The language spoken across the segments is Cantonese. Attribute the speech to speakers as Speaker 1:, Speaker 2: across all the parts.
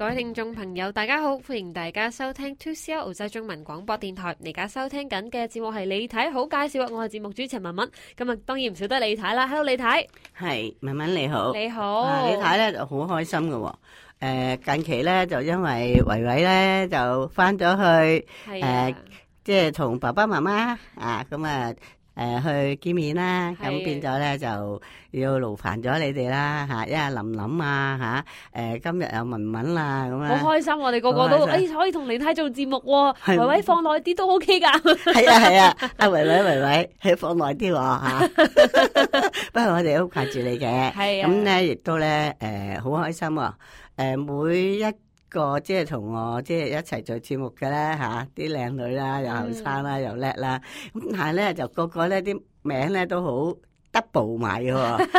Speaker 1: 位聽眾朋友，大家好，歡迎大家收聽 2CR 澳洲中文廣播電台。你而家收聽緊嘅節目係李太好介紹啊，我係節目主持人文文。咁啊，當然唔少得李太啦。Hello，李太，
Speaker 2: 係文文你好，
Speaker 1: 你好。
Speaker 2: 啊李太咧就好開心嘅喎、誒近期咧就因為維維咧就翻咗去，
Speaker 1: 係啊，
Speaker 2: 即係同爸爸媽媽啊咁啊誒去見面啦，咁
Speaker 1: 係
Speaker 2: 變咗咧就要勞煩咗你哋啦嚇，因為琳琳啊嚇誒、今日又文文啦咁啊，
Speaker 1: 好開心，我哋個個都
Speaker 2: 好開
Speaker 1: 誒可以同李太做節目喎。
Speaker 2: 係
Speaker 1: 維維放耐啲都 OK 噶。
Speaker 2: 係啊係啊，阿維維維維，佢放耐啲喎 嚇，不過我哋好掛住你嘅。
Speaker 1: 係啊，
Speaker 2: 咁咧，亦都咧，誒、好開心喎、誒每一個即係同我即係一齊做節目嘅咧嚇，啲、靚女啦，又後生啦，又叻啦。咁但係咧，就個個咧啲名咧都好 double 埋嘅喎。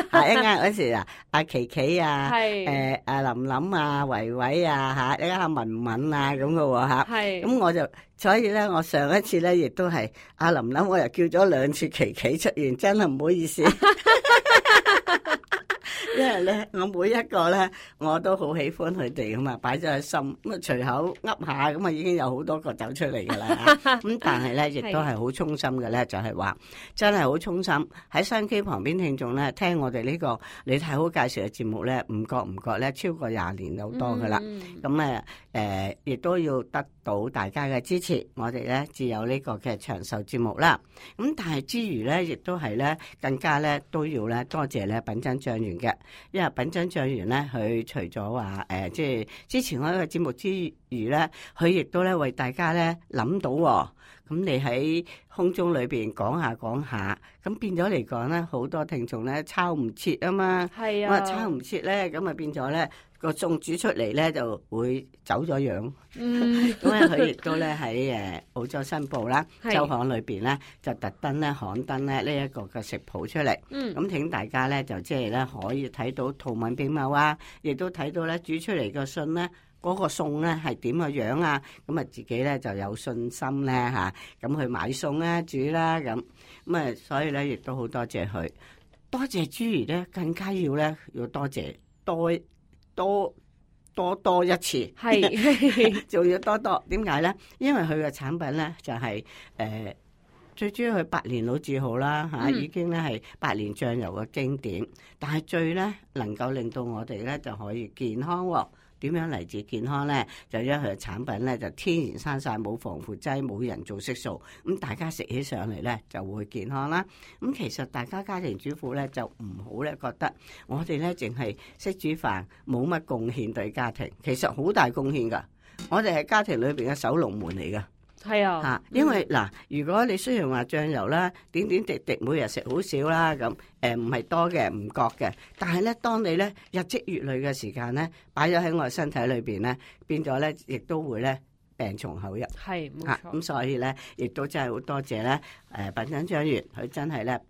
Speaker 2: 啊一間嗰時啊，阿琪琪啊，
Speaker 3: Ừ.
Speaker 2: 誒、
Speaker 1: 係
Speaker 2: 阿琳琳啊，維維啊嚇，一間阿文文啊咁嘅喎嚇。
Speaker 1: 係
Speaker 2: 咁我就所以咧，我上一次咧亦都係阿琳琳，我又叫咗兩次琪琪出現，真係唔好意思。因為咧，我每一個咧，我都好喜歡佢哋咁啊，擺咗喺心咁啊，隨口噏下咁啊，已經有好多個走出嚟㗎啦。咁但係咧，亦都係好衷心嘅咧，就係話真係好衷心喺收音機旁邊聽眾咧，聽我哋呢、個你睇好介紹嘅節目咧，唔覺唔覺咧超過廿年有多㗎啦。
Speaker 1: 嗯
Speaker 2: 咁誒誒，亦都要得到大家嘅支持，我哋咧自有呢個嘅長壽節目啦。咁但係之餘咧，亦都係咧更加咧都要咧多謝咧品真醬園嘅，因為品真醬園咧佢除咗話誒，即係之前我一個節目之餘咧，佢亦都咧為大家咧諗到喎、咁你喺空中裏邊講下講下，咁變咗嚟講咧，好多聽眾咧抄唔切啊嘛。
Speaker 1: 係
Speaker 2: 我
Speaker 1: 啊，
Speaker 2: 話抄唔切咧，咁啊變咗咧個餸煮出嚟咧就會走咗樣。
Speaker 1: 嗯
Speaker 2: 咁啊佢亦都咧喺誒澳洲新報啦、
Speaker 1: 係
Speaker 2: 周刊裏邊咧就特登咧刊登咧呢一個嘅食譜出嚟。
Speaker 1: 嗯
Speaker 2: 咁請大家咧就即係咧可以睇到圖文並茂啊，亦都睇到咧煮出嚟個餸咧。嗰個餸咧係點嘅樣啊？咁啊自己咧就有信心咧嚇，咁、去買餸啦、煮啦咁，咁啊所以咧亦都好多謝佢，多謝之餘咧更加要咧要多謝多多多多一次，
Speaker 1: 係
Speaker 2: 仲要多多點解咧？因為佢嘅產品咧就係、呃最主要佢百年老字號啦嚇，
Speaker 1: 嗯
Speaker 2: 已經咧係百年醬油嘅經典，但係最咧能夠令到我哋咧就可以健康喎、點樣嚟自健康咧？就因為佢嘅產品咧就天然生晒，冇防腐劑，冇人造色素，咁大家食起上嚟咧就會健康啦。咁其實大家家庭主婦咧就唔好咧覺得我哋咧淨係識煮飯，冇乜貢獻對家庭，其實好大貢獻㗎。我哋係家庭裏邊嘅守龍門嚟㗎。
Speaker 1: 係啊，
Speaker 2: 嚇，因為嗱，如果你雖然話醬油啦，點點滴滴每日食好少啦，咁誒唔係多嘅，唔覺嘅，但係咧，當你咧日積月累嘅時間咧，擺咗喺我身體裏邊咧，變咗咧，亦都會咧病從口入。
Speaker 1: 係
Speaker 2: 嚇，
Speaker 1: 冇錯
Speaker 2: 啊咁，所以咧，亦都真係好多謝咧，誒品珍章園，佢真係咧。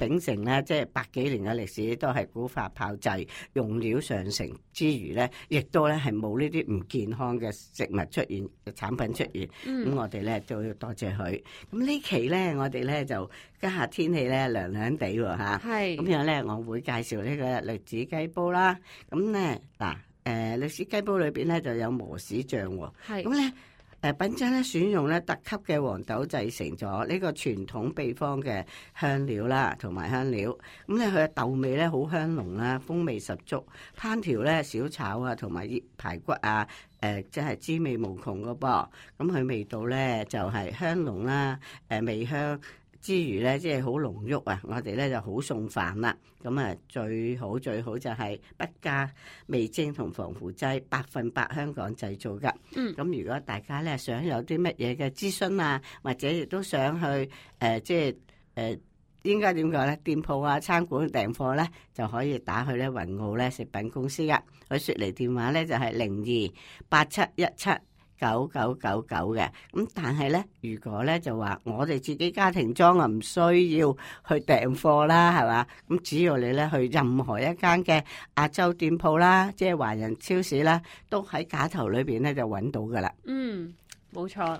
Speaker 2: 秉承咧，即係百幾年嘅歷史，都係古法炮製，用料上乘之餘咧，亦都咧係冇呢啲唔健康嘅食物出現嘅產品出現。咁
Speaker 1: 嗯
Speaker 2: 我哋咧都要多謝佢。咁呢期咧，我哋咧就家下天氣咧涼涼地喎嚇，咁
Speaker 1: 係
Speaker 2: 樣咧我會介紹呢個栗子雞煲啦。咁咧嗱，誒栗子雞煲裏邊咧就有磨豉醬喎。咁
Speaker 1: 係
Speaker 2: 咧誒呃品質咧選用咧特級嘅黃豆製成咗呢個傳統秘方嘅香料啦，同埋香料。咁咧佢嘅豆味咧好香濃啦，風味十足。烹調咧小炒啊，同埋醃排骨啊。誒、即係滋味無窮個噃，咁佢味道咧就係、香濃啦，誒、味香之餘咧，即係好濃郁啊！我哋咧就好送飯啦，咁啊最好最好就係不加味精同防腐劑，百分百香港製造㗎。咁如果大家咧想有啲乜嘢嘅諮詢啊，或者亦都想去誒、呃即係誒、呃、應該點講咧？店鋪啊、餐館訂貨咧，就可以打去咧雲澳咧食品公司噶。佢雪梨電話咧就係零二八七一七。九九九九嘅，咁但係咧，如果咧就話我哋自己家庭裝啊，唔需要去訂貨啦，係嘛？咁只要你咧去任何一間嘅亞洲店鋪啦，即係華人超市啦，都喺架頭裏邊咧就揾到噶啦。
Speaker 1: 嗯冇錯。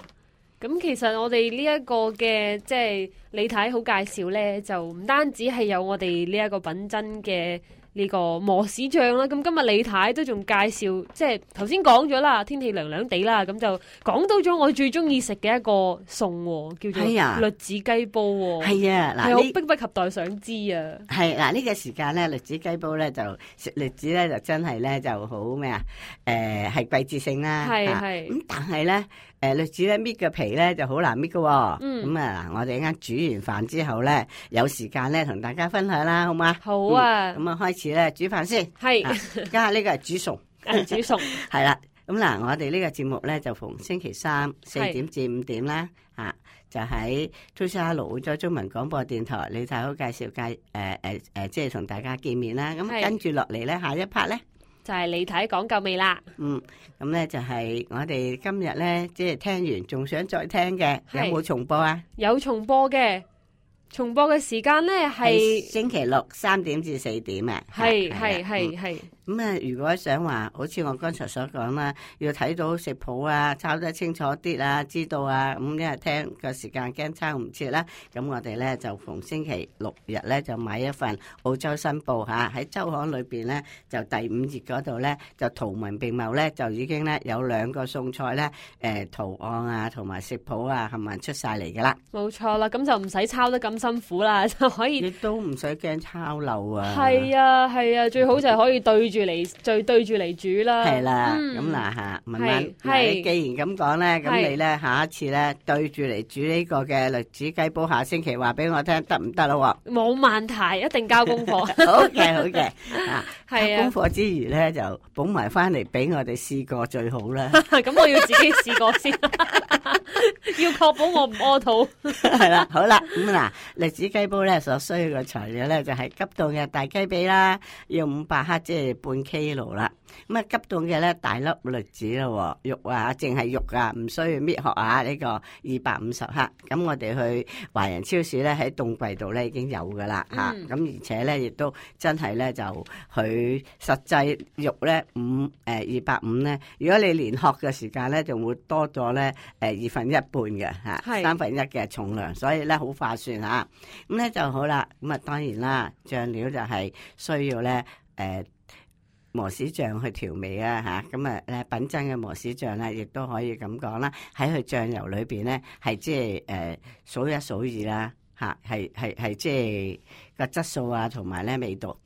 Speaker 1: 咁其實我哋呢一個嘅即係你睇好介紹呢，就唔單止係有我哋呢一個品真嘅。呢個磨豉醬啦。咁今日李太都仲介紹，即係頭先講咗啦，天氣涼涼地啦，咁就講到咗我最中意食嘅一個餸喎，叫
Speaker 2: 係啊
Speaker 1: 做栗子雞煲喎。
Speaker 2: 係啊，
Speaker 1: 係
Speaker 2: 嗱
Speaker 1: 我
Speaker 2: 呢
Speaker 1: 迫不及待想知啊！
Speaker 2: 係嗱呢個時間咧，栗子雞煲咧就食栗子咧就真係咧就好咩啊？誒係季節性啦，
Speaker 1: 係
Speaker 2: 啊
Speaker 1: 係
Speaker 2: 咁但係咧誒栗子咧搣嘅皮咧就好難搣嘅喎。
Speaker 1: 嗯
Speaker 2: 咁啊嗱，我哋啱煮完飯之後咧，有時間咧同大家分享啦，好嘛？
Speaker 1: 好啊，
Speaker 2: 咁啊開始咧煮飯先，
Speaker 1: 係
Speaker 2: 啊家下呢個係煮 餸。
Speaker 1: 銀煮餸，
Speaker 2: 係啦，咁嗱，我哋呢個節目咧就逢星期三四
Speaker 1: 係
Speaker 2: 點至五點啦，吓、就喺 t u s a 澳洲中文廣播電台李太好介紹介誒誒誒，即係同大家見面啦。咁
Speaker 1: 係
Speaker 2: 跟住落嚟咧，下一 part 咧，
Speaker 1: 就係李太講夠未啦？
Speaker 2: 嗯，咁咧就係我哋今日咧，即係聽完仲想再聽嘅，有
Speaker 1: 係
Speaker 2: 冇重播啊？
Speaker 1: 有重播嘅，重播嘅時間呢係
Speaker 2: 星期六三點至四點啊，
Speaker 1: 係
Speaker 2: 啊
Speaker 1: 係。
Speaker 2: 啊嗯
Speaker 1: 係係
Speaker 2: 咁啊，如果想話，好似我剛才所講啦，要睇到食譜啊，抄得清楚啲啊，知道啊，咁因為聽個時間驚抄唔切啦，咁我哋咧就逢星期六日咧就買一份澳洲新報嚇，喺周刊裏邊咧就第五頁嗰度咧就圖文並茂咧就已經咧有兩個餸菜咧誒、圖案啊同埋食譜啊冚唪唥出晒嚟㗎啦，
Speaker 1: 冇錯啦，咁就唔使抄得咁辛苦啦， 就可以
Speaker 2: 亦都唔使驚抄漏啊。
Speaker 1: 係啊係啊，最好就係可以對住嚟，最對住嚟煮啦。
Speaker 2: 系啦，
Speaker 1: 嗯
Speaker 2: 咁嗱吓，文文
Speaker 1: 係，
Speaker 2: 嗱
Speaker 1: 係
Speaker 2: 你既然咁講咧，咁
Speaker 1: 係
Speaker 2: 你咧下一次咧對住嚟煮呢個嘅栗子雞煲，下星期話俾我聽得唔得咯
Speaker 1: 冇問題，一定交功課。
Speaker 2: 喎？ 好嘅，好嘅，啊，
Speaker 1: 係啊
Speaker 2: 功，課之餘咧就補埋翻嚟俾我哋試過最好啦，
Speaker 1: 咁我要自己試過先， 要確保我唔屙肚。
Speaker 2: 係啦，好啦，咁嗱，栗子雞煲咧所需要嘅材料咧就係急凍嘅大雞髀啦，要五百克，即係半 kilo 啦。咁啊，急凍嘅咧大粒栗子咯喎，肉啊，淨係肉啊，唔需要搣殼啊，呢、個二百五十克。咁我哋去華人超市咧喺凍櫃度咧已經有噶啦嚇，
Speaker 1: 嗯
Speaker 2: 咁、而且咧亦都真係咧就佢實際肉咧五誒二百五咧，如果你連殼嘅時間咧就會多咗咧誒二分一半嘅嚇，
Speaker 1: 係
Speaker 2: 三分一嘅重量，所以咧好划算嚇。咁咧就好啦，咁啊當然啦，醬料就係需要咧誒。磨豉醬去調味啊嚇，咁啊咧品真嘅磨豉醬咧，亦都可以咁講啦。喺佢醬油裏邊咧，係即係誒數一數二啦嚇，係係係即係個質素啊，同埋咧味道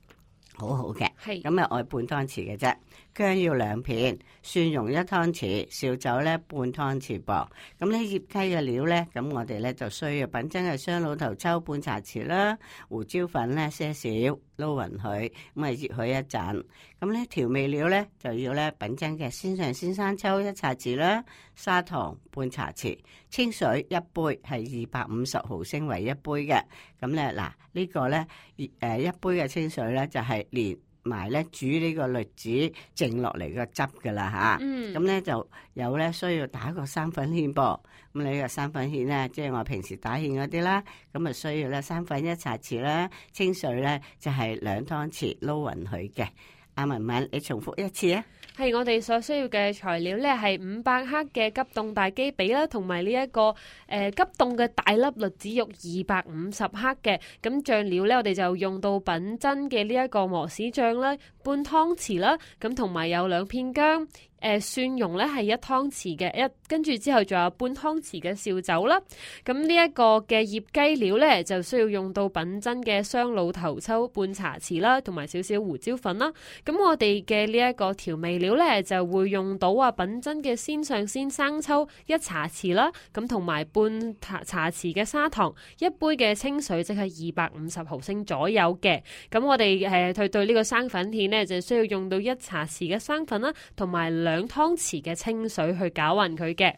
Speaker 2: 好好嘅。
Speaker 1: 係
Speaker 2: 咁啊，外半湯匙嘅啫，姜要兩片，蒜蓉一湯匙，紹酒咧半湯匙噃。咁呢醃雞嘅料咧，咁我哋咧就需要品真嘅雙老頭抽半茶匙啦，胡椒粉咧些少撈勻佢，咁啊醃佢一陣。咁咧調味料咧就要咧品真嘅鮮上鮮生抽一茶匙啦，砂糖半茶匙，清水一杯係二百五十毫升為一杯嘅。咁咧嗱，呢個咧誒一杯嘅清水咧就係連埋咧煮呢個栗子剩落嚟個汁噶啦吓，
Speaker 1: 嗯
Speaker 2: 咁咧、就有咧需要打個生粉芡噃，咁你個生粉芡咧，即係我平時打芡嗰啲啦，咁啊需要咧生粉一茶匙啦，清水咧就係、兩湯匙撈勻佢嘅。阿文文，你重複一次啊！
Speaker 1: 係我哋所需要嘅材料呢，係五百克嘅急凍大雞髀啦，同埋呢一個誒、呃急凍嘅大粒栗子肉二百五十克嘅。咁醬料呢，我哋就用到品真嘅呢一個磨豉醬啦，半湯匙啦，咁同埋有兩片姜。誒、呃蒜蓉呢係一湯匙嘅，一跟住之後仲有半湯匙嘅紹酒啦。咁呢一個嘅醃雞料呢，就需要用到品真嘅雙老頭抽半茶匙啦，同埋少少胡椒粉啦。咁我哋嘅呢一個調味料呢，就會用到啊品真嘅鮮上鮮生抽一茶匙啦，咁同埋半茶茶匙嘅砂糖，一杯嘅清水即係二百五十毫升左右嘅。咁我哋誒對對呢個生粉芡呢，就需要用到一茶匙嘅生粉啦，同埋兩湯匙嘅清水去攪勻佢嘅。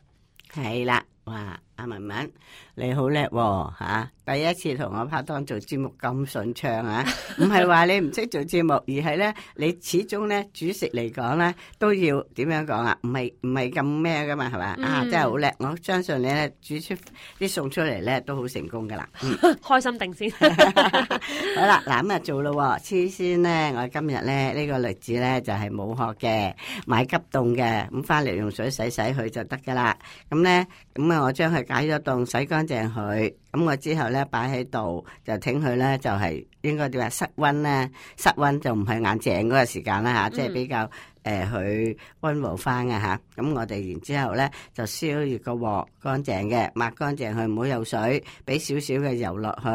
Speaker 2: 係啦，哇！阿文文，你好叻喎嚇！第一次同我拍檔做節目咁順暢啊，唔係話你唔識做節目，而係咧你始終咧主食嚟講咧都要點樣講啊？唔係唔係咁咩噶嘛，係嘛？啊，
Speaker 1: 嗯
Speaker 2: 真係好叻！我相信你咧煮出啲餸出嚟咧都好成功噶啦。嗯
Speaker 1: 開心定先，
Speaker 2: 好好啦，嗱咁啊做咯喎，黐先咧，我今日咧呢、個栗子咧就係冇殼嘅，買急凍嘅，咁翻嚟用水洗洗佢就得噶啦。咁咧，咁啊我將佢解咗凍，洗乾淨佢，咁我之後咧擺喺度就挺佢咧就係、應該點啊室温咧，室温就唔係眼鏡嗰個時間啦吓，即係
Speaker 1: 嗯
Speaker 2: 比較。誒佢呃温和翻嘅吓，咁我哋然之後咧就燒熱個鑊，乾淨嘅，抹乾淨佢，唔好有水，俾少少嘅油落去，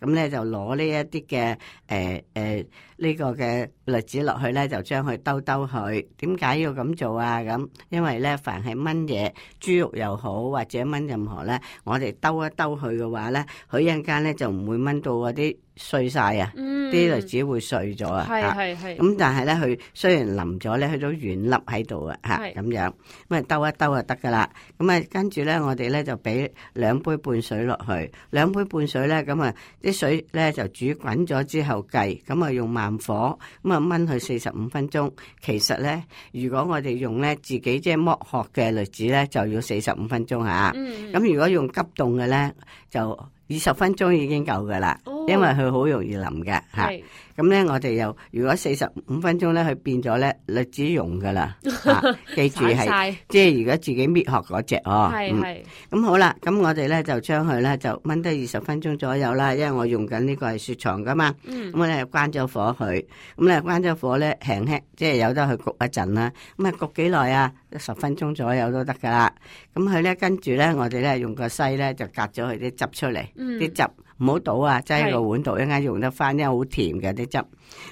Speaker 2: 咁咧就攞呢一啲嘅誒誒呢個嘅栗子落去咧，就將佢兜兜佢。點解要咁做啊？咁因為咧，凡係炆嘢，豬肉又好或者炆任何咧，我哋兜一兜佢嘅話咧，佢一陣間咧就唔會炆到嗰啲碎晒啊，
Speaker 1: 嗯，
Speaker 2: 啲栗子會碎咗啊。啊
Speaker 1: 係係係，
Speaker 2: 咁但係咧，佢雖然淋咗咧，佢都軟粒喺度啊，嚇
Speaker 1: 係
Speaker 2: 咁樣，咁啊兜一兜就得噶啦。咁啊，跟住咧，我哋咧就俾兩杯半水落去，兩杯半水咧，咁啊啲水咧就煮滾咗之後計，咁啊用慢火，咁啊炆佢四十五分鐘。其實咧，如果我哋用咧自己即係剝殼嘅栗子咧，就要四十五分鐘嚇。
Speaker 1: 嗯，
Speaker 2: 咁如果用急凍嘅咧，就二十分鐘已經夠噶啦，
Speaker 1: 哦
Speaker 2: 因為佢好容易淋嘅嚇。
Speaker 1: 係
Speaker 2: 咁咧，我哋又如果四十五分鐘咧，佢變咗咧栗子蓉噶啦，啊 記住
Speaker 1: 散
Speaker 2: 係
Speaker 1: 晒，
Speaker 2: 即係如果自己搣殼嗰只
Speaker 4: 啊
Speaker 2: 哦。
Speaker 1: 係
Speaker 2: 嗯
Speaker 1: 係，
Speaker 2: 咁好啦，咁我哋咧就將佢咧就炆得二十分鐘左右啦，因為我用緊呢個係雪藏噶嘛。
Speaker 1: 嗯
Speaker 2: 咁我咧關咗火佢，咁咧關咗火咧輕輕，即係由得佢焗一陣啦。咁啊焗幾耐啊？十分鐘左右都得噶啦。咁佢咧跟住咧，我哋咧用個篩咧就隔咗佢啲汁出嚟。
Speaker 1: 嗯
Speaker 2: 啲汁唔好倒啊，擠喺
Speaker 1: 係
Speaker 2: 個碗度，一陣間用得翻，因為好甜嘅啲汁。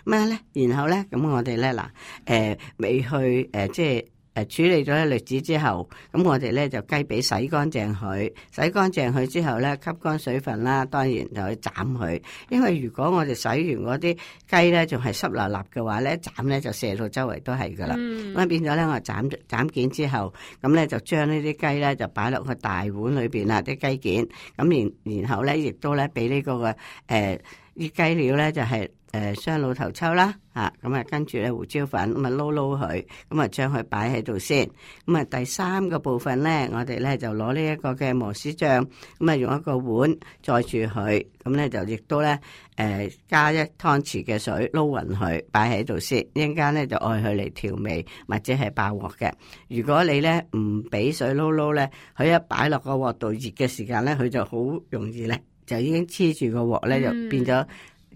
Speaker 2: 咩咧？然後咧，咁我哋咧嗱，誒、未去誒、即係誒、處理咗啲栗子之後，咁我哋咧就雞髀洗乾淨佢，洗乾淨佢之後咧，吸乾水分啦，當然就去斬佢。因為如果我哋洗完嗰啲雞咧，仲係濕立立嘅話咧，斬咧就射到周圍都係噶啦。
Speaker 1: 嗯
Speaker 2: 咁啊變咗咧，我斬斬件之後，咁咧就將呢啲雞咧就擺落個大碗裏邊啦，啲雞件。咁然然後咧，亦都咧俾呢個嘅誒啲雞料咧就係、誒雙老頭抽啦，啊咁啊跟住咧胡椒粉咁啊撈撈佢，咁啊將佢擺喺度先。咁啊第三個部分咧，我哋咧就攞呢一個嘅磨豉醬，咁啊用一個碗載住佢，咁咧就亦都咧誒、加一湯匙嘅水撈勻佢，擺喺度先。一陣間咧就愛佢嚟調味，或者係爆鑊嘅。如果你咧唔俾水撈撈咧，佢一擺落個鑊度熱嘅時間咧，佢就好容易咧就已經黐住個鑊咧，
Speaker 1: 嗯
Speaker 2: 就變咗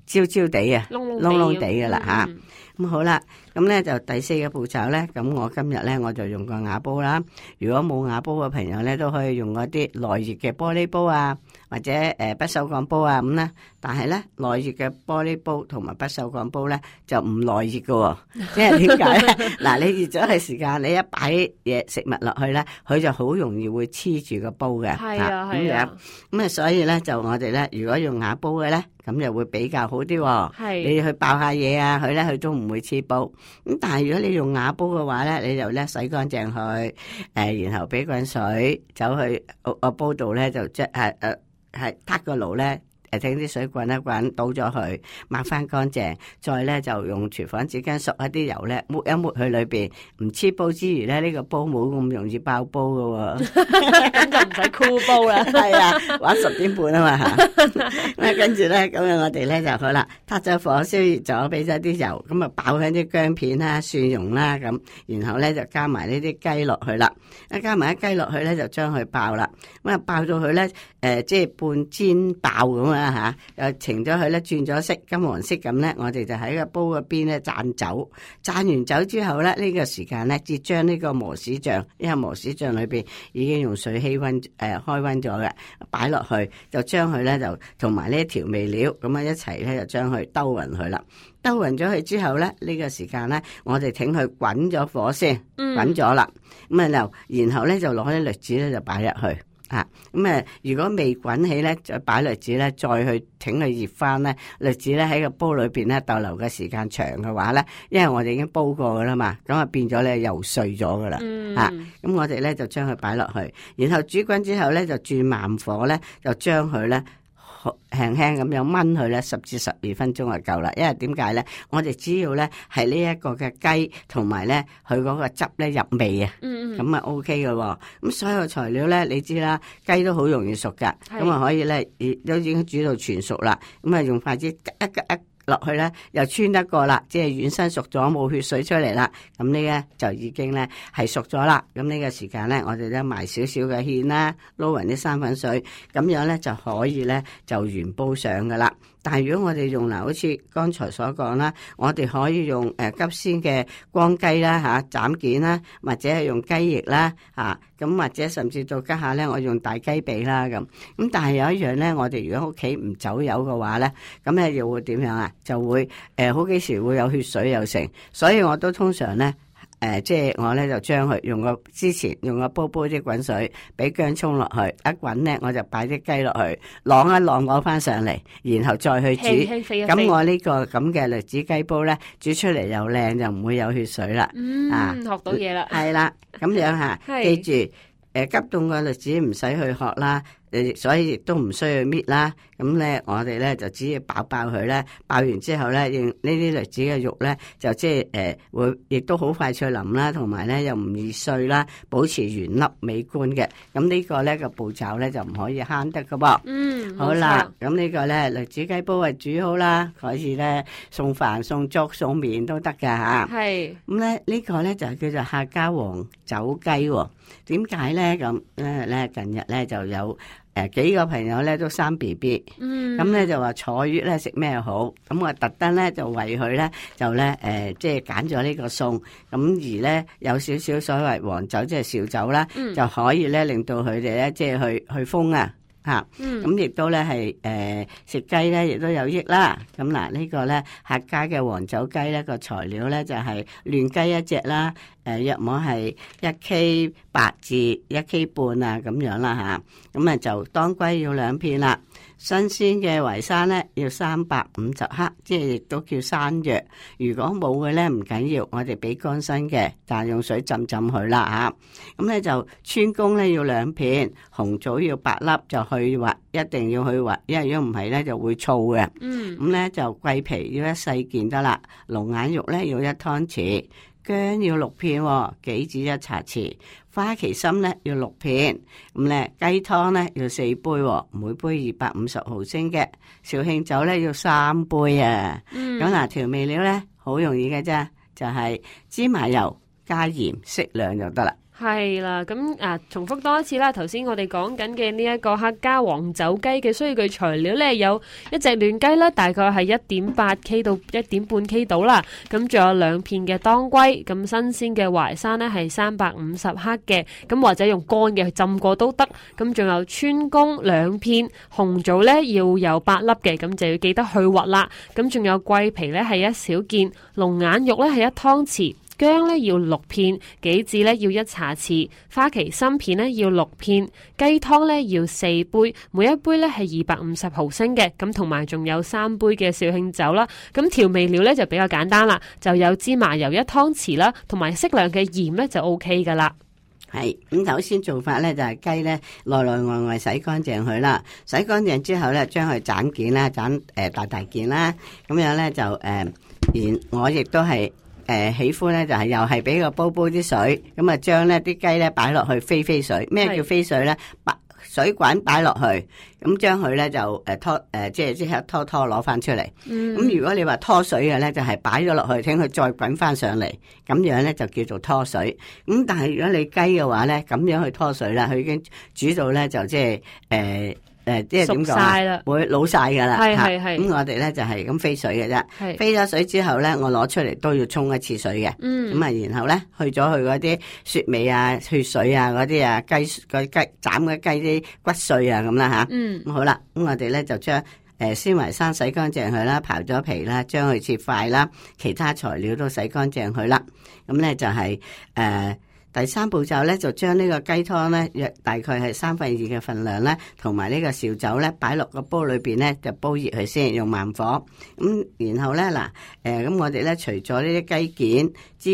Speaker 2: 焦焦地啊！
Speaker 1: 窿
Speaker 2: 窿
Speaker 1: 窿
Speaker 2: 窿地㗎啦嚇
Speaker 1: 嗯
Speaker 2: 咁好啦，咁咧就第四個步驟咧，咁我今日咧我就用個瓦煲啦。如果冇瓦煲嘅朋友咧，都可以用嗰啲耐熱嘅玻璃煲啊，或者誒不鏽鋼煲啊咁啦。但係咧耐熱嘅玻璃煲同埋不鏽鋼煲咧就唔耐熱嘅喎、 即係點解咧？嗱，你熱咗嘅時間，你一擺嘢食物落去咧，佢就好容易會黐住個煲嘅。
Speaker 1: 係啊係
Speaker 2: 咁樣
Speaker 1: 啊，
Speaker 2: 咁啊，所以咧就我哋咧，如果用瓦煲嘅咧，咁就會比較好啲喎、
Speaker 1: 係
Speaker 2: 你去爆下嘢啊，佢咧佢都唔會黐煲。咁但係如果你用瓦煲嘅話咧，你就咧洗乾淨佢，誒、然後俾滾水走去個個煲度咧就即係誒係撻個爐咧。誒，整啲水滾一滾，倒咗佢，抹翻乾淨，再咧就用廚房紙巾索一啲油咧，抹一抹佢裏邊，唔黐煲之餘咧，呢、個煲冇咁容易爆煲噶喎、
Speaker 1: 咁就唔使箍煲 啦，
Speaker 2: 系啊， 玩十點半啊嘛 嚇，咁啊跟住咧，咁啊我哋咧就好啦，撻咗火燒熱咗，俾咗啲油，咁啊爆香啲姜片啦、蒜蓉啦咁，然後咧就加埋呢啲雞落去啦，一加埋啲雞落去咧就將佢爆啦，咁啊爆到佢咧誒即係半煎爆咁啊嚇，又呈咗佢咧轉咗色金黃色咁咧，我哋就喺個煲嗰邊咧灒酒，灒完酒之後咧呢、個時間咧至將呢個磨豉醬，因為磨豉醬裏邊。已經用水氣温誒、呃、開温咗嘅，擺落去就將佢咧就同埋呢調味料咁啊一齊咧就將佢兜勻佢啦。兜勻咗佢之後咧，呢、個時間咧，我哋挺佢滾咗火先，
Speaker 1: 嗯
Speaker 2: 滾咗啦。咁啊就然後咧就攞啲栗子咧就擺入去。啊，咁啊，如果未滾起咧，再擺栗子咧，再去挺佢熱翻咧，栗子咧喺個煲裏邊咧逗留嘅時間長嘅話咧，因為我哋已經煲過噶啦嘛，咁啊變咗咧又碎咗噶啦。
Speaker 1: 嗯
Speaker 2: 啊咁我哋咧就將佢擺落去，然後煮滾之後咧就轉慢火咧，就將佢咧好輕輕咁樣炆佢咧十至十二分鐘就夠啦。因為點解咧？我哋只要咧係呢一個嘅雞同埋咧佢嗰個汁咧入味啊，
Speaker 1: 嗯嗯
Speaker 2: 咁啊 O K 嘅喎。咁所有材料咧，你知啦，雞都好容易熟噶，
Speaker 1: 係
Speaker 2: 咁啊可以咧已都已經煮到全熟啦。咁啊用筷子一一一落去咧，又穿得過啦，即係軟身熟咗，冇血水出嚟啦。咁呢咧就已經咧係熟咗啦。咁呢個時間咧，我哋咧埋少少嘅芡啦，撈勻啲生粉水，咁樣咧就可以咧就原煲上噶啦。但係如果我哋用嗱，好似剛才所講啦，我哋可以用誒急鮮嘅光雞啦嚇、斬件啦，或者係用雞翼啦嚇，咁、或者甚至到家下咧，我用大雞髀啦咁。咁但係有一樣咧，我哋如果屋企唔走油嘅話咧，咁咧又會點樣啊？就會誒、呃好幾時會有血水又成，所以我都通常咧。誒、即係我咧就將佢用個之前用個煲煲啲滾水，俾薑葱落去，一滾咧我就擺啲雞落去，啷一啷攞翻上嚟，然後再去煮。
Speaker 1: 輕輕飛一
Speaker 2: 咁
Speaker 1: 飛。
Speaker 2: 我呢個咁嘅栗子雞煲咧，煮出嚟又靚，就唔會有血水啦。啊
Speaker 1: 嗯，學到嘢啦。
Speaker 2: 係啦，咁樣吓，記
Speaker 1: 係
Speaker 2: 住，诶、急凍個栗子唔使去殼啦，诶，所以亦都唔需要搣啦。咁咧，我哋咧就只要爆爆佢咧，爆完之後咧，用呢啲栗子嘅肉咧，就即係诶会，亦都好快脆淋啦，同埋咧又唔易碎啦，保持原粒美觀嘅。咁呢個咧個步驟咧就唔可以慳得噶噃。
Speaker 1: 嗯，
Speaker 2: 好
Speaker 1: 冇
Speaker 2: 啦
Speaker 1: 錯。，
Speaker 2: 咁呢個咧栗子雞煲啊煮好啦，可以咧送飯、送粥、送麵都得噶吓。
Speaker 1: 係
Speaker 2: 咁咧呢個咧就叫做客家黃酒雞喎、點解咧咁咧咧？近日咧就有誒、呃、幾個朋友咧都生 B B，
Speaker 1: 嗯，
Speaker 2: 咁咧就話坐月咧食咩好？咁我特登咧就為佢咧就咧誒、呃即係揀咗呢個餸，咁而咧有少少所謂黃酒即係紹酒啦，
Speaker 1: 嗯
Speaker 2: 就可以咧令到佢哋咧即係去去風啊嚇。
Speaker 1: 嗯
Speaker 2: 咁亦都咧係誒食雞咧，亦都有益啦。咁嗱，呢個咧客家嘅黃酒雞咧個材料咧就係嫩雞一隻啦，誒約摸係一 K 八至一 K 半啊咁樣啦吓，咁啊就當歸要兩片啦，新鮮嘅淮山咧要三百五十克，即係亦都叫山藥。如果冇嘅咧唔緊要，我哋俾乾身嘅，但係用水浸浸佢啦吓。咁咧就川芎咧要兩片，紅棗要八粒，就去核，一定要去核，因為如果唔係咧就會燥嘅。
Speaker 1: 嗯
Speaker 2: 咁咧就桂皮要一細件得啦，龍眼肉咧要一湯匙，姜要六片、喎，杞子一茶匙，花旗參咧要六片，咁咧雞湯咧要四杯、喎，每杯二百五十毫升嘅，紹興酒咧要三杯啊。
Speaker 1: 嗯，
Speaker 2: 咁嗱、調味料咧好容易嘅啫，就係、芝麻油加鹽適量就得啦。
Speaker 1: 係啦，咁啊，重複多一次啦。頭先我哋講緊嘅呢一個客家黃酒雞嘅需要嘅材料呢，有一隻嫩雞啦，大概係一點八 K 到一點半 K 到啦。咁仲有兩片嘅當歸，咁新鮮嘅淮山呢係三百五十克嘅，咁或者用乾嘅去浸過都得。咁仲有川芎兩片，紅棗呢要有八粒嘅，咁就要記得去核啦。咁仲有桂皮呢係一小件，龍眼肉呢係一湯匙。姜咧要六片，杞子咧要一茶匙，花旗參片咧要六片，雞湯咧要四杯，每一杯咧係二百五十毫升嘅，咁同埋仲有三杯嘅紹興酒啦。咁調味料咧就比較簡單啦，就有芝麻油一湯匙啦，同埋適量嘅鹽咧就 O K 噶啦。
Speaker 2: 系咁首先做法咧就係雞咧內內外外洗乾淨佢啦，洗乾淨之後咧將佢斬件啦，斬诶、呃大大件啦，咁樣咧就诶、然我亦都係诶喜歡咧就係又係俾個煲煲啲水，咁啊將咧啲雞咧擺落去飛飛水，咩叫
Speaker 1: 係
Speaker 2: 飛水咧？擺水滾擺落去，咁將佢咧就诶拖诶即係即刻拖拖攞翻出嚟。
Speaker 1: 嗯，
Speaker 2: 咁如果你話拖水嘅咧，就係擺咗落去，聽佢再滾翻上嚟，咁樣咧就叫做拖水。咁但係如果你雞嘅話咧，咁樣去拖水啦，佢已經煮到咧就即係誒誒，即係
Speaker 1: 熟
Speaker 2: 點講啊？
Speaker 1: 晒啦，
Speaker 2: 會老晒㗎啦，
Speaker 1: 係
Speaker 2: 嚇
Speaker 1: 係係
Speaker 2: 咁我哋咧就係咁飛水嘅啫，
Speaker 1: 係，
Speaker 2: 飛咗水之後咧，我攞出嚟都要沖一次水嘅。
Speaker 1: 嗯
Speaker 2: 咁啊，然後咧去咗佢嗰啲雪味啊、血水啊嗰啲啊、雞嗰啲雞斬嘅雞啲骨碎啊咁啦嚇。
Speaker 1: 嗯
Speaker 2: 咁好啦，咁我哋咧就將誒鮮淮山洗乾淨佢啦，刨咗皮啦，將佢切塊啦，其他材料都洗乾淨佢啦。咁咧就係、呃第三步驟咧，就將呢個雞湯咧，約大概係三分二嘅份量咧，同埋呢個紹酒咧，擺落個煲裏邊咧，就煲熱佢先，用慢火。咁然後咧嗱，誒、咁我哋咧除咗呢啲雞件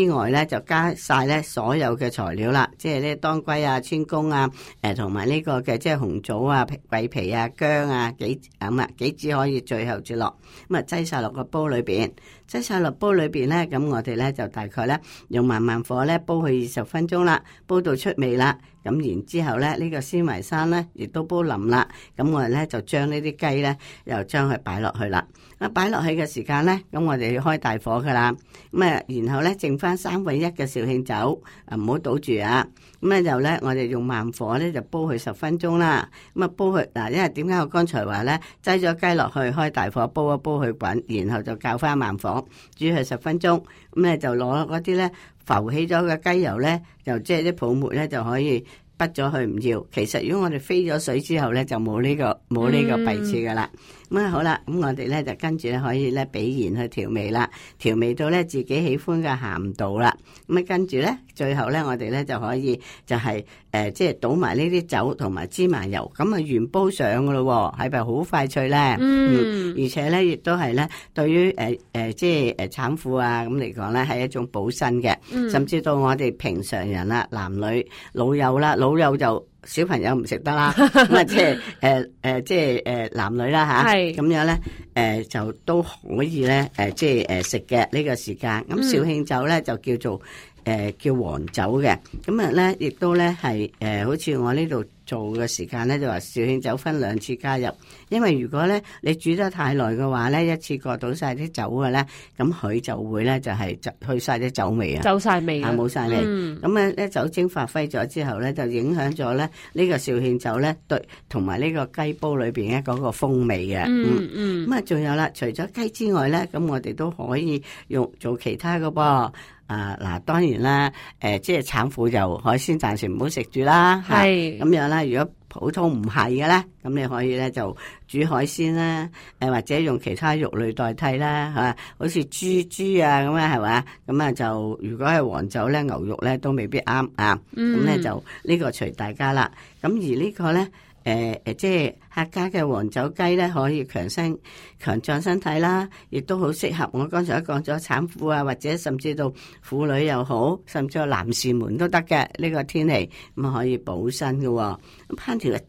Speaker 2: 之外咧，就加晒咧所有嘅材料啦，即係呢啲當歸啊、川芎啊。誒同埋呢個嘅即係紅棗啊、皮桂皮啊、姜啊、杞咁啊，杞子可以最後至落，咁啊擠晒落個煲裏邊，擠晒落煲裏邊咧，咁我哋咧就大概咧用慢慢火咧煲佢二十分鐘啦，煲到出味啦，咁然之後咧，呢、個鮮維山咧亦都煲腍啦。咁我哋咧就將呢啲雞咧又將佢擺落去啦。啊，擺落去嘅時間咧，咁我哋要開大火噶啦。咁啊，然後咧剩翻三分一嘅紹興酒，啊唔好倒住啊。咁咧就咧，我哋用慢火咧就煲佢十分鐘啦。咁啊煲佢嗱，因為點解我剛才話咧，擠咗雞落去開大火煲一煲佢滾，然後就較翻慢火煮佢十分鐘。咁咧就攞嗰啲咧浮起咗嘅雞油咧，就即係啲泡沫咧就可以。滗咗佢唔要，其實如果我哋飛咗水之後咧，就冇呢、個冇呢個弊處噶啦。咁啊、好啦，咁我哋咧就跟住咧可以咧俾鹽去調味啦，調味到咧自己喜歡嘅鹹度啦。咁啊跟住咧，最後咧我哋咧就可以就係、誒、即係倒埋呢啲酒同埋芝麻油，咁啊原煲上噶咯喎，係咪好快脆咧？
Speaker 1: 嗯，
Speaker 2: 而且咧，亦都係咧，對於誒誒，即係誒產婦啊咁嚟講咧，係一種補身嘅，甚至到我哋平常人啦、男女老幼啦，老幼就小朋友唔食得啦，咁啊即係誒誒，即係誒男女啦吓，
Speaker 1: 係
Speaker 2: 咁樣咧誒就都可以咧誒，即係呃誒食嘅呢個時間。咁紹興酒咧就叫做。誒、叫黃酒嘅，咁啊咧，亦都咧係誒，好似我呢度做嘅時間咧，就話紹興酒分兩次加入，因為如果咧你煮得太耐嘅話咧，一次過倒晒啲酒嘅咧，咁佢就會咧就係、就去晒啲酒味啊，
Speaker 1: 走晒味啦
Speaker 2: 啊，冇晒味。
Speaker 1: 嗯
Speaker 2: 咁咧咧酒精發揮咗之後咧，就影響咗咧呢個紹興酒咧對同埋呢個雞煲裏邊咧嗰個風味嘅。
Speaker 1: 嗯嗯，
Speaker 2: 咁啊，仲有啦，除咗雞之外咧，咁我哋都可以用做其他嘅噃。啊，嗱，當然啦，誒、即係產婦就海鮮暫時唔好食住啦，嚇
Speaker 1: 係
Speaker 2: 咁樣啦。如果普通唔係嘅咧，咁你可以咧就煮海鮮啦，誒或者用其他肉類代替啦，嚇、好似豬豬啊咁啊，係嘛？咁啊就如果係黃酒咧，牛肉咧都未必啱啊。咁咧、就呢個隨大家啦。咁而呢個咧。誒誒、即係客家嘅黃酒雞咧，可以強身強壯身體啦，亦都好適合我剛才講咗產婦啊，或者甚至到婦女又好，甚至到男士們都得嘅。呢、個天氣咁啊可以補身嘅喎、咁烹調嘅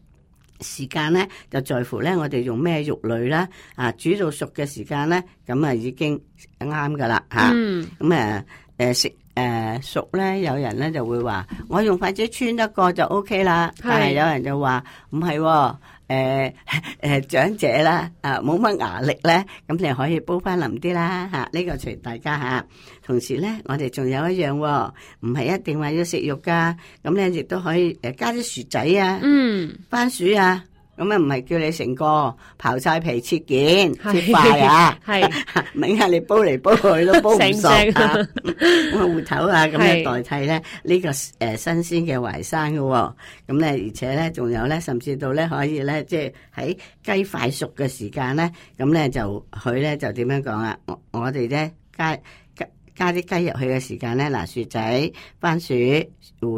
Speaker 2: 時間咧，就在乎咧我哋用咩肉類啦，啊煮到熟嘅時間咧，咁啊已經啱噶啦嚇。
Speaker 1: 嗯
Speaker 2: 咁誒誒食誒熟咧，有人咧就會話我用筷子穿得過就 O K 啦，
Speaker 1: 係
Speaker 2: 但係有人就話唔係喎。誒 誒長者啦，啊冇乜牙力咧，咁你可以煲翻腍啲啦嚇，呢、個隨大家嚇、同時咧，我哋仲有一樣喎、唔係一定話要食肉噶，咁咧亦都可以誒加啲薯仔啊、
Speaker 1: 嗯
Speaker 2: 番薯啊，咁啊唔係叫你成個刨晒皮切件切
Speaker 1: 係
Speaker 2: 塊啊。
Speaker 1: 係
Speaker 2: 咪嗌你煲嚟煲去都煲唔熟
Speaker 1: 成隻
Speaker 2: 啊！咁啊芋頭啊咁
Speaker 1: 係
Speaker 2: 樣代替咧呢、個誒、呃新鮮嘅淮山嘅喎、咁咧而且咧仲有咧，甚至到咧可以咧即係喺雞快熟嘅時間咧，咁咧就佢咧就點樣講啊？我我哋咧加加加啲雞入去嘅時間咧，嗱薯仔、番薯、芋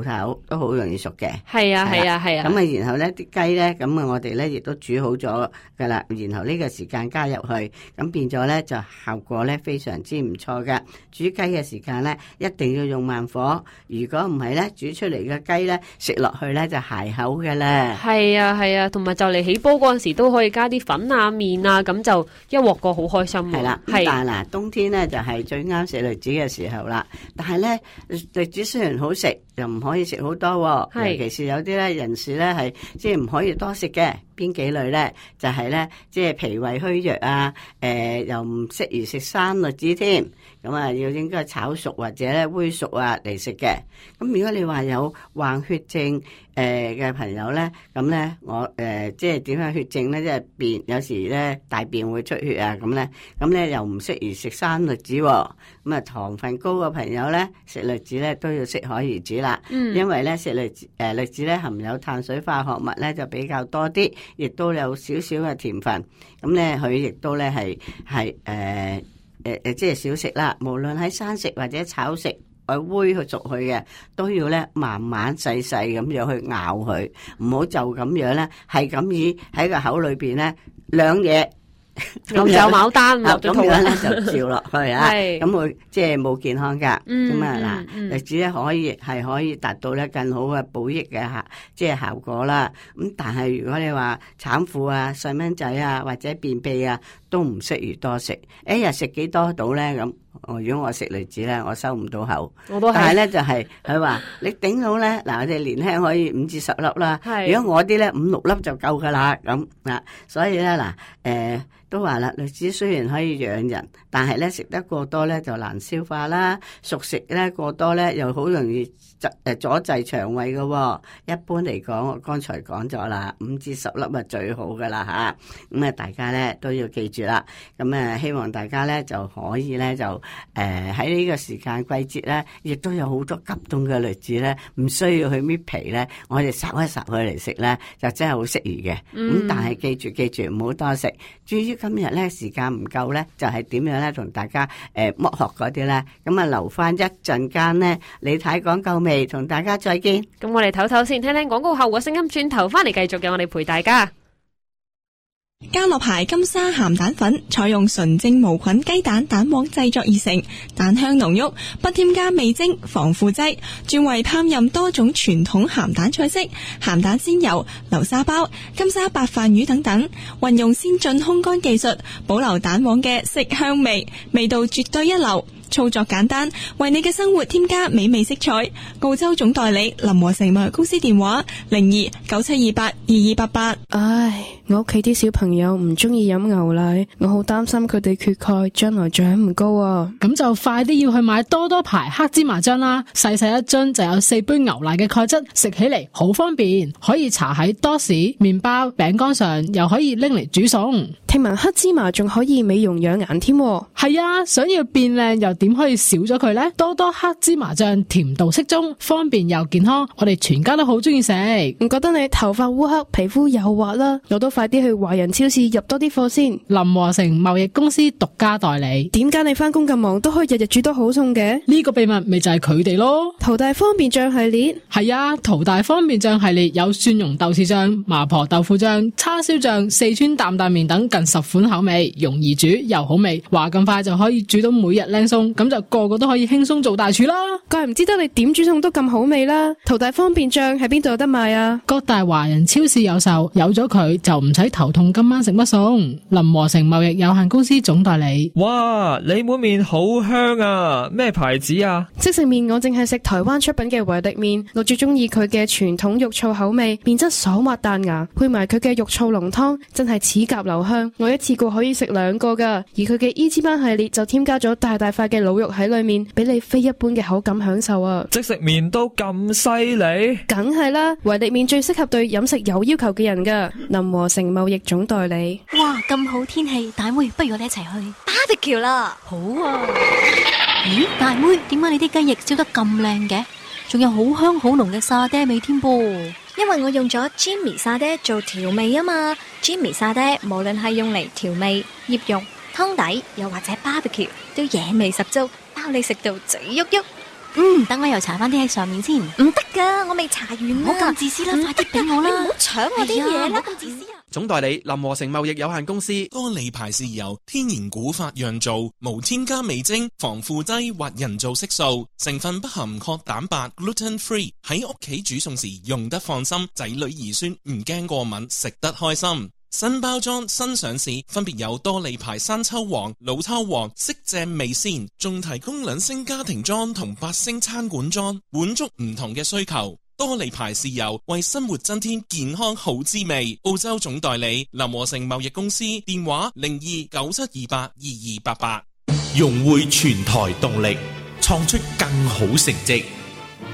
Speaker 2: 頭都好容易熟嘅。
Speaker 1: 係啊係啊係啊，
Speaker 2: 咁啊，然後咧啲雞咧，咁啊，我哋咧亦都煮好咗噶啦。然後呢個時間加入去，咁變咗咧就效果咧非常之唔錯嘅。煮雞嘅時間咧，一定要用慢火，如果唔係咧，煮出嚟嘅雞咧食落去咧就鞋口嘅咧。
Speaker 1: 係啊係啊，同埋就嚟起煲嗰陣時都可以加啲粉啊麵啊，咁就一鑊過好開心喎。
Speaker 2: 係啦，咁
Speaker 1: 係
Speaker 2: 但係嗱，冬天咧就係最啱食栗子嘅時候啦。但係咧，栗子雖然好食，又唔可以食好多喎。
Speaker 1: 係
Speaker 2: 尤其是有啲咧人士咧係即係唔可以多食嘅。邊幾類咧？就係、呢，咧，即係脾胃虛弱啊，誒、又唔適宜食生栗子添。咁啊，要應該炒熟或者咧煨熟啊嚟食嘅。咁如果你話有患血症誒嘅朋友咧，咁咧我誒、呃即係點樣血症咧？即係便有時咧大便會出血啊，咁咧咁咧又唔適宜食生栗子喎、咁啊糖分高嘅朋友咧食栗子咧都要適可而止啦。因為咧食栗子誒栗子咧含有碳水化合物咧就比較多啲，亦都有少少嘅甜分。咁咧佢亦都咧係係誒誒誒，即係小食啦。無論喺生食或者炒食。我煨去熟佢嘅，都要咧慢慢細細咁樣去咬佢，唔好就咁樣咧，係咁以喺個口裏邊咧兩嘢
Speaker 1: 牛就牡丹
Speaker 2: 啊
Speaker 1: 落咗
Speaker 2: 咁
Speaker 1: 肚
Speaker 2: 樣
Speaker 1: 啦。
Speaker 2: 咧就照落去啊，
Speaker 1: 係
Speaker 2: 咁會即係冇健康噶。
Speaker 1: 嗯
Speaker 2: 咁啊
Speaker 1: 嗯嗯
Speaker 2: 嗱，栗子咧可以係可以達到咧更好嘅補益嘅效，即係效果啦。咁但係如果你話產婦啊、哎細蚊仔啊或者便秘啊，都唔適宜多食。一日食幾多到咧咁？哦，如果我食栗子咧，我收唔到口。
Speaker 1: 我都
Speaker 2: 但係
Speaker 1: 係
Speaker 2: 咧就係佢話你頂到咧，嗱我哋年輕可以五至十粒啦。
Speaker 1: 係
Speaker 2: 如果我啲咧五六粒就夠噶啦咁啊，所以咧嗱誒都話啦，栗子雖然可以養人，但係咧食得過多咧就難消化啦，熟食咧過多咧又好容易窒誒呃阻滯腸胃噶喎、一般嚟講，我剛才講咗啦，五至十粒啊最好噶啦吓，咁啊大家咧都要記住啦。咁啊，希望大家咧就可以咧就誒喺呢個時間季節咧，亦都有好多急凍嘅栗子咧，唔需要去搣皮咧，我哋烚一烚佢嚟食咧，就真係好適宜嘅。咁、
Speaker 1: 嗯
Speaker 2: 但係記住記住唔好多食。至於今日咧時間唔夠咧，就係、點樣咧同大家誒剝殼嗰啲咧，咁啊留翻一陣間咧，你睇講夠未？同大家再見。
Speaker 1: 咁我哋唞唞先，聽聽廣告後嘅聲音，轉頭翻嚟繼續嘅，我哋陪大家。
Speaker 5: 嘉樂牌金沙鹹蛋粉採用純正無菌雞蛋蛋黃製作而成，蛋香濃郁，不添加味精、防腐劑，專為烹飪多種傳統鹹蛋菜式、鹹蛋鮮油、流沙包、金沙白飯魚等等，運用先進烘乾技術，保留蛋黃嘅色香味，味道絕對一流。操作簡單，為你嘅生活添加美味色彩。澳洲總代理林和成貿易公司電話零二九七二八二二八八。
Speaker 6: 唉，我屋企啲小朋友唔中意飲牛奶，我好擔心佢哋缺鈣，將來長唔高啊！
Speaker 4: 咁就快啲要去買多多牌黑芝麻漿啦，細細一樽就有四杯牛奶嘅鈣質，食起嚟好方便，可以搽喺多士、麵包、餅乾上，又可以拎嚟煮餸。
Speaker 6: 聽聞黑芝麻仲可以美容養顏添喎，
Speaker 4: 係啊，想要變靚又點可以少咗佢呢？多多黑芝麻醬甜度適中，方便又健康，我哋全家都好中意食。
Speaker 6: 唔覺得你頭髮烏黑、皮膚又滑啦？我都快啲去華人超市入多啲貨先。
Speaker 4: 林和成貿易公司獨家代理，
Speaker 6: 點解你返工咁忙都可以日日煮到好餸嘅？
Speaker 4: 呢、個秘密咪就係佢哋咯。
Speaker 6: 淘大方便醬系列，
Speaker 4: 係啊，淘大方便醬系列有蒜蓉豆豉醬、麻婆豆腐醬、叉燒醬、四川擔擔麵等近十款口味，容易煮又好味，話咁快就可以煮到每日靚餸，咁就個個都可以輕鬆做大廚啦。
Speaker 6: 怪唔知得你點煮餸都咁好味啦！淘大方便醬喺邊度有得賣啊？
Speaker 4: 各大華人超市有售，有咗佢就唔使頭痛今晚食乜餸。林和成貿易有限公司總代理，
Speaker 7: 哇！你碗面好香啊，咩牌子啊？
Speaker 6: 即食面我淨係食台灣出品嘅維力面，我最中意佢嘅傳統肉燥口味，麵質爽滑彈牙，配埋佢嘅肉燥濃湯，真係齒頰留香。我一次過可以食兩個㗎，而佢嘅伊之班系列就添加咗大大塊嘅滷肉喺裡面，俾你非一般嘅口感享受啊！
Speaker 7: 即食面都咁犀利，
Speaker 6: 梗係啦，維力面最適合對飲食有要求嘅人㗎。林和成貿易總代理，
Speaker 8: 哇，咁好天氣，大妹，不如我哋一齊去 barbecue 啦！好啊！咦，大妹，點解你啲雞翼燒得咁靚嘅？仲有好香好濃嘅沙爹味添噃！
Speaker 9: 因為我用咗 Jimmy 沙爹做調味啊嘛，Jimmy 沙爹無論係用嚟調味、醃肉、湯底，又或者 barbecue，都野味十足，包你食到嘴喐喐。
Speaker 8: 嗯，等我又搽翻啲喺上面先，唔
Speaker 9: 唔得噶，我未搽完
Speaker 8: 好咁
Speaker 9: 啊！
Speaker 8: 自私
Speaker 9: 唔
Speaker 8: 啦，快
Speaker 9: 得
Speaker 8: 啲俾
Speaker 9: 㗎
Speaker 8: 我啦
Speaker 9: 你唔！好搶我啲嘢
Speaker 8: 哎呀唔好
Speaker 9: 啦！
Speaker 8: 咁自私啊！
Speaker 10: 總代理林和成貿易有限公司。
Speaker 11: 多利牌是由天然古法釀造，無添加味精、防腐劑或人造色素，成分不含確蛋白 （gluten free）。喺屋企煮餸時用得放心，仔女兒孫唔驚過敏，食得開心。新包裝、新上市，分別有多利牌生抽王、老抽王、色正味鮮，仲提供兩星家庭裝同八星餐館裝，滿足唔同嘅需求。多利牌豉油為生活增添健康好滋味。澳洲總代理林和成貿易公司電話零二九七二八二二八八。
Speaker 12: 融匯全台動力，創出更好成績。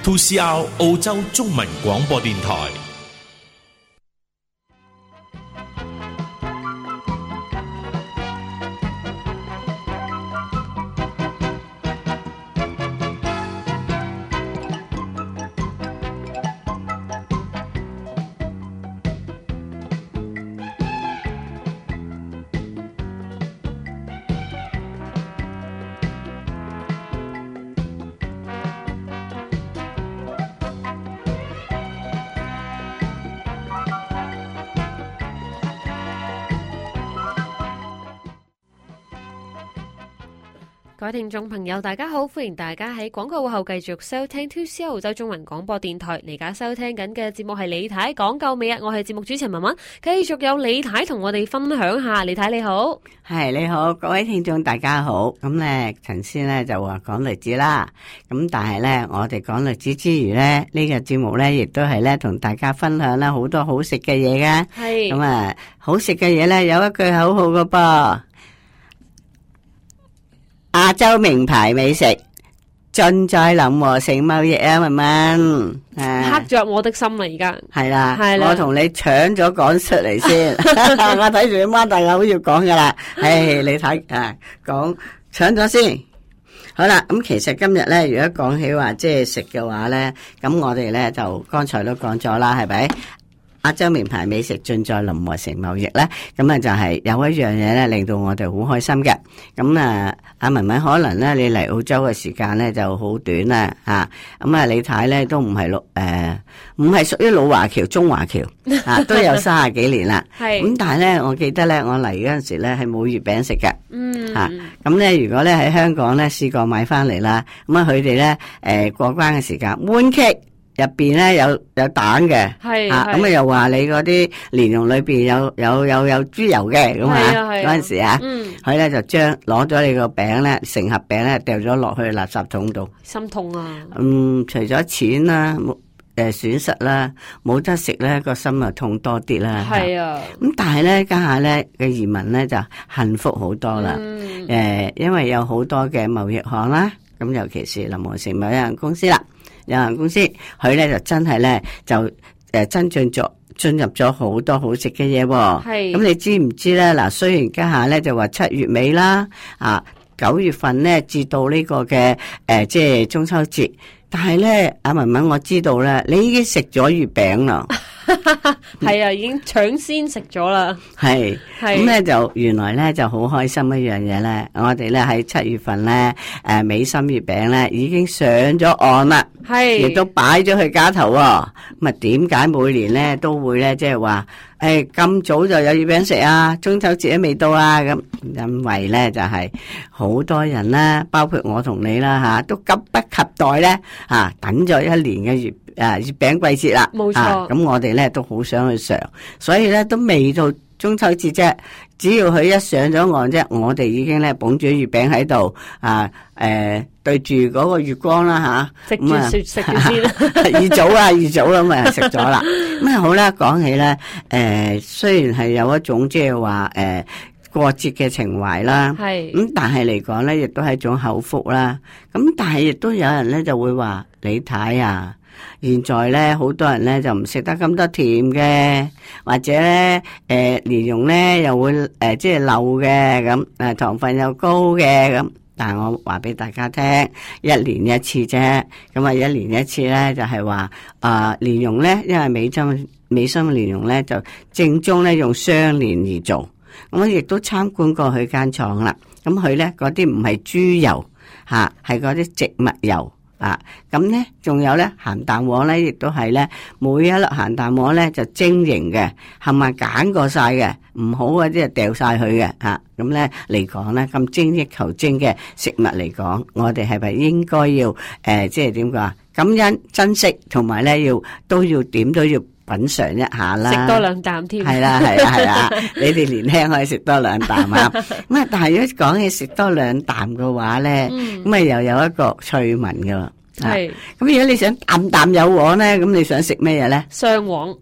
Speaker 12: 2CR 澳洲中文廣播電台。
Speaker 11: Hãy subscribe cho kênh Ghiền Mì Gõ Để không bỏ lỡ
Speaker 1: 各位聽眾朋友，大家好，歡迎大家喺廣告後繼續收聽 Two C 澳洲中文廣播電台。你而家收聽緊嘅節目係李太講夠未啊？我係節目主持人文文，繼續有李太同我哋分享下。李太你好，
Speaker 2: 系你好，各位聽眾大家好。咁咧，陳先咧就話講例子啦。咁但係咧，我哋講例子之餘咧，呢、個節目咧亦都係咧同大家分享啦好多好食嘅嘢嘅。
Speaker 1: 係
Speaker 2: 咁啊，好食嘅嘢咧有一句口號噶噃，亞洲名牌美食盡在林和城貿易啊，文文。啊
Speaker 1: 刻着我的心啦，而家
Speaker 2: 系啦，
Speaker 1: 係啦
Speaker 2: 我同你搶咗講出嚟 先，我睇住你擘大口要講噶啦，唉，你睇啊，講搶咗先。好啦，咁其實今日咧，如果講起話即係食嘅話咧，咁我哋咧就剛才都講咗啦，係咪？亞洲啊名牌美食盡在林和城貿易咧，咁啊就係有一樣嘢咧令到我哋好開心嘅。咁啊，阿文文可能咧你嚟澳洲嘅時間咧就好短啦嚇，咁啊李太咧都唔係老誒。唔係屬於老華僑、中華僑 啊，都有三十幾年啦。
Speaker 1: 係
Speaker 2: 咁，但係咧，我記得咧，我嚟嗰陣時咧係冇月餅食嘅。
Speaker 1: 嗯
Speaker 2: 嚇咁咧，如果咧喺香港咧試過買翻嚟啦，咁啊佢哋咧誒過關嘅時間 one cake 入邊咧有有蛋嘅。
Speaker 1: 係
Speaker 2: 啊，咁啊
Speaker 1: 係
Speaker 2: 又話你嗰啲蓮蓉裏邊有有有有豬油嘅咁
Speaker 1: 係
Speaker 2: 啊
Speaker 1: 啊，係
Speaker 2: 嗰
Speaker 1: 啊
Speaker 2: 陣時啊，
Speaker 1: 嗯
Speaker 2: 佢咧就將攞咗你個餅咧成盒餅咧掉咗落去垃圾桶度。
Speaker 1: 心痛啊，
Speaker 2: 嗯，除咗錢啦，冇誒損失啦，冇得食咧，個心啊痛多啲啦。
Speaker 1: 係啊，
Speaker 2: 咁但係咧，家下咧嘅移民咧就幸福好多啦。誒、
Speaker 1: 嗯
Speaker 2: 因為有好多嘅貿易行啦，咁尤其是林和成貿易有限公司啦，有限公司佢咧就真係咧就誒增進咗。進入咗好多好食嘅嘢喎，
Speaker 1: 係
Speaker 2: 咁你知唔知咧？嗱，雖然家下咧就話七月尾啦，啊九月份咧至到呢個嘅誒、呃即係中秋節，但係咧，阿文文我知道咧，你已經食咗月餅啦。
Speaker 1: 係啊，已經搶先食咗啦，
Speaker 2: 系，
Speaker 1: 係
Speaker 2: 咁咧就原來咧就好開心一樣嘢咧，我哋咧喺七月份咧，诶、美心月餅咧已經上咗岸啦，
Speaker 1: 係
Speaker 2: 亦都擺咗去架頭喎、咁啊，點解每年咧都會咧即係話，诶、咁早就有月餅食啊，中秋節都未到啊，咁因為咧就係好多人啦，包括我同你啦吓、都急不及待咧吓、啊等咗一年嘅月诶、啊月餅季節啦，
Speaker 1: 冇錯
Speaker 2: 啊咁我哋咧都好想去嘗，所以咧都未到中秋節啫。只要佢一上咗岸啫，我哋已經咧捧住月餅喺度啊！誒、對住嗰個月光啦吓，
Speaker 1: 食住
Speaker 2: 咁啊
Speaker 1: 食食住先啦，
Speaker 2: 二早啊，二早咁啊食咗啦。咁啊好啦，講起咧誒、雖然係有一種即係話誒過節嘅情懷啦。
Speaker 1: 係
Speaker 2: 咁但係嚟講咧，亦都係一種口福啦。咁但係亦都有人咧就會話：你睇啊，現在咧好多人咧就唔食得咁多甜嘅，或者咧誒蓮蓉咧又會誒、呃即係漏嘅咁，誒糖分又高嘅咁。但係我話俾大家聽，一年一次啫。咁啊，一年一次咧就係話啊蓮蓉咧，因為美心美心嘅蓮蓉咧就正宗咧用雙蓮而做。我亦都參觀過佢間廠啦。咁佢咧嗰啲唔係豬油嚇，係嗰啲植物油啊。咁咧仲有咧鹹蛋黃咧，亦都係咧每一粒鹹蛋黃咧就晶瑩嘅，係咪揀過晒嘅？唔好嗰啲就掉晒佢嘅嚇。咁咧嚟講咧，咁精益求精嘅食物嚟講，我哋係咪應該要誒、呃即係點講啊？感恩、珍惜，同埋咧要都要點都要品嚐一下啦。
Speaker 1: 食多兩啖添，
Speaker 2: 系啦，系 啦，系啦，你哋年輕可以食多兩啖啊！咁啊，但係如果講起食多兩啖嘅話咧，咁啊、又有一個趣聞噶。啊
Speaker 1: 係
Speaker 2: 咁如果你想啖啖有黃咧，咁你想食咩嘢咧？
Speaker 1: 雙黃，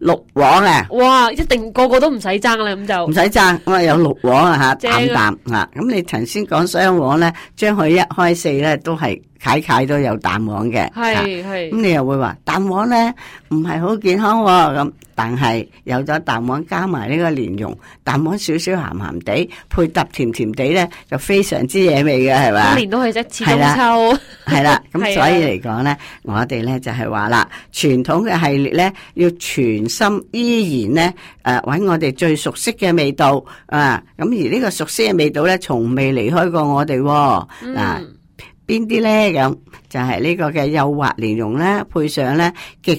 Speaker 2: 綠黃啊！
Speaker 1: 哇，一定個個都唔使爭啦，咁
Speaker 2: 唔
Speaker 1: 就
Speaker 2: 使爭，咁啊有綠黃啊嚇，
Speaker 1: 正啊
Speaker 2: 淡淡嚇。咁你頭先講雙黃咧，將佢一開四咧都係解解都有蛋黃嘅。啊
Speaker 1: 係係
Speaker 2: 咁你又會話蛋黃咧唔係好健康喎、咁，但係有咗蛋黃加埋呢個蓮蓉，蛋黃少少鹹鹹地，配搭甜甜地咧，就非常之野味嘅，係
Speaker 1: 一
Speaker 2: 咪？
Speaker 1: 年都係一次
Speaker 2: 係
Speaker 1: 中
Speaker 2: 啦
Speaker 1: 秋，
Speaker 2: 係啦，咁
Speaker 1: 係啊
Speaker 2: 所以嚟講咧，我哋咧就係話啦，傳統嘅系列咧，要全心依然咧，誒、揾我哋最熟悉嘅味道啊，咁而呢個熟悉嘅味道咧，從未離開過我哋喎、嗱、
Speaker 1: 嗯。
Speaker 2: 邊啲咧？咁就係呢個嘅幼滑蓮蓉咧，配上咧極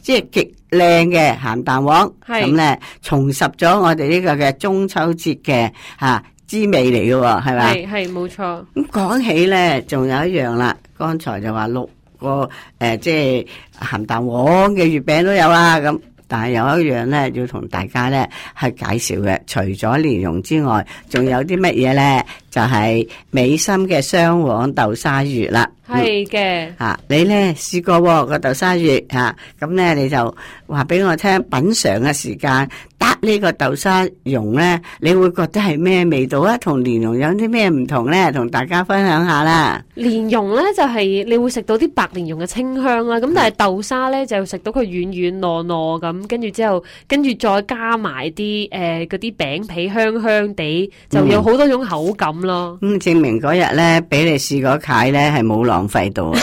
Speaker 2: 即係極靚嘅鹹蛋黃，
Speaker 1: 係
Speaker 2: 咁咧重拾咗我哋呢個嘅中秋節嘅嚇啊滋味嚟嘅喎，係咪？
Speaker 1: 係係冇錯。
Speaker 2: 咁講起咧，仲有一樣啦，剛才就話六個誒、呃即係鹹蛋黃嘅月餅都有啦，咁。但係有一樣咧，要同大家咧係介紹嘅，除咗蓮蓉之外，仲有啲乜嘢咧？就係、美心嘅雙黃豆沙月啦。
Speaker 1: 係嘅，
Speaker 2: 吓、啊你咧試過喎個豆沙月吓，咁、咧你就話俾我聽品嚐嘅時間，搭呢個豆沙蓉咧，你會覺得係咩味道啊？同蓮蓉有啲咩唔同咧？同大家分享下啦。
Speaker 1: 蓮蓉咧就係、你會食到啲白蓮蓉嘅清香啦，咁但係豆沙咧就食到佢軟軟糯糯咁，跟住之後跟住再加埋啲誒嗰啲餅皮香香地，就有好多種口感 咯。
Speaker 2: 咁、證明嗰日咧俾你試嗰蟹咧係冇浪費到啊！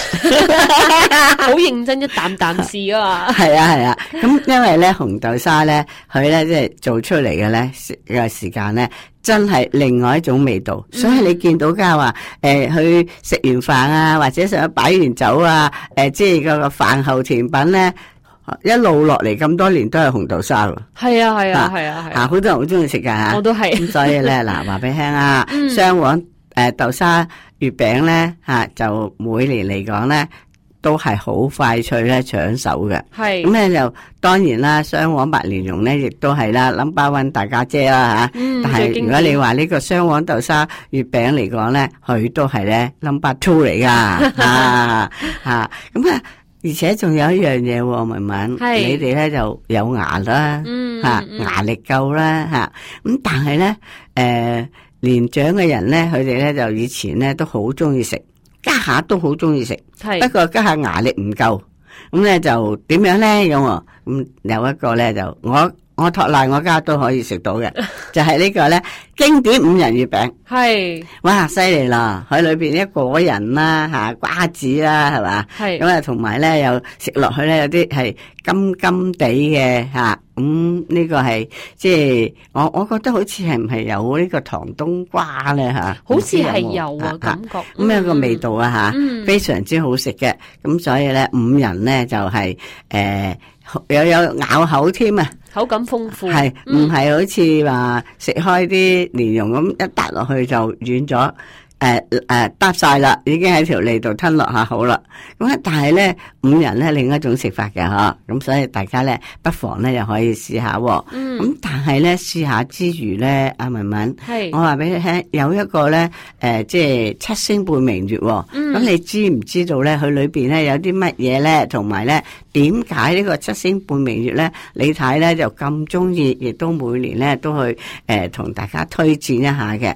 Speaker 1: 好認真一啖啖試啊嘛。
Speaker 2: 係啊係啊，咁因為咧紅豆沙咧，佢咧即係做出嚟嘅咧時嘅時間咧，真係另外一種味道。所以你見到家話誒，去食完飯啊，或者上擺完酒啊，誒、即係嗰個飯後甜品咧，一路落嚟咁多年都係紅豆沙喎。
Speaker 1: 係啊係啊係啊
Speaker 2: 啊，
Speaker 1: 係啊，
Speaker 2: 好多人好中意食噶，
Speaker 1: 我都係
Speaker 2: 咁所以 咧，嗱，話俾你聽啊
Speaker 1: 嗯，
Speaker 2: 雙黃誒豆沙月餅咧嚇，就每年嚟講咧都係好快脆咧搶手嘅。
Speaker 1: 係
Speaker 2: 咁咧就當然啦，雙黃白蓮蓉咧亦都係啦，number one 大家姐啦嚇。
Speaker 1: 嗯
Speaker 2: 但
Speaker 1: 最
Speaker 2: 係
Speaker 1: 經
Speaker 2: 如果你
Speaker 1: 典
Speaker 2: 話呢個雙黃豆沙月餅嚟講咧，佢都係咧 number two 嚟 噶啊啊咁啊！而且仲有一樣嘢喎，文文，
Speaker 1: 係
Speaker 2: 你哋咧就有牙啦，
Speaker 1: 嗯
Speaker 2: 嚇
Speaker 1: 嗯
Speaker 2: 牙力夠啦嚇。咁但係咧，誒、年長嘅人咧，佢哋咧就以前咧都好中意食，家下都好中意食，
Speaker 1: 係
Speaker 2: 不過家下牙力唔夠，咁咧就點樣咧咁喎？咁有一個咧就我我托賴我家都可以食 到嘅，就係呢個咧經典五仁月餅。
Speaker 1: 係
Speaker 2: 哇，犀利啦！喺裏邊一果仁啦、吓瓜子啦，係嘛？
Speaker 1: 係
Speaker 2: 咁啊，同埋咧又食落去咧有啲係金金地嘅吓，咁、呢、個係即係我我覺得好似係唔係有呢個糖冬瓜咧吓？
Speaker 1: 好似係
Speaker 2: 唔知
Speaker 1: 有
Speaker 2: 冇
Speaker 1: 啊感覺。
Speaker 2: 咁有個味道啊
Speaker 1: 嗯
Speaker 2: 嚇，非常之好食嘅。咁所以咧，五仁咧就係、誒、又有咬口添啊，
Speaker 1: 口感豐富，
Speaker 2: 係唔
Speaker 1: 嗯
Speaker 2: 係好似話食開啲蓮蓉咁一搭落去就軟咗？誒誒搭晒啦，已經喺條脷度吞落下好啦。咁啊，但係咧五仁咧另一種食法嘅嚇，咁所以大家咧不妨咧又可以試下喎。咁、
Speaker 1: 嗯
Speaker 2: 但係咧試下之餘咧，阿文文。
Speaker 1: 係
Speaker 2: 我話俾你聽，有一個咧，誒、即係七星伴明月喎、咁、
Speaker 1: 嗯
Speaker 2: 你知唔知道咧？佢裏邊咧有啲乜嘢咧？同埋咧，點解呢個七星伴明月咧？李太咧就咁中意，亦都每年咧都去誒同、大家推薦一下嘅。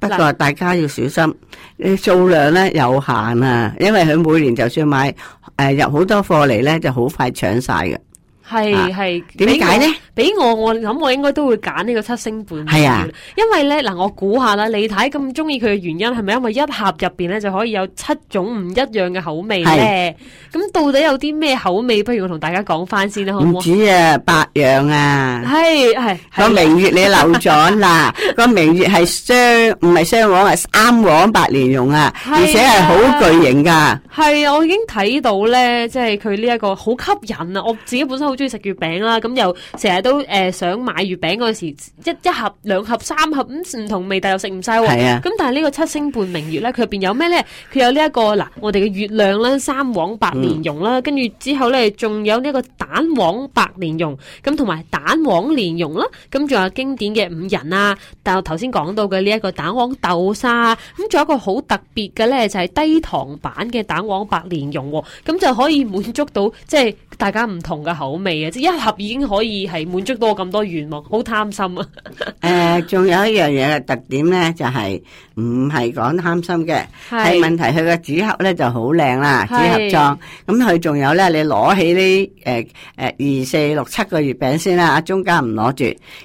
Speaker 2: 不過
Speaker 1: 嗱
Speaker 2: 大家要小心，你數量咧有限啊，因為佢每年就算買誒、入好多貨嚟咧，就好快搶晒嘅。
Speaker 1: 係
Speaker 2: 啊
Speaker 1: 係
Speaker 2: 點
Speaker 1: 俾我
Speaker 2: 解呢？
Speaker 1: 俾我，我諗我應該都會揀呢個七星伴。
Speaker 2: 係啊，
Speaker 1: 因為咧嗱，我估下啦，李太咁中意佢嘅原因係咪因為一盒入邊咧就可以有七種唔一樣嘅口味咧？咁到底有啲咩口味？不如我同大家講翻先啦，好唔
Speaker 2: 唔
Speaker 1: 好？
Speaker 2: 止啊，百樣啊。
Speaker 1: 係係
Speaker 2: 個
Speaker 1: 係
Speaker 2: 明月你漏咗啦，個明月係雙唔係雙黃，係三黃白蓮蓉啊，
Speaker 1: 係啊
Speaker 2: 而且係好巨型噶。
Speaker 1: 係啊，我已經睇到咧，即係佢呢一個好吸引啊！我自己本身好中意食月餅啦，咁又成日都誒、呃想買月餅嗰時，一一盒、兩盒、三盒咁唔同味，但又食唔晒喎。
Speaker 2: 係啊
Speaker 1: 咁但係呢個七星伴明月咧，佢入邊有咩咧？佢有呢、一個嗱，我哋嘅月亮啦、三黃白蓮蓉啦，跟住、之後咧，仲有呢個蛋黃白蓮蓉，咁同埋蛋黃蓮蓉啦，咁仲有經典嘅五仁啊，但我頭先講到嘅呢一個蛋黃豆沙，咁仲有一個好特別嘅咧，就係、低糖版嘅蛋黃白蓮蓉喎，咁就可以滿足到即係大家唔同嘅口味啊！即係一盒已經可以係滿足到我咁多願望，好貪心啊！
Speaker 2: 诶，仲有一樣嘢嘅特點咧，就係唔係講貪心嘅，係問題佢個紙盒咧就好靚啦，紙
Speaker 1: 係
Speaker 2: 盒裝。咁佢仲有咧，你攞起呢诶诶二四六七個月餅先啦，中間唔攞住。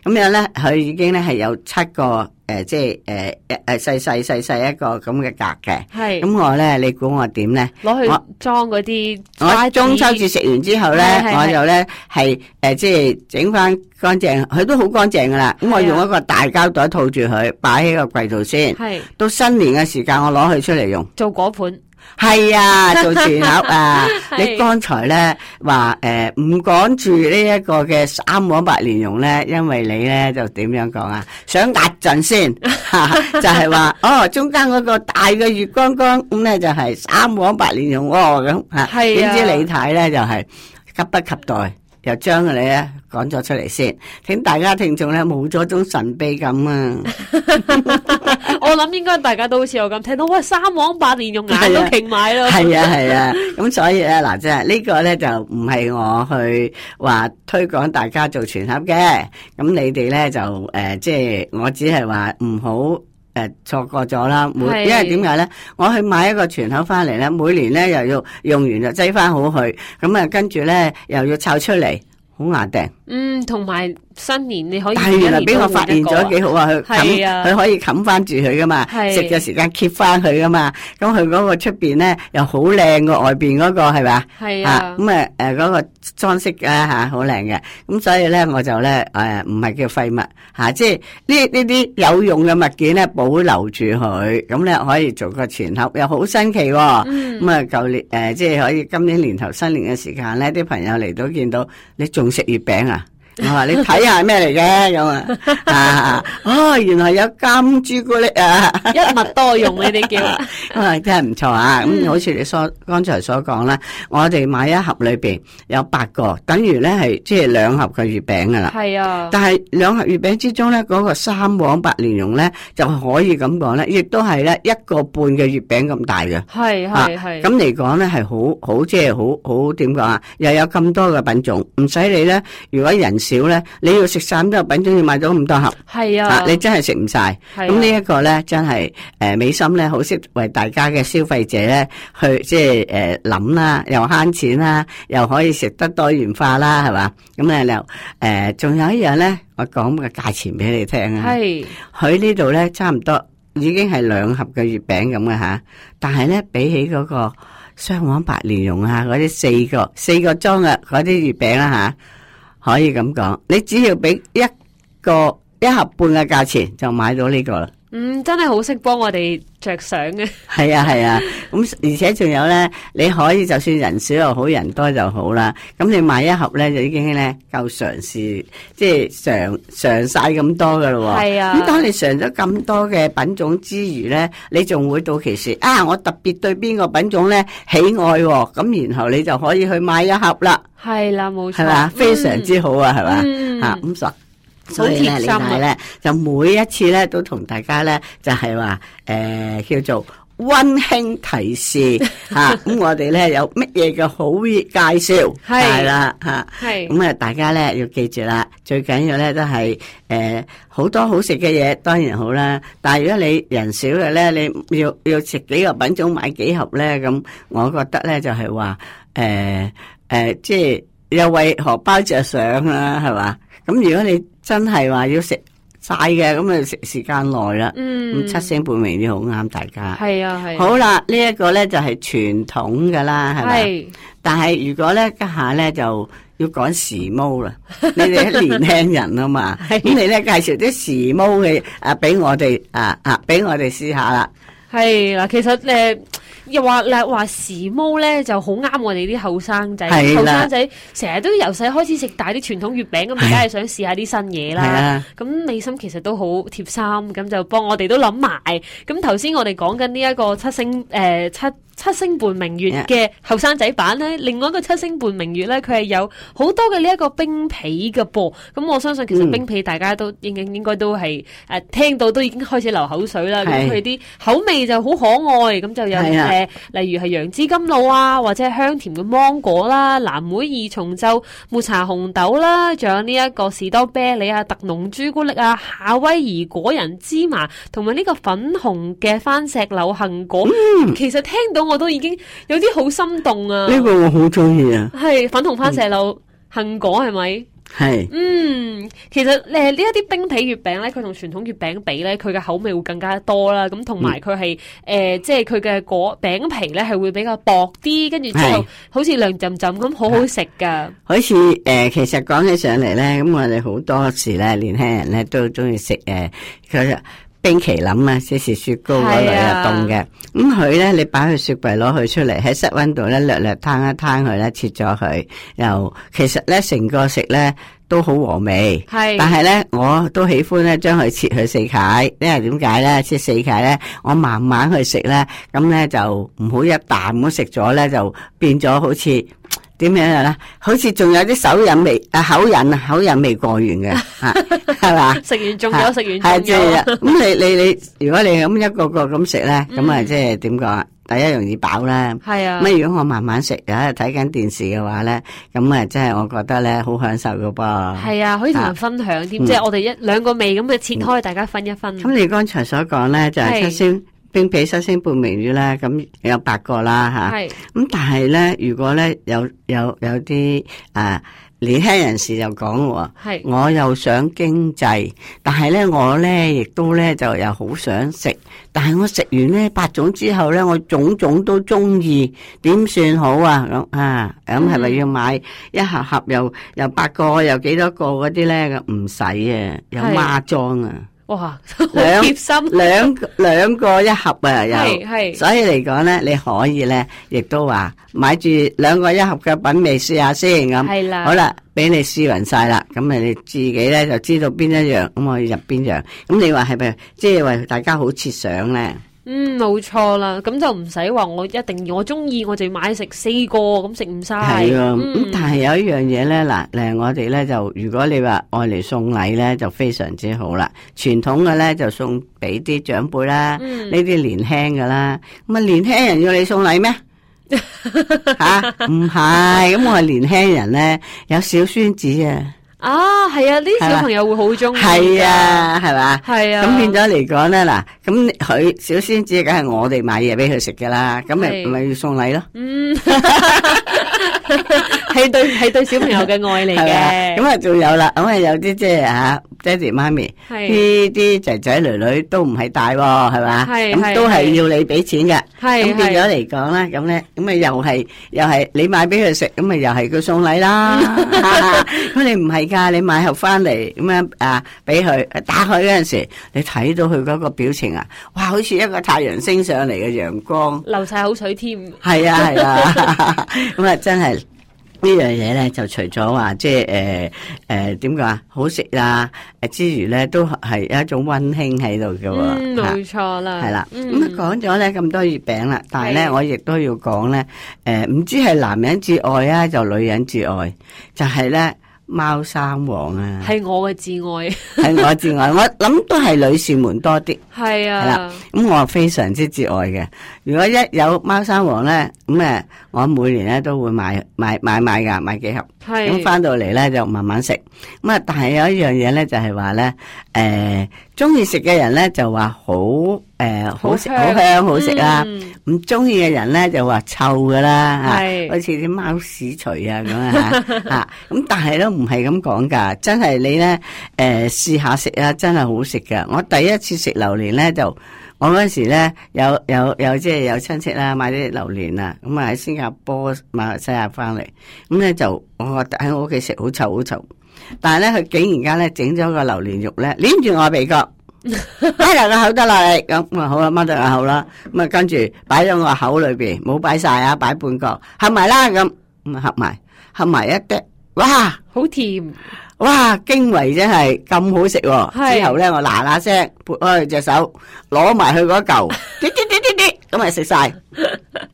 Speaker 2: 咁樣咧，佢已經咧係有七個诶，即係诶诶細細細細一個咁嘅格嘅。
Speaker 1: 係
Speaker 2: 咁我咧，你估我點咧？
Speaker 1: 攞
Speaker 2: 我
Speaker 1: 去裝嗰啲
Speaker 2: 我中秋節食完之後咧，
Speaker 1: 係係係
Speaker 2: 我就咧係誒，即係整翻乾淨，佢都好乾淨噶啦。咁我
Speaker 1: 係啊
Speaker 2: 用一個大膠袋套住佢，擺喺個櫃度先。
Speaker 1: 係
Speaker 2: 到新年嘅時間，我攞佢出嚟用。
Speaker 1: 做果盤，！
Speaker 2: 系啊，做全盒啊你剛才咧話诶唔講住呢一個嘅三碗白蓮蓉咧，因為你咧就點樣講啊？想壓陣 先，就係話哦，中間嗰個大嘅月光光咁咧就係三碗白蓮蓉喎咁吓。
Speaker 1: 係啊
Speaker 2: 點知你睇咧就係急不及待。又將佢咧講咗出嚟先，請大家聽眾咧冇咗種神秘感啊！
Speaker 1: 我諗應該大家都好似我咁聽到，喂，三王八年用眼都傾埋咯。
Speaker 2: 系啊系啊，咁所以咧嗱，即係呢個咧就唔係我去話推廣大家做全盒嘅，咁你哋咧就诶、呃即係我只係話唔好。誒錯過咗啦，每
Speaker 1: 係
Speaker 2: 因為點解咧？我去買一個全盒翻嚟咧，每年咧又要用完就擠翻好佢，咁啊跟住咧又要湊出嚟，好牙定。
Speaker 1: 嗯，同埋新年你可以
Speaker 2: 但係原來
Speaker 1: 一年
Speaker 2: 俾
Speaker 1: 都
Speaker 2: 我
Speaker 1: 換
Speaker 2: 發現
Speaker 1: 一個啊
Speaker 2: 咗幾好啊！佢
Speaker 1: 係
Speaker 2: 冚
Speaker 1: 啊
Speaker 2: 佢可以冚翻住佢噶嘛，
Speaker 1: 係
Speaker 2: 食嘅時間揭翻佢噶嘛，咁佢嗰個出邊咧又好靚嘅外邊嗰個係咪啊？
Speaker 1: 係
Speaker 2: 啊
Speaker 1: 啊，
Speaker 2: 咁啊誒嗰個裝飾啊嚇好靚嘅，咁所以咧我就咧誒唔係叫廢物嚇、啊即係呢呢啲有用嘅物件咧保留住佢，咁咧可以做個全盒，又好新奇喎、
Speaker 1: 嗯
Speaker 2: 咁啊舊年誒、即係可以今年年頭新年嘅時間咧，啲朋友嚟到見到你仲食月餅啊！我話你睇下咩嚟嘅咁啊啊，哦原來有金朱古力啊！
Speaker 1: 一物多用，你 哋叫嗯
Speaker 2: 啊，真係唔錯啊！咁好似你所剛才所講啦，我哋買一盒裏邊有八個，等於咧係即係兩盒嘅月餅噶啦。
Speaker 1: 係啊，
Speaker 2: 但係兩盒月餅之中咧，嗰、個三黃白蓮蓉咧就可以咁講咧，亦都係咧一個半嘅月餅咁大嘅。
Speaker 1: 係
Speaker 2: 啊
Speaker 1: 係係
Speaker 2: 咁嚟講咧係好好即係好好點講啊？又有咁多嘅品種，唔使你咧。如果人少咧，你要食晒咁多品種，要買到咁多盒。
Speaker 1: 係
Speaker 2: 啊
Speaker 1: 啊，
Speaker 2: 你真係食唔晒。
Speaker 1: 係啊
Speaker 2: 咁呢一個咧，真係誒、呃美心咧，好識為大家嘅消費者咧，去即係誒諗啦，又慳錢啦，又可以食得多元化啦，係嘛？咁咧又誒，仲、有一樣咧，我講個價錢俾你聽啊。
Speaker 1: 係
Speaker 2: 佢呢度咧，差唔多已經係兩盒嘅月餅咁嘅嚇，但係咧比起嗰、個。雙黃白蓮蓉啊，嗰啲四個四個裝嘅嗰啲月餅啦、吓，可以咁講，你只要俾一個一盒半嘅價錢就買到呢個啦。
Speaker 1: 嗯，真係好識幫我哋着想嘅。
Speaker 2: 係啊係啊，咁、而且仲有咧，你可以就算人少又好，人多就好啦。咁你買一盒咧就已經咧夠嘗試，即係嘗嘗晒咁多噶咯喎。
Speaker 1: 係啊
Speaker 2: 咁當你嘗咗咁多嘅品種之餘咧，你仲會到其時啊，我特別對邊個品種咧喜愛喎、咁然後你就可以去買一盒啦，
Speaker 1: 係啦，冇錯，
Speaker 2: 係嘛？非常之好啊，係嘛？
Speaker 1: 嗯
Speaker 2: 啊，咁所所以咧，
Speaker 1: 好貼
Speaker 2: 李
Speaker 1: 心啊
Speaker 2: 太咧就每一次咧都同大家咧就係話誒叫做温馨提 示嚇，咁、我哋咧有乜嘢嘅好嘢介紹
Speaker 1: 係
Speaker 2: 係啦嚇，
Speaker 1: 係
Speaker 2: 咁啊大家咧要記住啦，最緊要咧都係誒好多好食嘅嘢當然好啦，但係如果你人少嘅咧，你要要食幾個品種買幾盒咧，咁我覺得咧就係話誒誒即係。又為荷包着想啦，係嘛？咁如果你真係話要食晒嘅，咁啊食時間耐啦，咁、
Speaker 1: 嗯，
Speaker 2: 七星半明啲好啱大家。
Speaker 1: 係啊係啊，
Speaker 2: 好啦，呢、一個咧就係傳統噶啦，係咪？
Speaker 1: 係
Speaker 2: 但係如果咧家下咧就要講時髦 啦，你哋一年輕人啊嘛，咁你咧介紹啲時髦嘅啊俾我哋啊啊俾我哋試下啦。
Speaker 1: 係啦，其實誒。又話咧話時髦咧就好啱我哋啲後生仔，
Speaker 2: 係啦啊
Speaker 1: 後生仔成日都由細開始食大啲傳統月餅，咁梗係想試下啲新嘢
Speaker 2: 係
Speaker 1: 啦。
Speaker 2: 啊
Speaker 1: 咁美心其實都好貼心，咁就幫我哋都諗埋。咁頭先我哋講緊呢一個七星誒、呃七七星伴明月嘅後生仔版咧，另外一個七星伴明月咧，佢係有好多嘅呢一個冰皮嘅噃。咁我相信其實
Speaker 2: 嗯
Speaker 1: 冰皮大家都應應應該都係誒、呃、聽到都已經開始流口水啦。咁
Speaker 2: 係
Speaker 1: 佢啲口味就好可愛，咁就有
Speaker 2: 係
Speaker 1: 誒、
Speaker 2: 啊
Speaker 1: 呃例如係楊枝甘露啊，或者係香甜嘅芒果啦、藍莓二重奏、抹茶紅豆啦，仲有呢一個士多啤梨啊、特濃朱古力啊、夏威夷果仁芝麻，同埋呢個粉紅嘅番石榴杏果。其實聽到我都已經有啲好心動啊！
Speaker 2: 嗯呢、個我好中意啊，
Speaker 1: 係粉紅番石榴杏果係咪？
Speaker 2: 係
Speaker 1: 嗯，其實诶呢一啲冰皮月餅咧，佢同傳統月餅比咧，佢嘅口味會更加多啦。咁同埋佢係诶，即係佢嘅果餅皮咧係會比較薄啲，跟住之後
Speaker 2: 係
Speaker 1: 好似涼浸浸咁，好好食噶。
Speaker 2: 好似誒、呃其實呃講起上嚟咧，咁我哋好多時咧，年輕人咧都中意食誒佢冰淇淋啊，即是雪糕嗰類
Speaker 1: 係
Speaker 2: 啊，
Speaker 1: 啊
Speaker 2: 凍嘅。咁佢咧，你擺去雪櫃攞佢出嚟，喺室温度咧略略攤一攤佢咧，切咗佢。又其實咧，成個食咧都好和味。
Speaker 1: 係
Speaker 2: 但係咧，我都喜歡咧將佢切去四塊，因為點解咧？切四塊咧，我慢慢去食咧，咁咧就唔好一啖咁食咗咧，就變咗好似。點樣啊啦？好似仲有啲手癮未啊口癮啊口癮未過完嘅，嚇係嘛？
Speaker 1: 食完仲有，食
Speaker 2: 係
Speaker 1: 完
Speaker 2: 即
Speaker 1: 仲有
Speaker 2: 係。 咁你你你，如果你咁一個個咁食咧，咁啊即係點講啊？第一容易飽啦。
Speaker 1: 係啊
Speaker 2: 咁如果我慢慢食，有喺度睇緊電視嘅話咧，咁啊即係我覺得咧好享受噶噃。
Speaker 1: 係啊，可以同人分享添，
Speaker 2: 嗯
Speaker 1: 即係我哋一兩個味咁嘅切開，大家分一分。
Speaker 2: 咁你剛才所講咧就係
Speaker 1: 係
Speaker 2: 七星冰皮七星半明月啦，咁有八個啦吓。
Speaker 1: 係
Speaker 2: 咁但係咧，如果咧有有有啲啊年輕人士就講
Speaker 1: 係
Speaker 2: 喎，我又想經濟，但係咧我咧亦都咧就又好想食，但係我食完呢八種之後咧，我種種都中意，點算好啊？咁啊，咁係咪要買一盒盒又又八個又幾多個嗰啲咧？咁唔使啊，有
Speaker 1: 係
Speaker 2: 孖裝啊！
Speaker 1: 哇， 好
Speaker 2: 兩
Speaker 1: 貼心。
Speaker 2: 兩兩個一盒啊，有
Speaker 1: 係係
Speaker 2: 所以嚟講咧，你可以咧，亦都話買住兩個一盒嘅品味試下先咁。
Speaker 1: 係啦
Speaker 2: 好啦，俾你試勻晒啦，咁咪你自己咧就知道邊一樣，咁我要入邊樣。咁你話係咪即係為大家好設想咧？
Speaker 1: 嗯，冇錯啦，咁就唔使話我一定要我中意，我就要買食四個咁食唔晒。
Speaker 2: 係啊，咁、
Speaker 1: 嗯，
Speaker 2: 但係有一樣嘢咧，嗱，誒我哋咧就如果你話愛嚟送禮咧，就非常之好啦。傳統嘅咧就送俾啲長輩啦，
Speaker 1: 嗯
Speaker 2: 呢啲、年輕嘅啦，咁啊年輕人要你送禮咩？吓，唔係，咁我係年輕人咧，有小孫子啊，
Speaker 1: 啊，係啊，呢啲
Speaker 2: 係啦
Speaker 1: 小朋友會好中意。
Speaker 2: 係，啊，係嘛？
Speaker 1: 係啊，
Speaker 2: 咁變咗嚟講咧，嗱，咁佢小孫子梗係我哋買嘢俾佢食噶啦，咁咪
Speaker 1: 係
Speaker 2: 咪要送禮咯。
Speaker 1: 嗯， 係對係對小朋友嘅愛嚟
Speaker 2: 係咪
Speaker 1: 嘅。
Speaker 2: 咁啊，仲有啦，咁啊有啲即係吓爹哋媽咪，
Speaker 1: 係
Speaker 2: 呢啲仔仔女女都唔係大喎，係嘛？
Speaker 1: 係
Speaker 2: 咁
Speaker 1: 係
Speaker 2: 都係
Speaker 1: 係
Speaker 2: 要你俾錢嘅。
Speaker 1: 係
Speaker 2: 咁變咗
Speaker 1: 係
Speaker 2: 嚟講咧，咁咧，咁啊又係又係你買俾佢食，咁啊又係佢送禮啦。咁你唔係㗎，你買盒翻嚟咁樣啊，俾佢打佢嗰陣時，你睇到佢嗰個表情啊，哇，好似一個太陽升上嚟嘅陽光。
Speaker 1: 流晒口水添。
Speaker 2: 係啊係 啊，咁啊真係。呢樣嘢咧就除咗話即係誒誒點講啊好食啊誒之餘咧都係有一種温馨喺度嘅
Speaker 1: 嗯，
Speaker 2: 喎，
Speaker 1: 冇錯啦。
Speaker 2: 係啦。
Speaker 1: 嗯
Speaker 2: 咁啊講咗咧咁多月餅啦，但係咧
Speaker 1: 係
Speaker 2: 我亦都要講咧誒唔知係男人至愛啊，就女人至愛，就係咧貓山王啊，
Speaker 1: 係我嘅至
Speaker 2: 係我至愛，我諗都係女士們多啲。
Speaker 1: 愛。 係
Speaker 2: 係啦
Speaker 1: 啊，，
Speaker 2: 咁我非常之至愛嘅。如果一有貓山王咧，咁誒，我每年咧都會買買買買噶，買幾盒。
Speaker 1: 係
Speaker 2: 咁翻到嚟咧就慢慢食。咁啊，但係有一樣嘢咧就係話咧，誒中意食嘅人咧就話好誒、好食
Speaker 1: 好
Speaker 2: 好
Speaker 1: 香
Speaker 2: 香好食啦。
Speaker 1: 嗯
Speaker 2: 唔中意嘅人咧就話臭噶啦，嚇
Speaker 1: 係
Speaker 2: 好似啲貓屎除啊咁啊嚇嚇咁但係都唔係咁講㗎，真係你咧誒、呃、試下食啊，真係好食㗎。我第一次食榴蓮咧就。我嗰陣時咧，有有有即係有親戚啦，買啲榴蓮啊，咁啊喺新加坡、馬來西亞翻嚟，咁咧就我覺得喺我屋企食好臭好臭，但係咧佢竟然間咧整咗個榴蓮肉咧，黏住我鼻角，拉落個口得啦，你咁咁啊好啦，掹咗個口啦，咁啊跟住擺咗我口裏邊，冇擺晒啊，擺半個，合埋啦咁，咁啊合埋，合埋一滴，哇！
Speaker 1: 好甜。
Speaker 2: 哇！驚為真係咁好食喎！
Speaker 1: 係
Speaker 2: 之後咧，我嗱嗱聲撥開佢隻手，攞埋佢 嗰嚿，滴滴滴滴滴，咁咪食晒。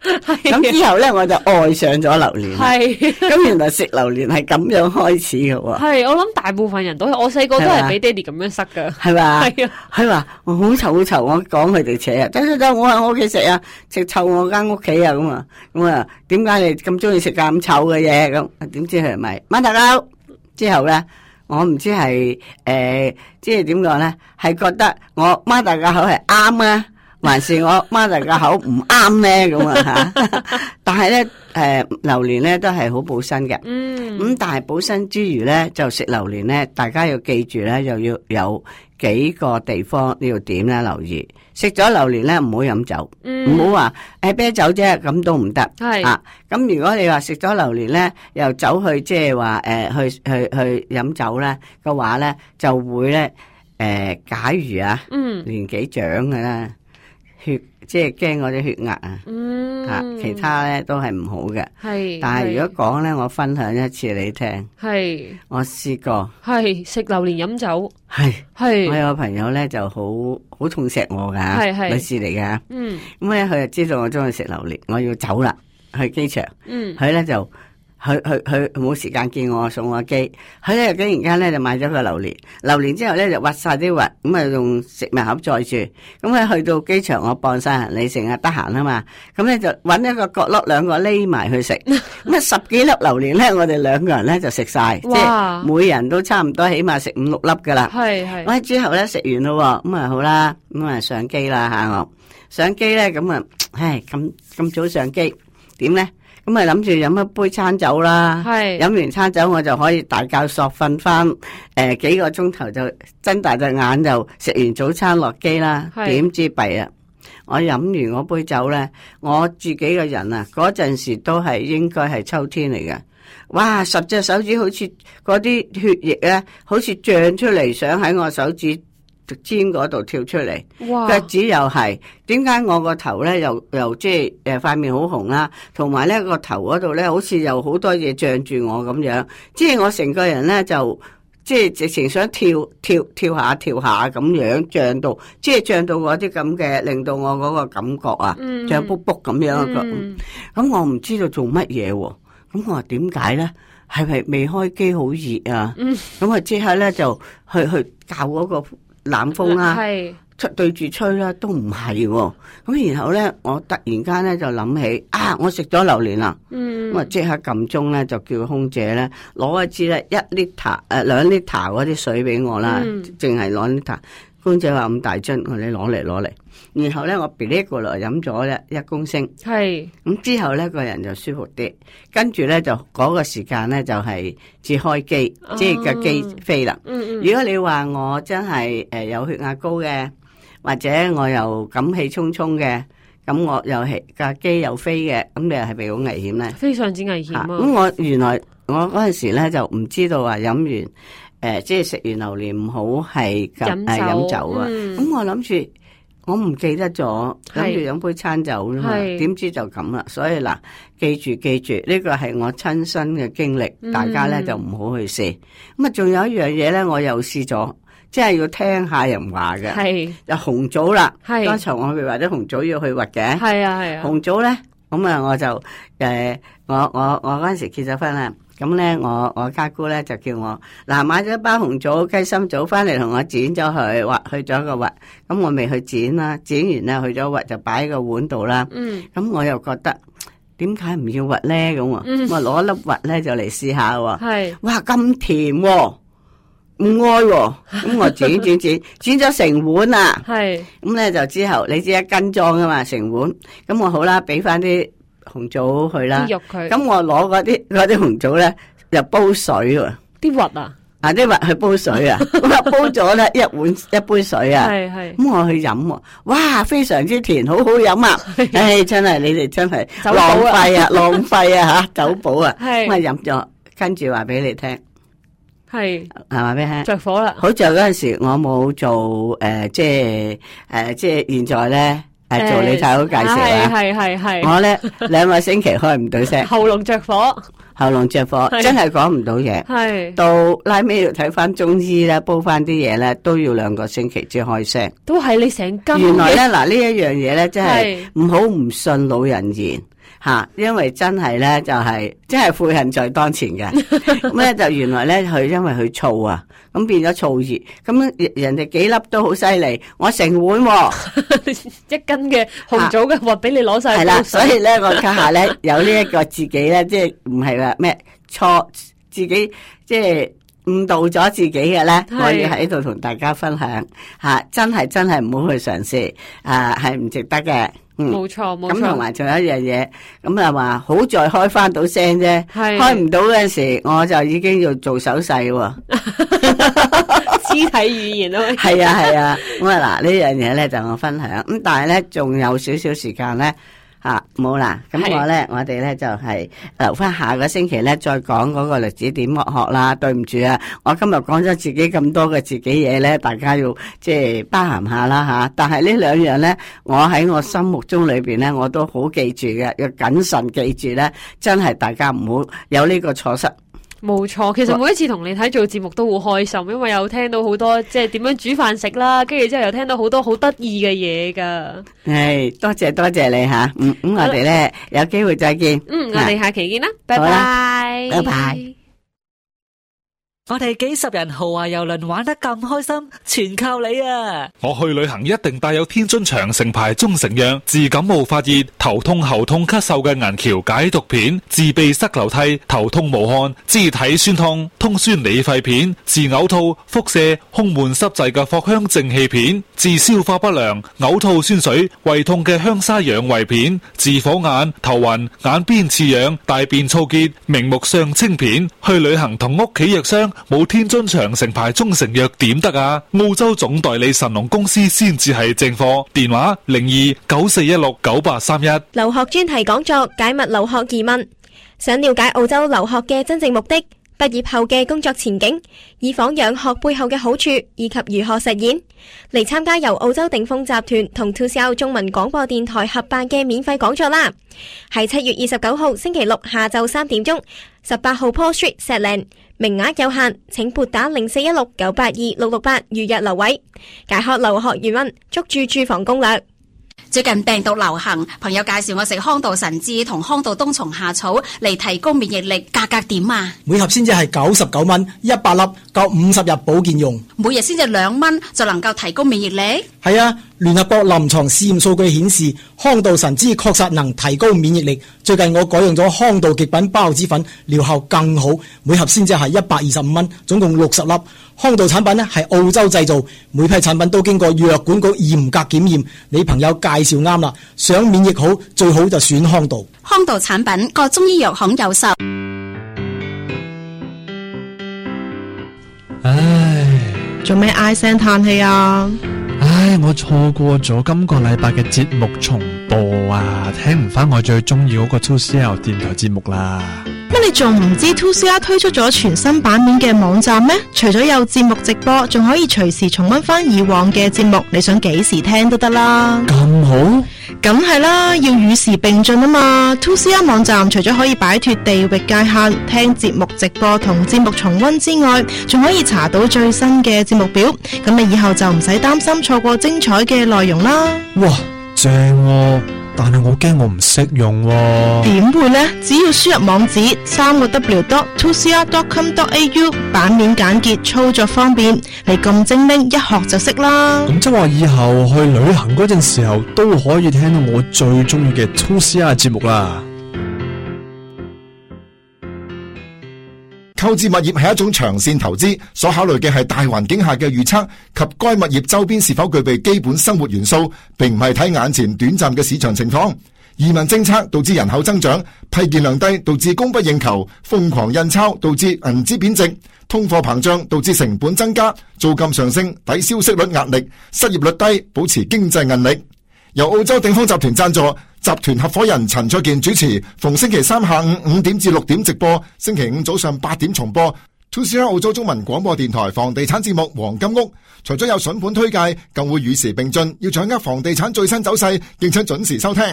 Speaker 2: 咁之後咧，我就愛上咗榴蓮啦。
Speaker 1: 係。
Speaker 2: 咁原來食榴蓮係咁樣開始嘅喎，
Speaker 1: 係，我諗大部分人都係，我細個都
Speaker 2: 係嘛
Speaker 1: 係俾爹哋咁樣塞噶。
Speaker 2: 係嘛？
Speaker 1: 係啊，
Speaker 2: 佢話我好臭好臭，我講佢哋扯啊，走走走，我喺我屋企食啊，食臭我間屋企啊咁啊，咁啊，點解你咁中意食咁臭嘅嘢咁？點知佢咪掹大鈎之後咧，我唔知係誒、呃即係點講咧，係覺得我掹大嘅口係啱啊，還是我掹大嘅口唔啱咧咁啊嚇？但係咧誒榴蓮咧都係好補身嘅。
Speaker 1: 嗯，
Speaker 2: 咁但係補身之餘咧，就食榴蓮咧，大家要記住咧，又要有幾個地方你要點咧留意。食咗榴蓮咧，唔好飲酒，唔好話 誒啤酒啫，咁都唔得。
Speaker 1: 係
Speaker 2: 啊，咁如果你話食咗榴蓮咧，又走去即係話誒去去去飲酒咧嘅話咧，就會咧誒、诶、假如啊，
Speaker 1: 嗯
Speaker 2: 年紀長噶啦，血即係驚我啲血壓啊，
Speaker 1: 嗯，
Speaker 2: 啊，其他咧都係唔好嘅。
Speaker 1: 係
Speaker 2: 但係
Speaker 1: 係
Speaker 2: 如果講咧，我分享一次你聽，
Speaker 1: 係
Speaker 2: 我試過
Speaker 1: 係食榴蓮飲酒，
Speaker 2: 係我
Speaker 1: 係
Speaker 2: 有個朋友咧就好好痛錫我噶，
Speaker 1: 係係
Speaker 2: 女士嚟噶，
Speaker 1: 嗯
Speaker 2: 咁咧佢就知道我中意食榴蓮，我要走啦，去機場。
Speaker 1: 嗯
Speaker 2: 佢咧就佢佢佢冇時間見我，送我機。佢咧竟然間咧就買咗個榴蓮，榴蓮之後咧就挖晒啲核，咁啊用食物盒載住。咁佢去到機場，我磅晒行李，成日得閒啊嘛。咁咧就揾一個角落兩個匿埋去 食。咁啊十幾粒榴蓮咧，我哋兩個人咧就食晒，即
Speaker 1: 哇
Speaker 2: 係每人都差唔多，起碼食五六粒噶啦。
Speaker 1: 係係
Speaker 2: 喂，之後咧食完咯喎，咁啊好啦，咁啊上機啦吓我，上機咧咁啊，唉咁咁早上機點咧？咁啊諗住飲一杯餐酒啦，
Speaker 1: 係
Speaker 2: 飲完餐酒我就可以大覺索瞓翻，诶、呃、几个钟頭就睜大隻眼就食完早餐落機啦，
Speaker 1: 係
Speaker 2: 點知弊啊！我飲完我杯酒咧，我自己個人啊，嗰陣時都係應該係秋天嚟嘅。哇！十隻手指好似嗰啲血液咧，好似漲出嚟，想喺我手指尖嗰度跳出嚟。
Speaker 1: 哇
Speaker 2: 腳趾又係，點解我個頭咧又又即係诶塊面好紅啦，同埋咧個頭嗰度咧好似有好多嘢漲住我咁樣，即係我成個人咧就。即係直情想跳跳跳下跳下咁樣漲到，即係漲到嗰啲咁嘅，令到我嗰個感覺啊
Speaker 1: 嗯，
Speaker 2: 漲卜卜咁樣嘅。
Speaker 1: 嗯
Speaker 2: 咁我唔知道做乜嘢喎。咁我話點解咧？係咪未開機好熱啊？
Speaker 1: 嗯
Speaker 2: 咁啊即刻咧就去去教嗰個冷風啦、
Speaker 1: 係
Speaker 2: 出對住吹啦，都唔係喎。咁然後咧，我突然間咧就諗起啊，我食咗榴蓮啦。
Speaker 1: 嗯
Speaker 2: 咁啊，即刻撳鐘咧，就叫空姐咧攞一支咧一 l i t 誒兩 l i t 嗰啲水俾我啦
Speaker 1: 嗯，
Speaker 2: 淨係攞 l i t 空姐話咁大樽，我話你攞嚟攞嚟。然後咧，我 b 呢個落飲咗咧一公升。
Speaker 1: 係
Speaker 2: 咁之後咧，個人就舒服啲，跟住咧就嗰、個時間咧就係、至開機，即係個機飛啦。
Speaker 1: 嗯嗯
Speaker 2: 如果你話我真係誒、呃有血壓高嘅，或者我又感氣沖沖嘅，咁我又係架機又飛嘅，咁你係咪好危險咧？
Speaker 1: 非常之危險
Speaker 2: 啊咁
Speaker 1: 啊！
Speaker 2: 我原來我嗰陣時咧就唔知道話飲完誒、呃即係食完榴蓮唔好係咁
Speaker 1: 飲
Speaker 2: 誒飲
Speaker 1: 酒
Speaker 2: 酒啊。
Speaker 1: 嗯
Speaker 2: 咁、我諗住我唔記得咗，
Speaker 1: 係
Speaker 2: 諗住飲杯餐酒啦嘛，
Speaker 1: 係
Speaker 2: 點知就咁啦。所以嗱，記住記住，呢個係我親身嘅經歷，
Speaker 1: 嗯
Speaker 2: 大家咧就唔好去試。咁啊，仲有一樣嘢咧，我又試咗，即係要聽下人話嘅，
Speaker 1: 係
Speaker 2: 就紅棗啦。
Speaker 1: 係
Speaker 2: 剛才我咪話啲紅棗要去核嘅。
Speaker 1: 係啊係啊，
Speaker 2: 紅棗咧，咁啊我就誒、呃我我我嗰陣時結咗婚啦，咁咧我我家姑咧就叫我嗱買咗一包紅棗雞心棗翻嚟同我剪咗佢，核去咗個核，咁我未去剪啦，剪完咧去咗核就擺喺個碗度啦，
Speaker 1: 嗯
Speaker 2: 咁我又覺得點解唔要核咧咁
Speaker 1: 嗯
Speaker 2: 喎，我攞粒核咧就嚟試下喎。
Speaker 1: 係
Speaker 2: 哇咁甜喎、唔愛 喎、咁我剪剪剪，剪咗成碗啊！
Speaker 1: 係
Speaker 2: 咁咧就之後你知一斤裝噶嘛成碗，咁我好啦，俾翻啲紅棗佢啦
Speaker 1: 啲。肉佢
Speaker 2: 咁我攞嗰啲嗰啲紅棗咧，就煲水喎，
Speaker 1: 啲核啊，
Speaker 2: 啊啲核去煲水啊，咁啊煲咗咧一碗一杯水啊。
Speaker 1: 係係
Speaker 2: 咁我去飲喎，哇，非常之甜，好好飲啊！唉、真係你哋真係
Speaker 1: 走寶啊
Speaker 2: 浪費啊，浪費 啊吓，走寶啊！
Speaker 1: 係
Speaker 2: 咁啊飲咗，跟住話俾你聽，
Speaker 1: 係
Speaker 2: 係話俾你聽。
Speaker 1: 着火啦，
Speaker 2: 好在嗰阵时我冇做诶、呃即係诶、呃即係現在咧诶、呃做你太好介紹啦。
Speaker 1: 係係係係，
Speaker 2: 我咧兩個星期開唔到聲，
Speaker 1: 喉嚨着火
Speaker 2: 喉嚨着火，
Speaker 1: 係
Speaker 2: 真係講唔到嘢。
Speaker 1: 係
Speaker 2: 到拉尾要睇翻中醫咧，煲翻啲嘢咧，都要兩個星期先開聲。
Speaker 1: 都係你成斤
Speaker 2: 原來
Speaker 1: 嘅
Speaker 2: 咧嗱呢一樣嘢咧，真係
Speaker 1: 係
Speaker 2: 唔好唔信老人言吓、嚇因為真係咧就係、真係悔恨在當前 嘅。咁咧就原來咧佢因為佢燥啊，咁變咗燥熱，咁人哋幾粒都好犀利，我成碗喎、
Speaker 1: 一斤嘅紅棗嘅核俾你攞晒
Speaker 2: 係
Speaker 1: 去
Speaker 2: 啦，
Speaker 1: 煲
Speaker 2: 所
Speaker 1: 水，
Speaker 2: 以咧我家下咧有呢一個自己咧，即係唔係話咩錯，自己即係誤導咗自己嘅咧，
Speaker 1: 係
Speaker 2: 我要喺度同大家分享吓、真係真係唔好去嘗試啊，係唔值得嘅。嗯。
Speaker 1: 冇錯冇
Speaker 2: 咁同
Speaker 1: 錯，
Speaker 2: 埋仲有一樣嘢，咁啊話好在開翻到聲啫，
Speaker 1: 係
Speaker 2: 開唔到嗰陣時，我就已經要做手勢喎。
Speaker 1: 肢體語言啊，
Speaker 2: 係啊係啊，咁啊嗱呢樣嘢咧就我分享，咁但係咧仲有少少時間咧啊，冇啦。咁
Speaker 13: 係
Speaker 2: 我咧，我哋咧就係留翻下個星期咧，再講嗰個歷史點剝學啦。對唔住啊，我今日講咗自己咁多嘅自己嘢咧，大家要即係包含下啦吓。但係呢兩樣咧，我喺我心目中裏邊咧，我都好記住嘅，要謹慎記住咧，真係大家唔好有呢個錯失。
Speaker 1: 冇錯，其實每一次同你睇做節目都好開心，因為又聽到好多即係點樣煮飯食啦，跟住之後又聽到好多好得意嘅嘢㗎。
Speaker 2: 唉，多謝多謝你吓，嗯，咁我哋咧有機會再見。
Speaker 1: 嗯，我哋
Speaker 2: 啊
Speaker 1: 下期見啦，拜
Speaker 2: 好
Speaker 1: 拜，
Speaker 2: 拜拜。
Speaker 14: 我哋几十人豪华游轮玩得咁开心，全靠你啊！
Speaker 15: 我去旅行一定帶有天津長城牌中成藥、治感冒發熱、頭痛喉痛咳嗽嘅銀橋解毒片、治鼻塞流涕、頭痛無汗、肢體酸痛、通酸理肺片、治嘔吐、腹瀉、胸悶濕滯嘅藿香正氣片、治消化不良、嘔吐酸水、胃痛嘅香砂養胃片、治火眼、頭暈、眼邊刺癢、大便燥結、明目上清片。去旅行同屋企藥箱冇天津長城牌中成藥點得啊？澳洲總代理神龍公司先至係正貨。電話零二九四一六九八三一。
Speaker 16: 留學專題講座解密留學疑問，想了解澳洲留學嘅真正目的、畢業後嘅工作前景，以仿養學背後嘅好處以及如何實現，嚟參加由澳洲鼎豐集團同 t o c o 中文廣播電台合辦嘅免費講座啦！係七月二十九號星期六下晝三點鐘，十八號 Paul Street 石嶺，名額有限，請撥打零四一六九八二六六八預約留位，解渴留學疑問，捉住住房攻略。
Speaker 17: 最近病毒流行，朋友介紹我食康道神芝同康道冬蟲夏草嚟提高免疫力，價格點啊？
Speaker 18: 每盒先至係九十九蚊，一百粒夠五十日保健用。
Speaker 17: 每日先至兩蚊就能夠提高免疫力？
Speaker 18: 係啊，聯合國臨床試驗數據顯示，康道神芝確實能提高免疫力。最近我改用咗康道極品孢子粉，療效更好，每盒先至係一百二十五蚊，總共六十粒。康道產品咧係澳洲製造，每批產品都經過藥管局嚴格檢驗。你朋友介紹啱啦，想免疫好最好就選康道。
Speaker 17: 康道產品各中醫藥行有售。
Speaker 19: 唉，
Speaker 3: 做咩唉聲嘆氣啊？
Speaker 19: 唉，我錯過咗今個禮拜嘅節目重播啊，聽唔翻我最中意嗰個 Two CL 電台節目啦。
Speaker 3: 乜你仲唔知 Two C R 推出咗全新版面嘅網站咩？除咗有節目直播，仲可以隨時重温翻以往嘅節目，你想幾時聽都得啦。
Speaker 19: 咁好，
Speaker 3: 梗係啦，要與時並進啊嘛。Two C R 網站除咗可以擺脱地域界限，聽節目直播同節目重温之外，仲可以查到最新嘅節目表，咁你以後就唔使擔心錯過精彩嘅內容啦。
Speaker 19: 哇，正喎、但係我驚我唔識用喎、
Speaker 3: 點會呢？只要輸入網址三個 W dot two cr dot com dot au，版面簡潔，操作方便，你咁精靈，一學就識啦。
Speaker 19: 咁即係話以後去旅行嗰陣時候都可以聽到我最中意嘅 Two CL 節目啦。
Speaker 20: 購置物業係一種長線投資，所考慮嘅係大環境下嘅預測及該物業周邊是否具備基本生活元素，並唔係睇眼前短暫嘅市場情況。移民政策導致人口增長，批建量低導致供不應求，瘋狂印鈔導致銀紙貶值，通貨膨脹導致成本增加，租金上升抵消息率壓力，失業率低保持經濟韌力。由澳洲鼎康集團贊助，集團合伙人陳卓健主持，逢星期三下午五點至六點直播，星期五早上八點重播。To C 澳洲中文廣播電台房地產節目《黃金屋》，除咗有筍盤推介，更會與時並進，要掌握房地產最新走勢，敬請準時收聽。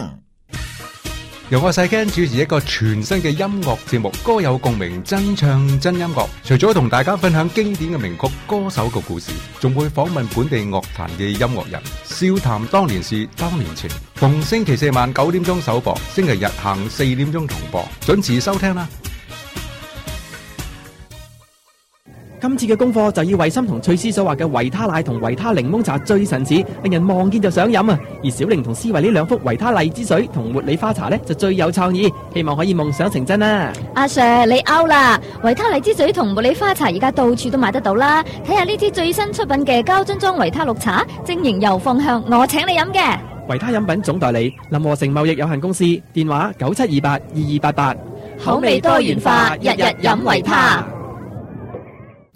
Speaker 21: 由我細 Ken 主持一個全新嘅音樂節目《歌有共鳴真唱真音樂》，除咗同大家分享經典嘅名曲、歌手嘅故事，仲會訪問本地樂壇嘅音樂人，笑談當年事、當年情。逢星期四晚九點鐘首播，星期日下午四點鐘重播，準時收聽啦！
Speaker 22: 今次嘅功課就以維森同翠絲所畫嘅維他奶同維他檸檬茶最神似，令人望見就想飲啊！而小玲同思維呢兩幅維他荔枝水同茉莉花茶呢，就最有創意，希望可以夢想成真啊啦！
Speaker 23: 阿 Sir，你 out 啦！維他荔枝水同茉莉花茶而家到處都買得到啦，睇下呢支最新出品嘅膠樽裝維他綠茶，晶瑩又放向，我請你飲嘅。
Speaker 22: 維他飲品總代理林和成貿易有限公司，電話九七二八二二八八，
Speaker 23: 口味多元化日日飲維他。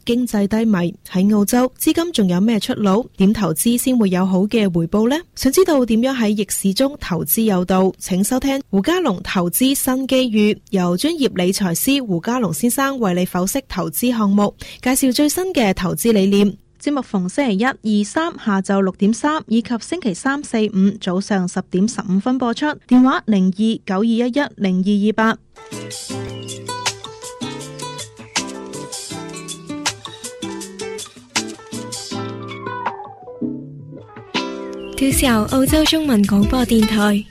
Speaker 3: 經濟低迷，喺澳洲資金仲有咩出路？點投資先會有好嘅回報呢？想知道點樣喺逆市中投資有道？請收聽胡嘉龍投資新機遇，由專業理財師胡嘉龍先生為你剖析投資項目，介紹最新嘅投資理念。節目逢星期一、二、三下晝六點三，以及星期三、四、五早上十點十五分播出。電話零二九二一一零二二八。
Speaker 16: 到時候澳洲中文廣播電台。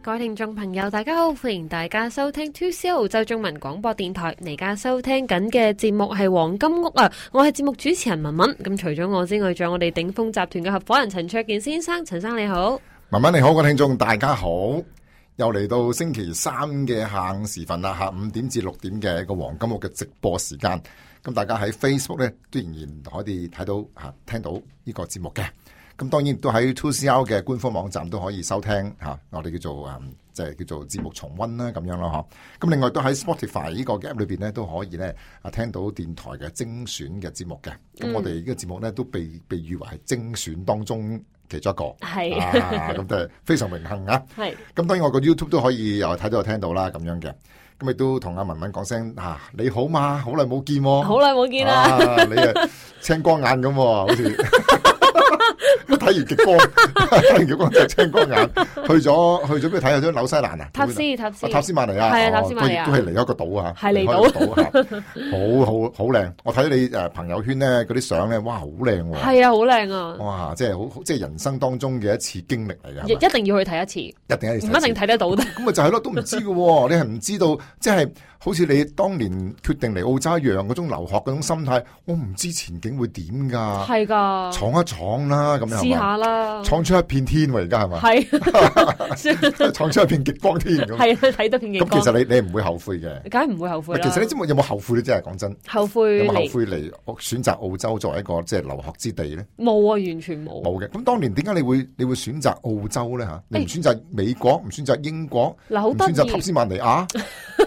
Speaker 1: 各位聽眾朋友，大家好，歡迎大家收聽 Two C 澳洲中文廣播電台。你而家收聽緊嘅節目係黃金屋啊，我係節目主持人文文。咁除咗我之外，仲有我哋鼎豐集團嘅合伙人陳卓健先生，陳生你好。
Speaker 20: 文文你好，各位聽眾大家好，又嚟到星期三嘅下午時分啦，下午五點至六點嘅一個黃金屋嘅直播時間。咁大家喺 Facebook 咧，都仍然可以睇到嚇、啊、聽到呢個節目嘅。咁當然都喺 Two C R 嘅官方網站都可以收聽嚇、啊我哋叫做誒，嗯即係叫做節目重温啦咁樣咯嗬。咁另外都喺 Spotify 呢個嘅 app 裏邊咧，都可以咧啊聽到電台嘅精選嘅節目嘅。咁
Speaker 1: 嗯
Speaker 20: 我哋呢個節目咧都被被譽為係精選當中其中一個，
Speaker 1: 係
Speaker 20: 啊咁就係非常榮幸啊！
Speaker 1: 係
Speaker 20: 咁當然我個 YouTube 都可以又睇到又聽到啦咁樣嘅。咁亦都同阿文文講聲啊，你好嘛，好耐冇見喎，
Speaker 1: 好耐冇見啦
Speaker 20: 啊你啊青光眼咁喎，好似睇完極光，睇完極光就青光眼，去咗去咗邊度睇啊？去咗紐西蘭啊，
Speaker 1: 塔斯塔斯
Speaker 20: 啊塔斯曼尼亞，
Speaker 1: 係啊
Speaker 20: 哦
Speaker 1: 塔斯曼尼亞
Speaker 20: 都係離開個島啊，
Speaker 1: 係離
Speaker 20: 開
Speaker 1: 島
Speaker 20: 個島啊，好好好靚。我睇你誒朋友圈咧嗰啲相咧，哇，好靚喎，
Speaker 1: 係啊，好靚啊，
Speaker 20: 哇，即係好好即係人生當中嘅一次經歷嚟㗎
Speaker 1: 一
Speaker 20: 係咪，
Speaker 1: 一定要去睇一次，
Speaker 20: 一定係
Speaker 1: 唔一定睇得到嘅。
Speaker 20: 咁咪就係咯，都唔知 嘅喎，你係唔知道，即係好似你當年決定嚟澳洲一樣嗰種留學嗰種心態，我唔知前景會點㗎，
Speaker 1: 係㗎，
Speaker 20: 闖一闖啦，咁樣
Speaker 1: 試
Speaker 20: 係
Speaker 1: 下
Speaker 20: 嘛，
Speaker 1: 啦，
Speaker 20: 闖出一片天喎，而家係嘛，
Speaker 1: 係
Speaker 20: 闖出一片極光天咁。
Speaker 1: 係啊，睇到片極
Speaker 20: 咁
Speaker 1: 光
Speaker 20: 其，實你你唔會後悔嘅。
Speaker 1: 梗係唔會後悔啦。
Speaker 20: 其實你知冇有冇後悔咧？真係講真，
Speaker 1: 後悔
Speaker 20: 有冇
Speaker 1: 嚟
Speaker 20: 後悔嚟選擇澳洲作為一個即係留學之地咧？
Speaker 1: 冇啊，完全冇。
Speaker 20: 冇嘅。咁當年點解你會你會選擇澳洲咧？吓，你唔選擇美國，唔選擇英國，
Speaker 1: 嗱好
Speaker 20: 唔
Speaker 1: 得
Speaker 20: 選擇
Speaker 1: 意
Speaker 20: 塔斯曼 尼亞？啊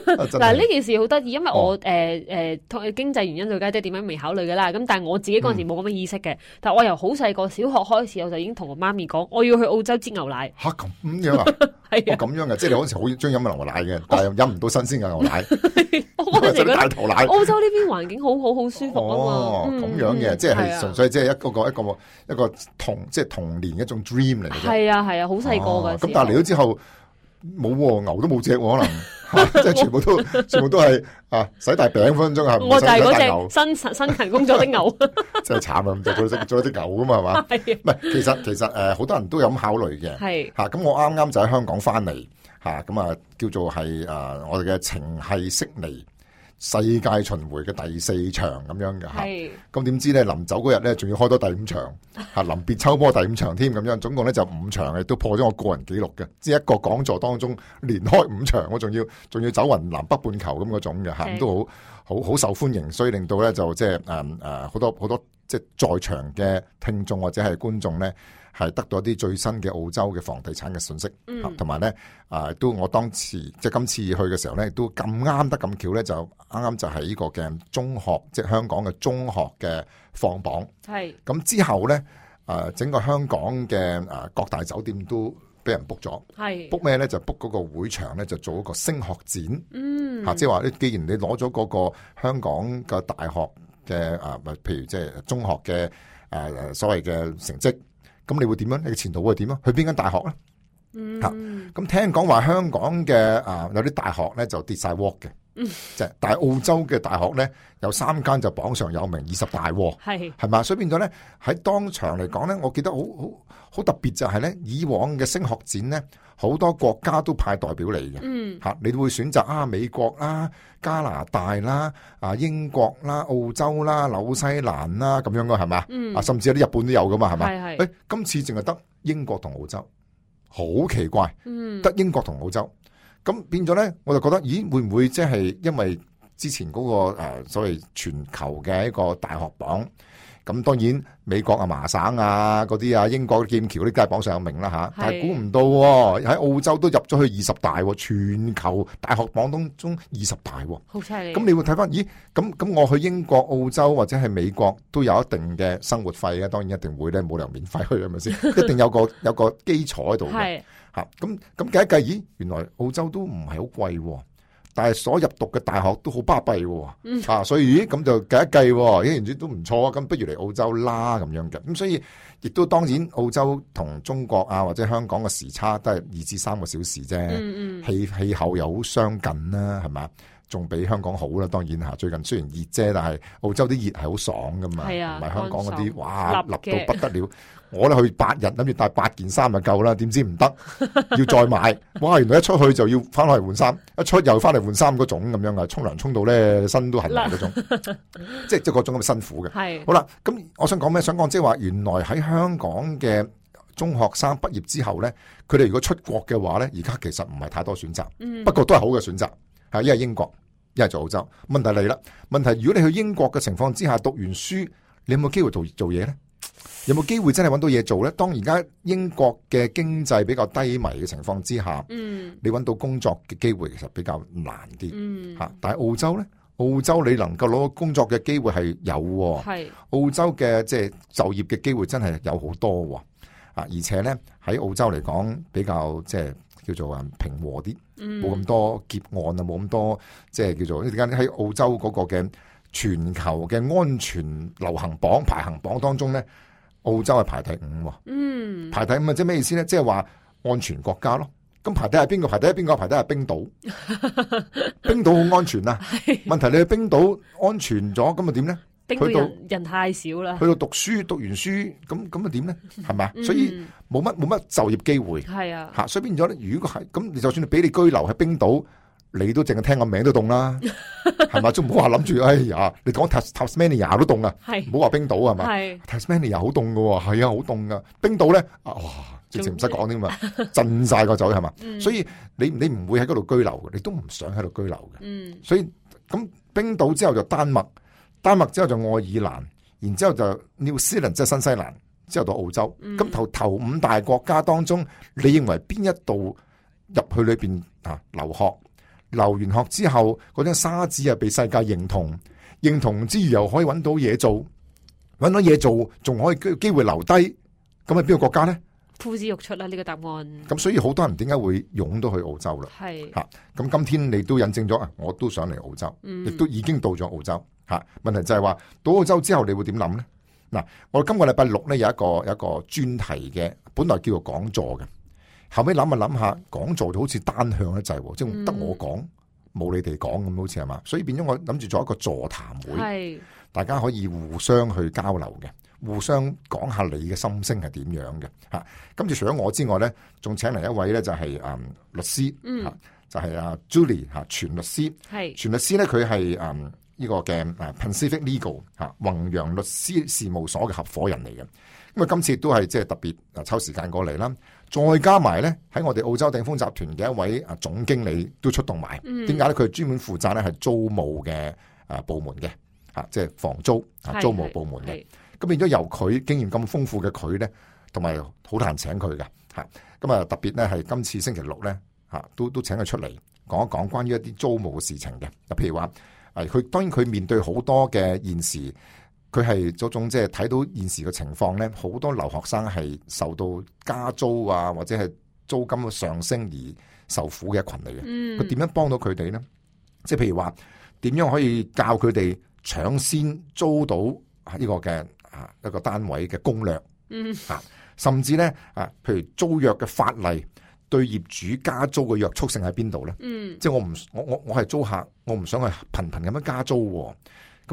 Speaker 20: 真係哦
Speaker 1: 嗱呢件事好得意，因為我誒誒同經濟原因到家姐點樣未考慮噶啦，咁但係我自己嗰
Speaker 20: 嗯
Speaker 1: 陣時冇咁嘅意識嘅，但係我由好細個小學開始，我就已經同我媽咪講，我要去澳洲擠牛奶。
Speaker 20: 吓咁樣啊？
Speaker 1: 係
Speaker 20: 啊，咁樣嘅，即係你嗰陣時好中意飲牛奶嘅，但係又飲唔到新鮮嘅牛奶，
Speaker 1: 我嗰 陣時覺
Speaker 20: 因為
Speaker 1: 得
Speaker 20: 大頭奶
Speaker 1: 澳洲呢邊環境好好好舒服啊
Speaker 20: 哦
Speaker 1: 嘛，，嗯
Speaker 20: 咁樣嘅，
Speaker 1: 嗯
Speaker 20: 即
Speaker 1: 係
Speaker 20: 係
Speaker 1: 啊
Speaker 20: 純粹即係一個個一個一個童即係童年一種 dream 嚟嘅啫。
Speaker 1: 係啊係啊，好細個
Speaker 20: 哦
Speaker 1: 嘅時候。
Speaker 20: 咁但係嚟咗之後冇喎，牛都冇隻喎，可能 嚇即係全部都全部都係啊洗大餅分分鐘啊係唔
Speaker 1: 我就係
Speaker 20: 使
Speaker 1: 嗰
Speaker 20: 洗大牛
Speaker 1: 隻，辛勤辛勤工作的 牛，
Speaker 20: 真係慘啊！咁就做咗隻做咗隻牛噶嘛係嘛？
Speaker 1: 係
Speaker 20: 唔係，其實其實誒好多人都有咁考慮嘅。
Speaker 1: 係
Speaker 20: 嚇，咁我啱啱就喺香港翻嚟嚇，咁啊叫做係誒、啊我哋嘅情係悉尼世界巡迴嘅第四場咁樣嘅嚇。
Speaker 1: 係
Speaker 20: 咁點知咧，臨走嗰日咧，仲要開多第五場，嚇啊臨別秋波第五場添咁樣，總共咧就五場嘅，都破咗我個人紀錄嘅，即係一個講座當中連開五場，我仲要仲要走雲南北半球咁嗰種嘅嚇，
Speaker 1: 正
Speaker 20: 咁都好好好受歡迎，所以令到咧就即係誒誒好多好多即係在場嘅聽眾或者係觀眾咧。係得到一啲最新嘅澳洲嘅房地產嘅信息
Speaker 1: 嗯，
Speaker 20: 嚇同埋咧啊都我當時即係今次去嘅時候咧，都咁啱得咁巧咧，就啱啱就係呢個嘅中學，即係香港嘅中學嘅放榜。
Speaker 1: 係
Speaker 20: 咁之後咧，啊整個香港嘅啊各大酒店都俾人 book 咗
Speaker 1: 係
Speaker 20: ，book 咩咧就 book 嗰個會場咧就做一個升學展。
Speaker 1: 嗯
Speaker 20: 嚇，即係話咧，既然你攞咗嗰個香港嘅大學嘅啊，咪譬如即係中學嘅誒誒所謂嘅成績，咁你會點樣？你嘅前途會點啊？去邊間大學咧？
Speaker 1: 嗯
Speaker 20: 咁聽講話香港嘅啊有啲大學咧就跌晒 w 嘅，就係但係澳洲嘅大學咧有三間就榜上有名，二十大喎，
Speaker 1: 係
Speaker 20: 係嘛？所以變咗咧喺當場嚟講咧，我記得好好好特別就係咧，以往嘅升學展咧，好多國家都派代表嚟嘅，
Speaker 5: 嗯
Speaker 20: 嚇你都會選擇啊美國啦、加拿大啦、啊英國啦、澳洲啦、紐西蘭啦咁樣嘅係嘛？
Speaker 5: 嗯
Speaker 20: 啊甚至有啲日本都有噶嘛係嘛？
Speaker 5: 係係
Speaker 20: 誒今次淨係得英國同澳洲，好奇怪。
Speaker 5: 嗯
Speaker 20: 得英國同澳洲。咁變咗咧，我就覺得，咦，會唔會即係因為之前嗰、個、呃、所謂全球嘅一個大學榜？咁當然美國啊、麻省啊嗰啲啊、英國嘅劍橋呢，梗係榜上有名啦吓，但係估唔到喎喺澳洲都入咗去二十大喎，全球大學榜當中二十大喎。
Speaker 1: 好犀利。
Speaker 20: 咁你會睇翻，咦？咁咁我去英國、澳洲或者係美國都有一定嘅生活費嘅，當然一定會咧，冇理由免費去係 咪先？一定有個有個基礎喺度嘅。
Speaker 5: 係
Speaker 20: 嚇咁咁計一計，咦，原來澳洲都唔係好貴喎，但係所入讀嘅大學都好巴閉
Speaker 5: 嗯
Speaker 20: 喎，啊，所以咦咁就計一計喎，咦，原來都唔錯啊，咁不如嚟澳洲啦咁樣嘅，咁所以亦都當然澳洲同中國啊或者香港嘅時差都係二至三個小時啫，
Speaker 5: 嗯嗯
Speaker 20: 氣氣候又好相近啦，係嘛？仲比香港好啦，當然嚇。最近雖然熱啫，但係澳洲啲熱係好爽噶嘛，
Speaker 5: 係啊
Speaker 20: 唔係香港嗰
Speaker 5: 乾
Speaker 20: 啲
Speaker 5: 爽
Speaker 20: 哇
Speaker 5: 立
Speaker 20: 立
Speaker 5: 嘅
Speaker 20: 到不得了。我咧去八日，諗住帶八件衫就夠啦，點知唔得，要再買。哇！原來一出去就要翻嚟換衫，一出又翻嚟換衫嗰種咁樣啊，沖涼沖到咧身都痕埋嗰種，即係即係嗰種咁辛苦嘅。
Speaker 5: 係
Speaker 20: 好啦，咁我想講咩？想講即係話，原來喺香港嘅中學生畢業之後咧，佢哋如果出國嘅話咧，而家其實唔係太多選擇，
Speaker 5: 嗯
Speaker 20: 不過都係好嘅選擇，係一係英國，一係就澳洲。問題嚟啦，問題如果你去英國嘅情況之下讀完書，你有冇機會做做嘢咧？有冇機會真係揾到嘢做咧？當而家英國嘅經濟比較低迷嘅情況之下，
Speaker 5: 嗯
Speaker 20: 你揾到工作嘅機會其實比較難啲。
Speaker 5: 嗯
Speaker 20: 吓、但係澳洲咧，澳洲你能夠攞到工作嘅機會係有、喎。
Speaker 5: 係
Speaker 20: 澳洲嘅即係就業嘅機會真係有好多喎、啊！而且咧喺澳洲嚟講比較即係叫做啊平和啲，
Speaker 5: 嗯
Speaker 20: 冇咁多劫案啊，冇咁多即係叫做因為點解喺澳洲嗰個嘅全球嘅安全流行榜排行榜當中咧，澳洲係排第五、喎。
Speaker 5: 嗯
Speaker 20: 排第五啊，即係咩意思咧？即係話安全國家咯。咁排第係邊個？排第係邊個？排第係 冰島。冰島好安全啊。問題你去冰島安全咗，咁啊點咧？
Speaker 1: 冰
Speaker 20: 去
Speaker 1: 島
Speaker 20: 到
Speaker 1: 人人太少啦
Speaker 20: 去，到讀書，讀完書，咁咁啊點咧？係咪啊？
Speaker 1: 嗯
Speaker 20: 所以冇乜冇乜就業機會。
Speaker 1: 係啊，
Speaker 20: 吓，所以變咗咧，如果係咁，你就算你俾你居留喺冰島，你都淨係聽個名都 凍啦，係咪？仲唔好話諗住，哎呀，你講 Tas Tasmania 都凍啊，
Speaker 5: 係
Speaker 20: 唔好話冰島係
Speaker 5: 係
Speaker 20: 咪？Tasmania 好凍噶喎，係啊，好凍噶。冰島咧，啊哇，直情唔使講添嘛，震晒個嘴係嘛
Speaker 5: 嗯？
Speaker 20: 所以你你唔會喺嗰度居留嘅，你都唔想喺度居留嘅。
Speaker 5: 嗯
Speaker 20: 所以咁冰島之後就丹麥，丹麥之後就愛爾蘭，然之後就 New Zealand 即係新西蘭，之後到澳洲。
Speaker 5: 嗯
Speaker 20: 咁、頭頭五大國家當中，你認為邊一度入去裏邊啊留學？留完學之後，嗰張沙紙啊被世界認同，認同之餘又可以揾到嘢做，揾到嘢做仲可以機機會留低，咁係邊個國家呢？
Speaker 1: 呼之欲出啦呢個答案。
Speaker 20: 咁所以好多人點解會湧到去澳洲啦？
Speaker 1: 係
Speaker 20: 嚇咁今天你都引證咗啊，我都想嚟澳洲，
Speaker 1: 嗯
Speaker 20: 亦都已經到咗澳洲嚇。問題就係話到澳洲之後，你會點諗呢？嗱，我今個禮拜六呢，有一個有一個專題嘅，本來叫做講座嘅，後尾諗下諗下，講座就好似單向得滯喎，即
Speaker 1: 嗯
Speaker 20: 係得我講冇你哋講咁，好似係嘛？所以變咗我諗住做一個座談會，
Speaker 1: 係
Speaker 20: 大家可以互相去交流嘅。互相講下你嘅心聲係點樣嘅嚇，跟住除咗我之外呢，仲請嚟一位呢，就係、嗯律師
Speaker 5: 嗯
Speaker 20: 嚇就係阿 Julie 嚇，全律師。
Speaker 1: 係
Speaker 20: 全律師咧，佢係誒呢個嘅誒 Pacific Legal 嚇弘揚律師事務所嘅合夥人嚟嘅。咁啊，今次都係即係特別誒抽時間過嚟啦。再加埋咧，喺我哋澳洲鼎豐集團嘅一位啊總經理都出動埋。
Speaker 5: 嗯
Speaker 20: 點解咧？佢專門負責咧係租務嘅誒部門嘅嚇，即係房租啊
Speaker 5: 係
Speaker 20: 租務部門嘅。咁變咗由佢經驗咁豐富嘅佢咧，同埋好難請佢嘅嚇。咁啊特別咧係今次星期六咧嚇，都都請佢出嚟講一講關於一啲租務嘅事情嘅。嗱，譬如話誒，佢當然佢面對好多嘅現時，佢係嗰種即係睇到現時嘅情況咧，好多留學生係受到加租啊或者係租金嘅上升而受苦嘅一群嚟
Speaker 5: 嗯
Speaker 20: 嘅。佢點樣幫到佢哋咧？即係譬如話點樣可以教佢哋搶先租到呢個嘅啊一個單位嘅攻略
Speaker 5: 嗯
Speaker 20: 啊啊，甚至咧啊，譬如租約嘅法例對業主加租嘅約束性喺邊度咧？
Speaker 1: 嗯
Speaker 20: 即係我唔我我我係租客，我唔想係頻頻咁樣加租喎。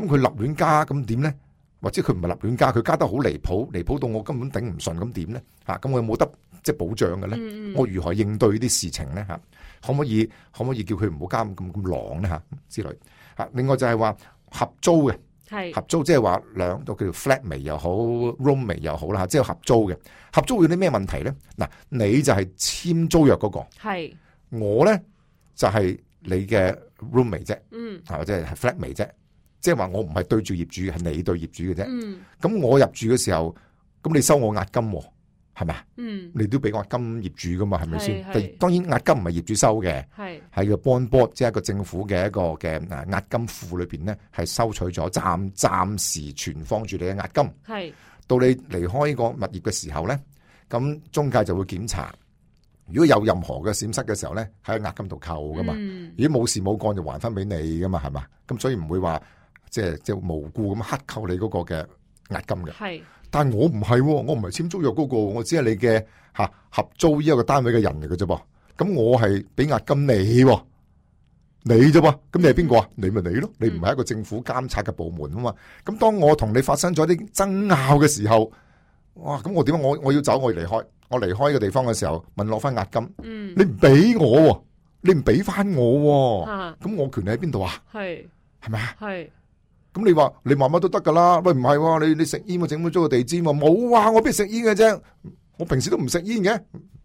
Speaker 20: 咁佢立亂加，咁點咧？或者佢唔係立亂加，佢加得好離譜，離譜到我根本頂唔順，咁點咧？嚇、咁我有冇得即係保障嘅咧？
Speaker 1: 嗯嗯
Speaker 20: 我如何應對呢啲事情咧？嚇、可唔可以可唔可以叫佢唔好加咁咁咁狼咧？嚇、之類嚇、另外就係話合租嘅。
Speaker 1: 係
Speaker 20: 合租即係話兩個叫做 flat 微又好，room 微又好啦，嚇即係合租嘅。合租會有啲咩問題咧？嗱，你就係簽租約嗰、個，
Speaker 1: 係
Speaker 20: 我咧就係、你嘅 room 微啫，
Speaker 1: 嗯
Speaker 20: 啊或者係 flat 微啫，即係話我唔係對住業主嘅，係你對業主嘅啫。
Speaker 1: 嗯
Speaker 20: 咁我入住嘅時候，咁你收我押金喎，係咪啊？
Speaker 1: 嗯
Speaker 20: 你都俾押金業主噶嘛，係咪先？
Speaker 1: 係係
Speaker 20: 第當然押金唔係業主收嘅，
Speaker 1: 係
Speaker 20: 係個 bond board 即係一個政府嘅一個嘅啊押金庫裏邊咧，係收取咗暫暫時存放住你嘅押金。
Speaker 1: 係
Speaker 20: 到你離開個物業嘅時候咧，咁中介就會檢查。如果有任何嘅閃失嘅時候咧，喺押金度扣噶嘛。
Speaker 1: 嗯
Speaker 20: 如果冇事冇幹就還翻俾你噶嘛，係嘛？咁所以唔會話即係即係無故咁克扣你嗰個嘅押金嘅。
Speaker 1: 係
Speaker 20: 但我唔係喎，我唔係簽租約嗰、個，我只係你嘅嚇合租呢一個單位嘅人嚟嘅啫噃。咁我係俾押金你喎，你啫噃。咁你係邊個啊？你咪你咯，
Speaker 1: 嗯
Speaker 20: 你唔係一個政府監察嘅部門啊嘛。咁當我同你發生咗啲爭拗嘅時候，哇！咁我點啊？我我要走，我要離開，我離開嘅地方嘅時候問攞翻押金，
Speaker 1: 嗯
Speaker 20: 你唔俾我喎，你唔俾翻我喎，
Speaker 1: 啊
Speaker 20: 咁我權利喺邊度啊？
Speaker 1: 係
Speaker 20: 係咪啊？
Speaker 1: 係
Speaker 20: 咁你話你話乜都得噶啦？喂，唔係喎，你你食煙我整污糟個地氈喎，冇啊！我邊食煙嘅啫，我平時都唔食煙嘅，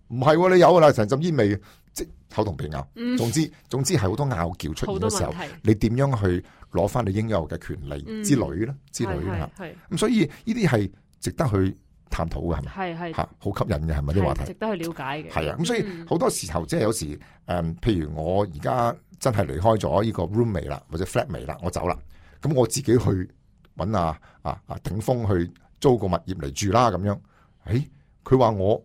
Speaker 20: 唔係喎，你有噶啦，成浸煙味嘅，即口同鼻拗。
Speaker 1: 嗯
Speaker 20: 總之總之係好多拗撬出現嘅時候
Speaker 1: 好多問題，
Speaker 20: 你點樣去攞翻你應有嘅權利
Speaker 1: 嗯
Speaker 20: 之類啦，之類
Speaker 1: 係
Speaker 20: 啦。
Speaker 1: 係
Speaker 20: 咁所以呢啲係值得去探討嘅，係咪？
Speaker 1: 係係
Speaker 20: 嚇，好吸引嘅係咪啲話題
Speaker 1: 係？值得去了解嘅。
Speaker 20: 係啊，咁所以
Speaker 1: 嗯
Speaker 20: 好多時候即係有時誒、嗯譬如我而家真係離開咗呢個 roommate 啦，或者 flatmate 啦，我走啦，咁我自己去揾啊啊啊頂峰去租個物業嚟住啦咁樣。誒、佢話我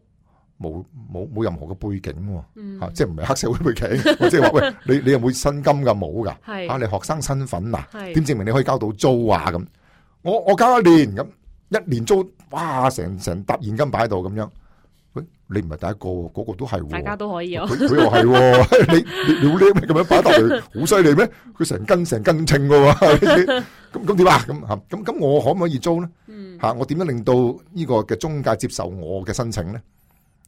Speaker 20: 冇冇冇任何嘅背景喎、
Speaker 1: 嗯
Speaker 20: 啊即係唔係黑社會背景， 我即係話喂，你你有冇薪金㗎？冇㗎，
Speaker 1: 係
Speaker 20: 啊你學生身份啊，
Speaker 1: 係
Speaker 20: 點證明你可以交到租啊咁？我我交一年咁，一年租哇成成沓現金擺喺度咁樣。喂，你唔係第一個喎，嗰、個都係喎。
Speaker 1: 大家都可以哦。
Speaker 20: 佢佢又 係喎，你你你好叻咩？咁樣擺落嚟，好犀利咩？佢成斤成斤稱嘅 喎，咁咁點啊？咁嚇咁咁，我可唔可以租咧？
Speaker 1: 嗯
Speaker 20: 嚇、我點樣令到呢個嘅中介接受我嘅申請咧？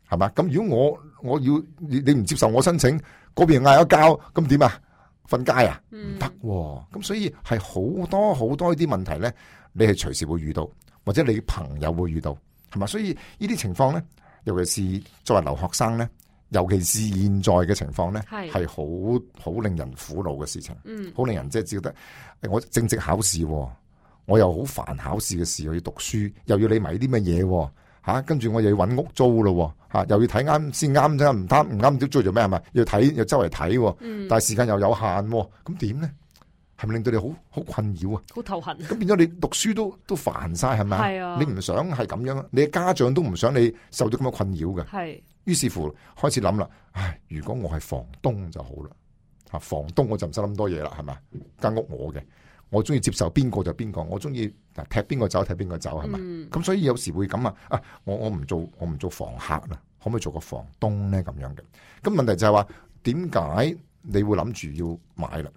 Speaker 20: 係嘛？咁如果我我要你你唔接受我申請，嗰邊嗌咗交，咁點啊？瞓街啊？
Speaker 5: 嗯
Speaker 1: 嗯
Speaker 20: 唔得喎！咁所以係好多好多呢啲問題咧，你係隨時會遇到，或者你朋友會遇到，係嘛？所以呢啲情況咧，尤其是作為留學生咧，尤其是現在嘅情況咧，
Speaker 1: 係
Speaker 20: 係好好令人苦惱嘅事情，
Speaker 1: 嗯
Speaker 20: 好令人即係覺得誒我正值考試喎。我又好煩考試嘅事，又要讀書，又要你埋啲乜嘢喎嚇，跟住我又要揾屋租咯喎、嚇又要睇啱先啱啫，唔啱唔啱點租做咩係咪？要睇又周圍睇喎，
Speaker 1: 嗯
Speaker 20: 但係時間又有限喎，咁點咧？係咪令到你好好困擾啊？
Speaker 1: 好頭痕。
Speaker 20: 咁變咗你讀書都都煩晒係咪
Speaker 1: 係啊
Speaker 20: 你唔想係咁樣，啊你嘅家長都唔想你受到咁嘅困擾嘅。
Speaker 1: 係
Speaker 20: 於是乎開始諗啦，唉，如果我係房東就好啦，啊，房東我就唔使諗咁多嘢啦，係咪？間屋我嘅，我中意接受邊個就邊個，我中意嗱踢邊個走踢邊個走，係咪？
Speaker 1: 嗯
Speaker 20: 咁、所以有時會咁啊，啊，我我唔做我唔做房客啦，可唔可以做個房東咧？咁樣嘅，咁問題就係話點解你會諗住要買啦？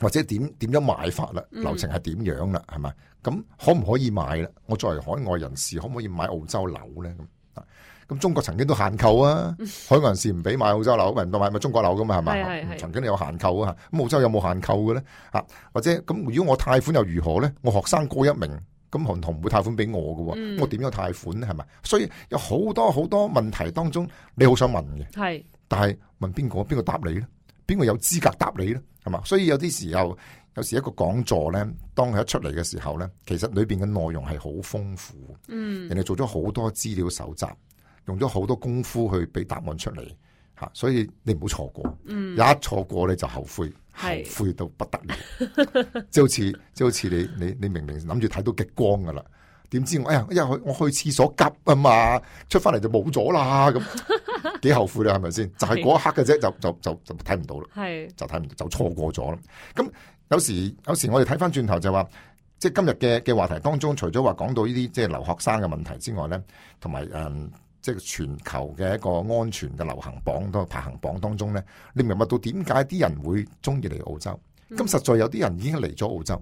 Speaker 20: 或者點點樣買法啦，
Speaker 1: 嗯
Speaker 20: 流程係點樣啦，係咪？咁可唔可以買啦？我作為海外人士，可唔可以買澳洲樓咧？咁啊咁中國曾經都限購啊，海外人士唔俾買澳洲樓，唔買咪中國樓噶嘛，
Speaker 1: 嗯
Speaker 20: 係
Speaker 1: 係係
Speaker 20: 咪？
Speaker 1: 係
Speaker 20: 曾經有限購啊，咁澳洲有冇限購嘅咧？啊，或者咁如果我貸款又如何咧？我學生過一名，咁銀行唔會貸款俾我嘅
Speaker 1: 嗯
Speaker 20: 喎，我點樣貸款咧？係咪？所以有好多好多問題當中，你好想問嘅。
Speaker 1: 係
Speaker 20: 但係問邊個，邊個答你咧？邊個有資格答你咧？係嘛？所以有啲時候，有時一個講座咧，當佢一出嚟嘅時候咧，其實裏邊嘅內容係好豐富，
Speaker 1: 嗯
Speaker 20: 人哋做咗好多資料搜集，用咗好多功夫去俾答案出嚟吓，所以你唔好錯過，
Speaker 1: 嗯
Speaker 20: 有一錯過你就後悔，後
Speaker 1: 係
Speaker 20: 悔到不得了， 即係好似即係好似你你你明明諗住睇到極光噶啦。點知我哎呀，因為我去廁所急啊嘛，出翻嚟就冇咗啦， 咁幾後悔啦，係咪先？就係嗰一刻嘅啫，就就就就睇唔到啦，
Speaker 1: 係
Speaker 20: 就睇唔到，就錯過咗啦。咁有時有時我哋睇翻轉頭就話，即係今日嘅嘅話題當中，除咗話講到呢啲即係留學生嘅問題之外咧，同埋誒嗯即係全球嘅一個安全嘅流行榜當排行榜當中呢，你明白到點解啲人會中意嚟澳洲？咁實在有啲人已經嚟咗澳洲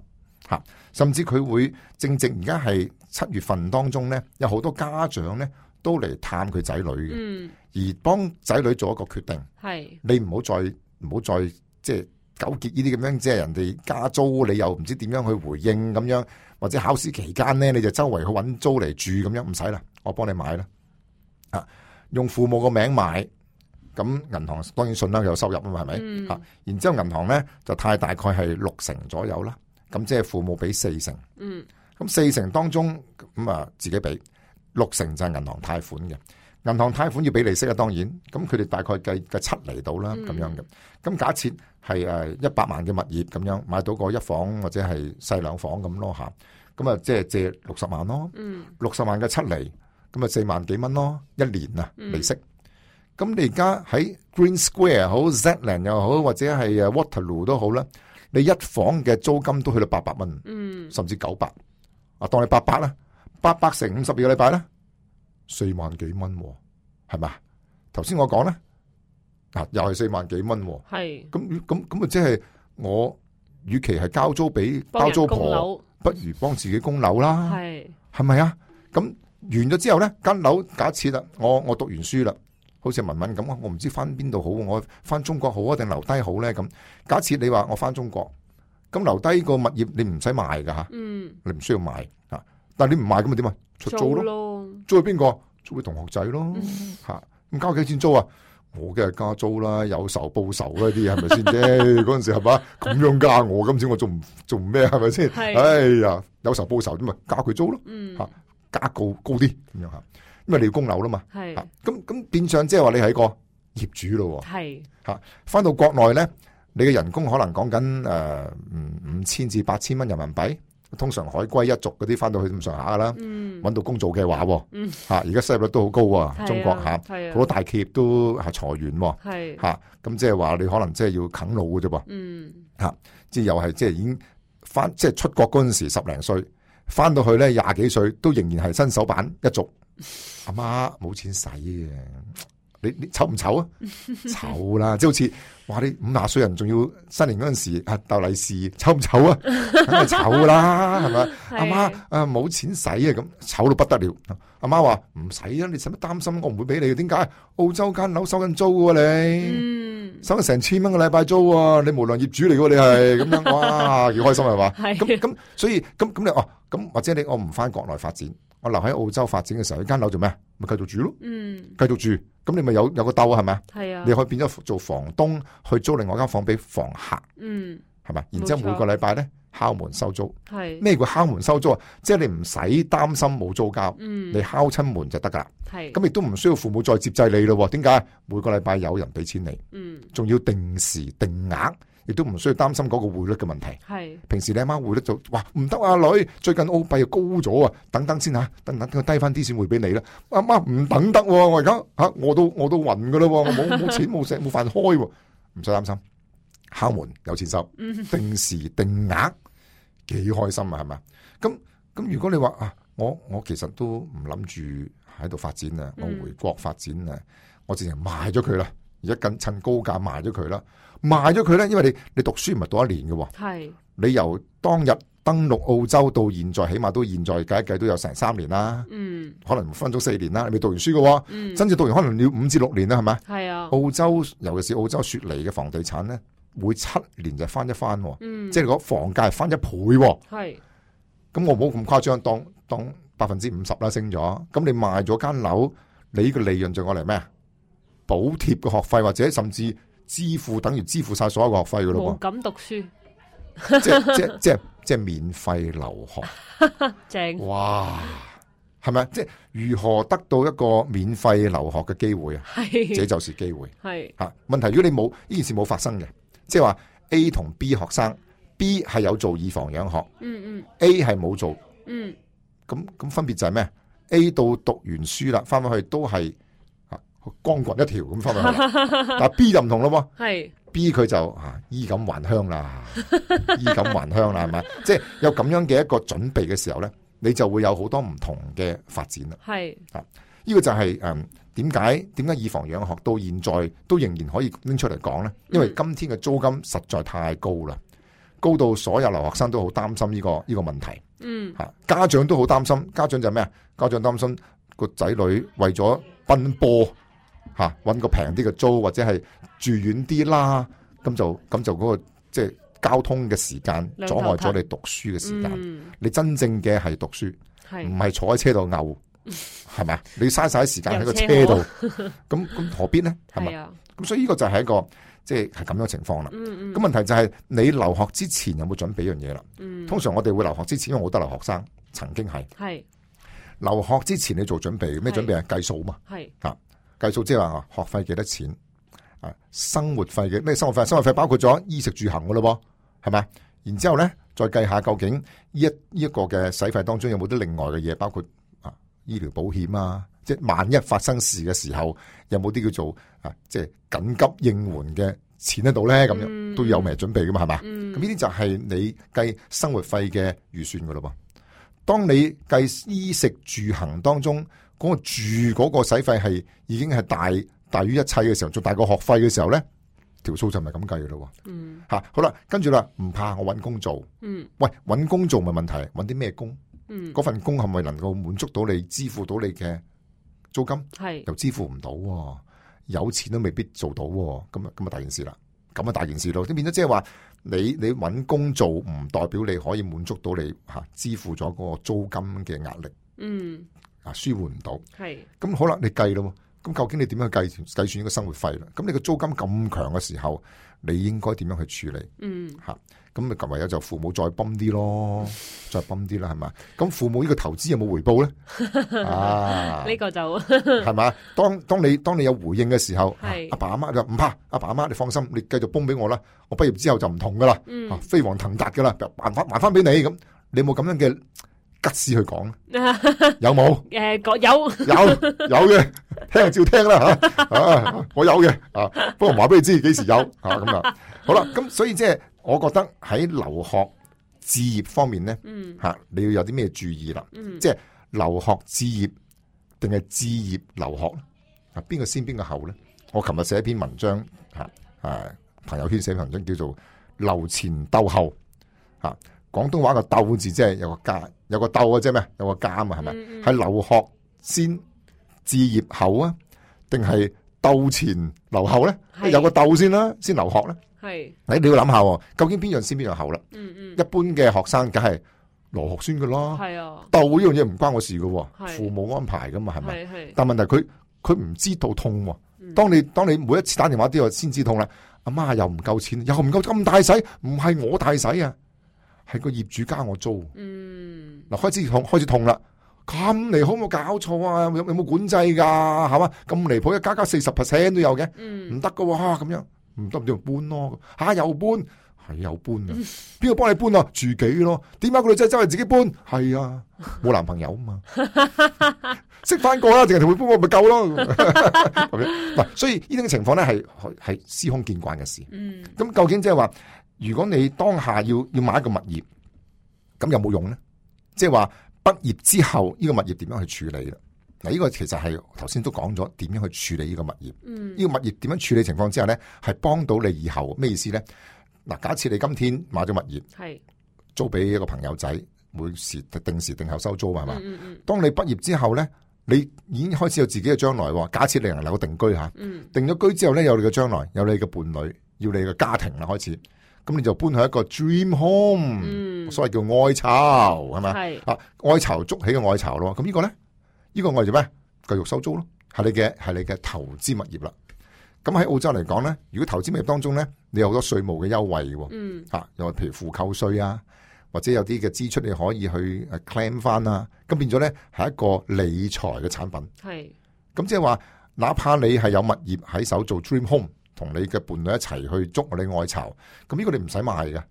Speaker 20: 嚇，甚至佢會正正而家係七月份當中呢，有好多家長呢都嚟探佢仔女嘅，
Speaker 1: 嗯，
Speaker 20: 而幫仔女做一個決定。
Speaker 1: 係，
Speaker 20: 你唔好再唔好再即係糾結呢啲咁樣，即係人哋加租，你又唔知點樣去回應咁樣，或者考試期間呢，你就周圍去揾租嚟住咁樣，唔使啦，我幫你買啦，啊，用父母個名買，咁銀行當然信啦，有收入啊嘛，係咪？
Speaker 5: 嗯
Speaker 20: 啊然之後銀行呢，就太大概係六成左右啦，咁即係父母俾四成，
Speaker 5: 嗯
Speaker 20: 咁四成當中咁啊自己俾，六成就係銀行貸款嘅。銀行貸款要俾利息啊，當然，咁佢哋大概計計七厘到啦，咁樣嘅。咁假設係誒一百萬嘅物業咁樣買到個一房或者係細兩房咁咯嚇，咁啊即係借六十萬咯，
Speaker 5: 嗯
Speaker 20: 六十萬嘅七厘，咁啊四萬幾蚊咯，一年啊
Speaker 5: 嗯
Speaker 20: 利息。咁你而家喺 Green Square 又好 Zetland 又好，或者係誒 Waterloo 都好啦，你一房嘅租金都去到八百蚊，
Speaker 5: 嗯
Speaker 20: 甚至九百。啊，當你八百啦，八百乘五十二個禮拜啦，四萬幾蚊喎，係咪啊？頭先我講咧，啊，又係四萬幾蚊喎。
Speaker 1: 係
Speaker 20: 咁咁咁啊，即係我，與其係交租俾
Speaker 1: 幫
Speaker 20: 交
Speaker 1: 人
Speaker 20: 租
Speaker 1: 供
Speaker 20: 婆
Speaker 1: 樓，
Speaker 20: 不如幫自己供樓啦。
Speaker 1: 係
Speaker 20: 係咪啊？咁完咗之後呢，間樓假設啦，我我讀完書啦，好似文文咁，我唔知翻邊度好，我翻中國好啊，定留低好呢？咁假設你話我翻中國，咁留低個物業你唔使賣噶吓，
Speaker 1: 嗯，
Speaker 20: 你唔需要賣啊，但係你唔賣咁咪點啊？出租咯，
Speaker 1: 咯，
Speaker 20: 租俾邊個？租俾同學仔咯，
Speaker 5: 嗯
Speaker 20: 吓咁交幾錢租啊？我嘅係加租啦，有仇報仇啦啲係咪 先啫？嗰陣時係嘛咁樣加我，今次我仲唔仲唔咩係咪先？
Speaker 5: 係
Speaker 20: 哎呀，有仇報仇啫嘛，加佢租咯。
Speaker 5: 嗯
Speaker 20: 吓加高高啲咁樣吓，因為你要供樓啦嘛。
Speaker 5: 係
Speaker 20: 嚇啊咁咁變相即係話你係一個業主咯喎。
Speaker 1: 係，
Speaker 20: 吓，翻到國內咧，你嘅人工可能講緊诶五五千至八千蚊人民幣，通常海歸一族嗰啲翻到去咁上下噶啦，
Speaker 5: 嗯
Speaker 20: 揾到工做嘅話喎，
Speaker 5: 嗯
Speaker 20: 吓而家失業率都好高啊，
Speaker 5: 係啊
Speaker 20: 中國吓，
Speaker 5: 係啊
Speaker 20: 好多大企業都係裁員喎，
Speaker 5: 係
Speaker 20: 吓咁即係話你可能即係要啃老嘅啫噃，
Speaker 5: 嗯
Speaker 20: 吓，即係又係即係已經翻即係出國嗰陣時十零歲，翻到去咧廿幾歲都仍然係新手板一族，阿媽冇錢使嘅，你你醜唔醜啊？ 醜啦，即係好似話你五廿歲人仲要新年嗰陣時啊鬥利是，醜唔 醜啊？梗係醜㗎啦，係咪？阿
Speaker 5: 係
Speaker 20: 媽啊冇錢使啊，咁醜到不得了。阿媽話唔使啊，你使乜擔心？我唔會俾你嘅。點解？澳洲間樓收緊租嘅喎你。
Speaker 5: 嗯
Speaker 20: 收咗成千蚊個禮拜租啊！你無良業主嚟嘅喎，你係咁 樣，哇，幾開心係嘛？
Speaker 5: 係
Speaker 20: 咁咁，所以咁咁你哦，咁或者你我唔翻國內發展，我留喺澳洲發展嘅時候，你間樓做咩？咪繼續住咯，
Speaker 1: 嗯，
Speaker 20: 繼續住，咁你咪有有個竇係咪
Speaker 1: 係啊
Speaker 20: 你可以變咗做房東去租另外一間房俾房客，
Speaker 1: 嗯，
Speaker 20: 係咪？然之後
Speaker 1: 冇
Speaker 20: 每
Speaker 1: 錯
Speaker 20: 個禮拜咧敲門收租。
Speaker 1: 係
Speaker 20: 咩叫敲門收租啊？即係你唔使擔心冇租交，
Speaker 1: 嗯
Speaker 20: 你敲親門就得㗎啦。
Speaker 1: 係
Speaker 20: 咁亦都唔需要父母再接濟你咯喎。點解？每個禮拜有人俾錢你。
Speaker 1: 嗯，
Speaker 20: 仲要定時定額，亦都唔需要擔心嗰個匯率嘅問題。
Speaker 1: 係，
Speaker 20: 平時你阿媽匯率就哇唔得啊女，最近澳幣又高咗啊，等等先嚇，等等佢低翻啲先匯俾你啦。阿媽唔等得喎，我而家嚇我都我都暈噶啦喎，我冇冇錢冇食冇飯開喎，唔使擔心，敲門有錢收，
Speaker 5: 嗯
Speaker 20: 定時定額幾開心啊，係咪？咁咁如果你話啊，我我其實都唔諗住喺度發展啊，我
Speaker 5: 嗯
Speaker 20: 回國發展啊，我直情賣咗佢啦，而家緊趁高價賣咗佢啦，賣咗佢咧，因為你你讀書唔係讀一年嘅喎。
Speaker 1: 係，
Speaker 20: 你由當日登陸澳洲到現在，起碼都現在計一計都有成三年啦，
Speaker 1: 嗯，
Speaker 20: 可能分咗四年啦，你未讀完書嘅喎，
Speaker 1: 嗯
Speaker 20: 真正讀完可能要五至六年啦，係咪？
Speaker 1: 係啊，
Speaker 20: 澳洲尤其是澳洲雪梨嘅房地產咧，每七年就翻一番喎，
Speaker 1: 嗯
Speaker 20: 即係個房價係翻一倍喎。
Speaker 1: 係，
Speaker 20: 咁我冇咁誇張，當當百分之五十啦，升咗。咁你賣咗間樓，你嘅利潤就攞嚟咩啊？補貼嘅學費或者甚至支付，等於支付晒所有嘅學費嘅
Speaker 1: 冇
Speaker 20: 咯
Speaker 1: 咁讀書，
Speaker 20: 喎，即係即係即係即係免費留學。
Speaker 1: 正，
Speaker 20: 哇，係咪？即係如何得到一個免費留學嘅機會啊？
Speaker 1: 係
Speaker 20: 這就是機會。
Speaker 1: 係，
Speaker 20: 吓，问题如果你冇呢件事冇發生嘅，即係話 A 同 B 學生，B 係有做以房養學
Speaker 1: 嗯嗯
Speaker 20: ，A 係冇做，
Speaker 1: 嗯，
Speaker 20: 咁咁分別就係咩？A 到讀完書啦，翻返去都係啊光棍一條咁翻 返去啦， 但 B 就唔同咯
Speaker 1: 係，
Speaker 20: 喎，B 佢就啊衣錦還鄉啦，衣錦還鄉啦，係咪？ 即係有咁樣嘅一個準備嘅時候咧，你就會有好多唔同嘅發展啦。
Speaker 1: 係，
Speaker 20: 啊，呢個就係誒點解點解以房養學到現在都仍然可以拎出嚟講呢？因為今天嘅租金實在太高啦，高到所有留學生都好擔心呢、個呢、個問題。
Speaker 1: 嗯
Speaker 20: 吓，啊家長都好擔心，家長就係咩啊？家長擔心個仔女為咗奔波吓，揾、個平啲嘅租或者係住遠啲啦，咁就咁就嗰、個即係交通嘅時間
Speaker 5: 兩
Speaker 20: 阻
Speaker 5: 頭
Speaker 20: 礙
Speaker 5: 拍
Speaker 20: 咗你讀書嘅時間。
Speaker 5: 嗯
Speaker 20: 你真正嘅係讀書，
Speaker 5: 係
Speaker 20: 唔係坐喺車度嘔，係咪啊？你嘥晒啲時間喺個車
Speaker 5: 遊
Speaker 20: 度
Speaker 5: 車河，
Speaker 20: 咁咁何必呢？係
Speaker 5: 係
Speaker 20: 咪
Speaker 5: 啊？
Speaker 20: 咁所以呢個就係一個即係係咁樣嘅情況啦。
Speaker 5: 嗯嗯
Speaker 20: 咁問題就係你留學之前有冇準備一樣嘢啦？
Speaker 5: 嗯
Speaker 20: 通常我哋會留學之前，因為我都係留學生，曾經係
Speaker 1: 係
Speaker 20: 留學之前你做準備，咩準備啊？計數嘛，
Speaker 1: 係
Speaker 20: 啊，計數即係話啊學費幾多錢啊，生活費嘅咩生活費？生活費包括咗衣食住行噶咯喎，係咪？然之後咧，再計下究竟呢一呢一個嘅使費當中有冇啲另外嘅嘢，包括啊醫療保險啊，即係萬一發生事嘅時候，有冇啲叫做啊即係緊急應援嘅錢喺度咧？咁樣都有咩準備噶嘛？係嘛？咁呢啲就係你計生活費嘅預算噶咯噃。當你計衣食住行當中，嗰、個住嗰個使費係已經係大大於一切嘅時候，仲大過學費嘅時候咧，條數就唔係咁計嘅咯喎。
Speaker 1: 嗯
Speaker 20: 吓、好啦，跟住啦，唔怕我揾工做，
Speaker 1: 嗯
Speaker 20: 喂，揾工做咪問題，揾啲咩工？
Speaker 1: 嗯
Speaker 20: 嗰份工係咪能夠滿足到你支付到你嘅租金？
Speaker 1: 係
Speaker 20: 又支付唔到喎，有錢都未必做到喎，咁啊咁啊大件事啦，咁啊大件事咯，咁變咗即係話你你揾工做唔代表你可以滿足到你吓、支付咗嗰個租金嘅壓力
Speaker 1: 嗯
Speaker 20: 啊舒緩唔到，
Speaker 1: 係
Speaker 20: 咁好啦，你計咯喎，咁究竟你點樣計計算呢個生活費啦？咁你個租金咁強嘅時候，你應該點樣去處理？
Speaker 1: 嗯
Speaker 20: 吓，咁咪唯有就父母再泵啲咯，再泵啲啦，係嘛？咁父母呢個投資有冇回報咧？啊，
Speaker 1: 呢個就
Speaker 20: 係嘛？當當你當你有回應嘅時候，啊
Speaker 1: 係
Speaker 20: 阿爸阿媽就唔怕，阿爸阿媽你放心，你繼續泵俾我啦。我畢業之後就唔同噶啦，
Speaker 1: 嗯
Speaker 20: 啊飛黃騰達噶啦，還翻還翻俾你咁。你有冇咁樣嘅吉事去講咧？有冇？
Speaker 1: 诶，各呃有
Speaker 20: 有有嘅，聽就照聽啦吓、啊，我有嘅啊，不過唔話俾你知幾時有啊咁啊，好啦，咁所以即係我覺得喺留學置業方面咧，吓、
Speaker 5: 嗯
Speaker 20: 你要有啲咩注意啦，
Speaker 5: 嗯
Speaker 20: 即係留學置業定係置業留學啊，邊個先邊個後咧？我琴日寫一篇文章吓，啊朋友圈寫篇文章叫做《留前鬥後》啊，廣東話個鬥字即係有個家，有個鬥啊，即係咩？有個家啊嘛，係咪？
Speaker 5: 嗯嗯
Speaker 20: 係留學先置業後啊，定係鬥前留後咧？
Speaker 1: 係
Speaker 20: 有個鬥先啦，先留學咧？
Speaker 1: 係
Speaker 20: 你你要諗下喎，究竟邊樣先邊樣後啦？
Speaker 1: 嗯嗯
Speaker 20: 一般嘅學生梗係留學先噶啦，
Speaker 1: 係啊
Speaker 20: 鬥呢樣嘢唔關我事噶喎，
Speaker 1: 係
Speaker 20: 父母安排噶嘛，係咪？
Speaker 1: 係係
Speaker 20: 但問題佢佢唔知道痛喎。
Speaker 1: 嗯
Speaker 20: 當你當你每一次打電話都有先知痛啦，阿媽又唔夠錢，又唔夠咁大使，唔係我大使啊，係個業主加我租。
Speaker 1: 嗯
Speaker 20: 嗱，開始痛，開始痛啦。咁離好冇搞錯啊？有有冇管制㗎？係嘛？咁離譜，一加加四十 percent 都有嘅，
Speaker 1: 嗯
Speaker 20: 唔得㗎喎啊咁樣，唔得唔得搬咯。嚇、又搬，係又搬啊！
Speaker 1: 嗯
Speaker 20: 邊個幫你搬啊？自己咯。點解個女仔周圍自己搬？係啊，冇男朋友啊嘛，識翻個啦，淨係同佢搬我咪夠咯。咁樣嗱，所以呢種情況咧係係司空見慣嘅事。
Speaker 1: 嗯
Speaker 20: 咁究竟即係話，如果你當下要要買一個物業，咁有冇用咧？即係話畢業之後，呢、個物業點樣去處理啦？嗱，呢個其實係頭先都講咗點樣去處理呢個物業。
Speaker 5: 嗯
Speaker 20: 呢個物業點樣處理情況之下咧，係幫到你以後咩意思咧？嗱，假設你今天買咗物業，
Speaker 1: 係
Speaker 20: 租俾一個朋友仔，每時定時定候收租係嘛？
Speaker 1: 嗯嗯
Speaker 20: 當你畢業之後咧，你已經開始有自己嘅將來喎。假設你能夠定居嚇，
Speaker 1: 嗯
Speaker 20: 定咗居之後咧，有你嘅將來，有你嘅伴侶，要你嘅家庭啦，開始。咁你就搬去一個 dream home，、
Speaker 5: 嗯
Speaker 20: 所謂叫愛巢，係咪？
Speaker 5: 係
Speaker 20: 啊，愛巢捉起嘅愛巢咯。咁呢個咧，呢、個我哋做咩？繼續收租咯，係你嘅係你嘅投資物業啦。咁喺澳洲嚟講咧，如果投資物業當中咧，你有好多稅務嘅優惠喎。
Speaker 5: 嗯
Speaker 20: 嚇、又譬如負扣税啊，或者有啲嘅支出你可以去誒 claim 翻啊，咁變咗咧係一個理財嘅產品。
Speaker 1: 係
Speaker 20: 咁即係話，哪怕你係有物業喺手做 dream home，同你嘅伴侶一齊去捉你愛巢，咁呢個你唔使賣嘅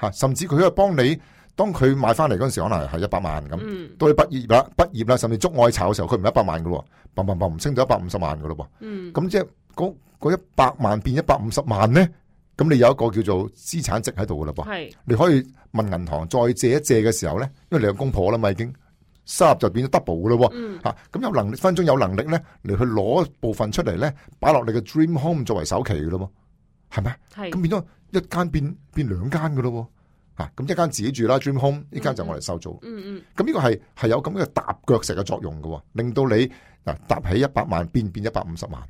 Speaker 20: 嚇，甚至佢可以幫你。當佢買翻嚟嗰陣時，可能係一百萬咁，
Speaker 5: 嗯
Speaker 20: 到你畢業啦、畢業啦，甚至捉愛巢嘅時候，佢唔係一百萬嘅喎，砰砰砰，唔升到一百五十萬嘅咯喎。
Speaker 5: 嗯
Speaker 20: 咁即係嗰嗰一百萬變一百五十萬咧，咁你有一個叫做資產值喺度嘅嘞噃。
Speaker 5: 係
Speaker 20: 你可以問銀行再借一借嘅時候咧，因為你有公婆啦嘛已經，收入就變咗 double 嘅咯
Speaker 5: 嗯
Speaker 20: 喎。嚇咁有能力分分鐘有能力咧嚟去攞部分出嚟咧，擺落你嘅 dream home 作為首期嘅咯喎，係咪？
Speaker 5: 係
Speaker 20: 咁變咗一間變變兩間嘅咯喎。嚇咁一間自己住啦，dream home，一間就我嚟收租。
Speaker 5: 嗯嗯，
Speaker 20: 咁呢個係係有咁嘅踏腳石嘅作用嘅喎，令到你嗱踏起一百萬變變一百五十萬。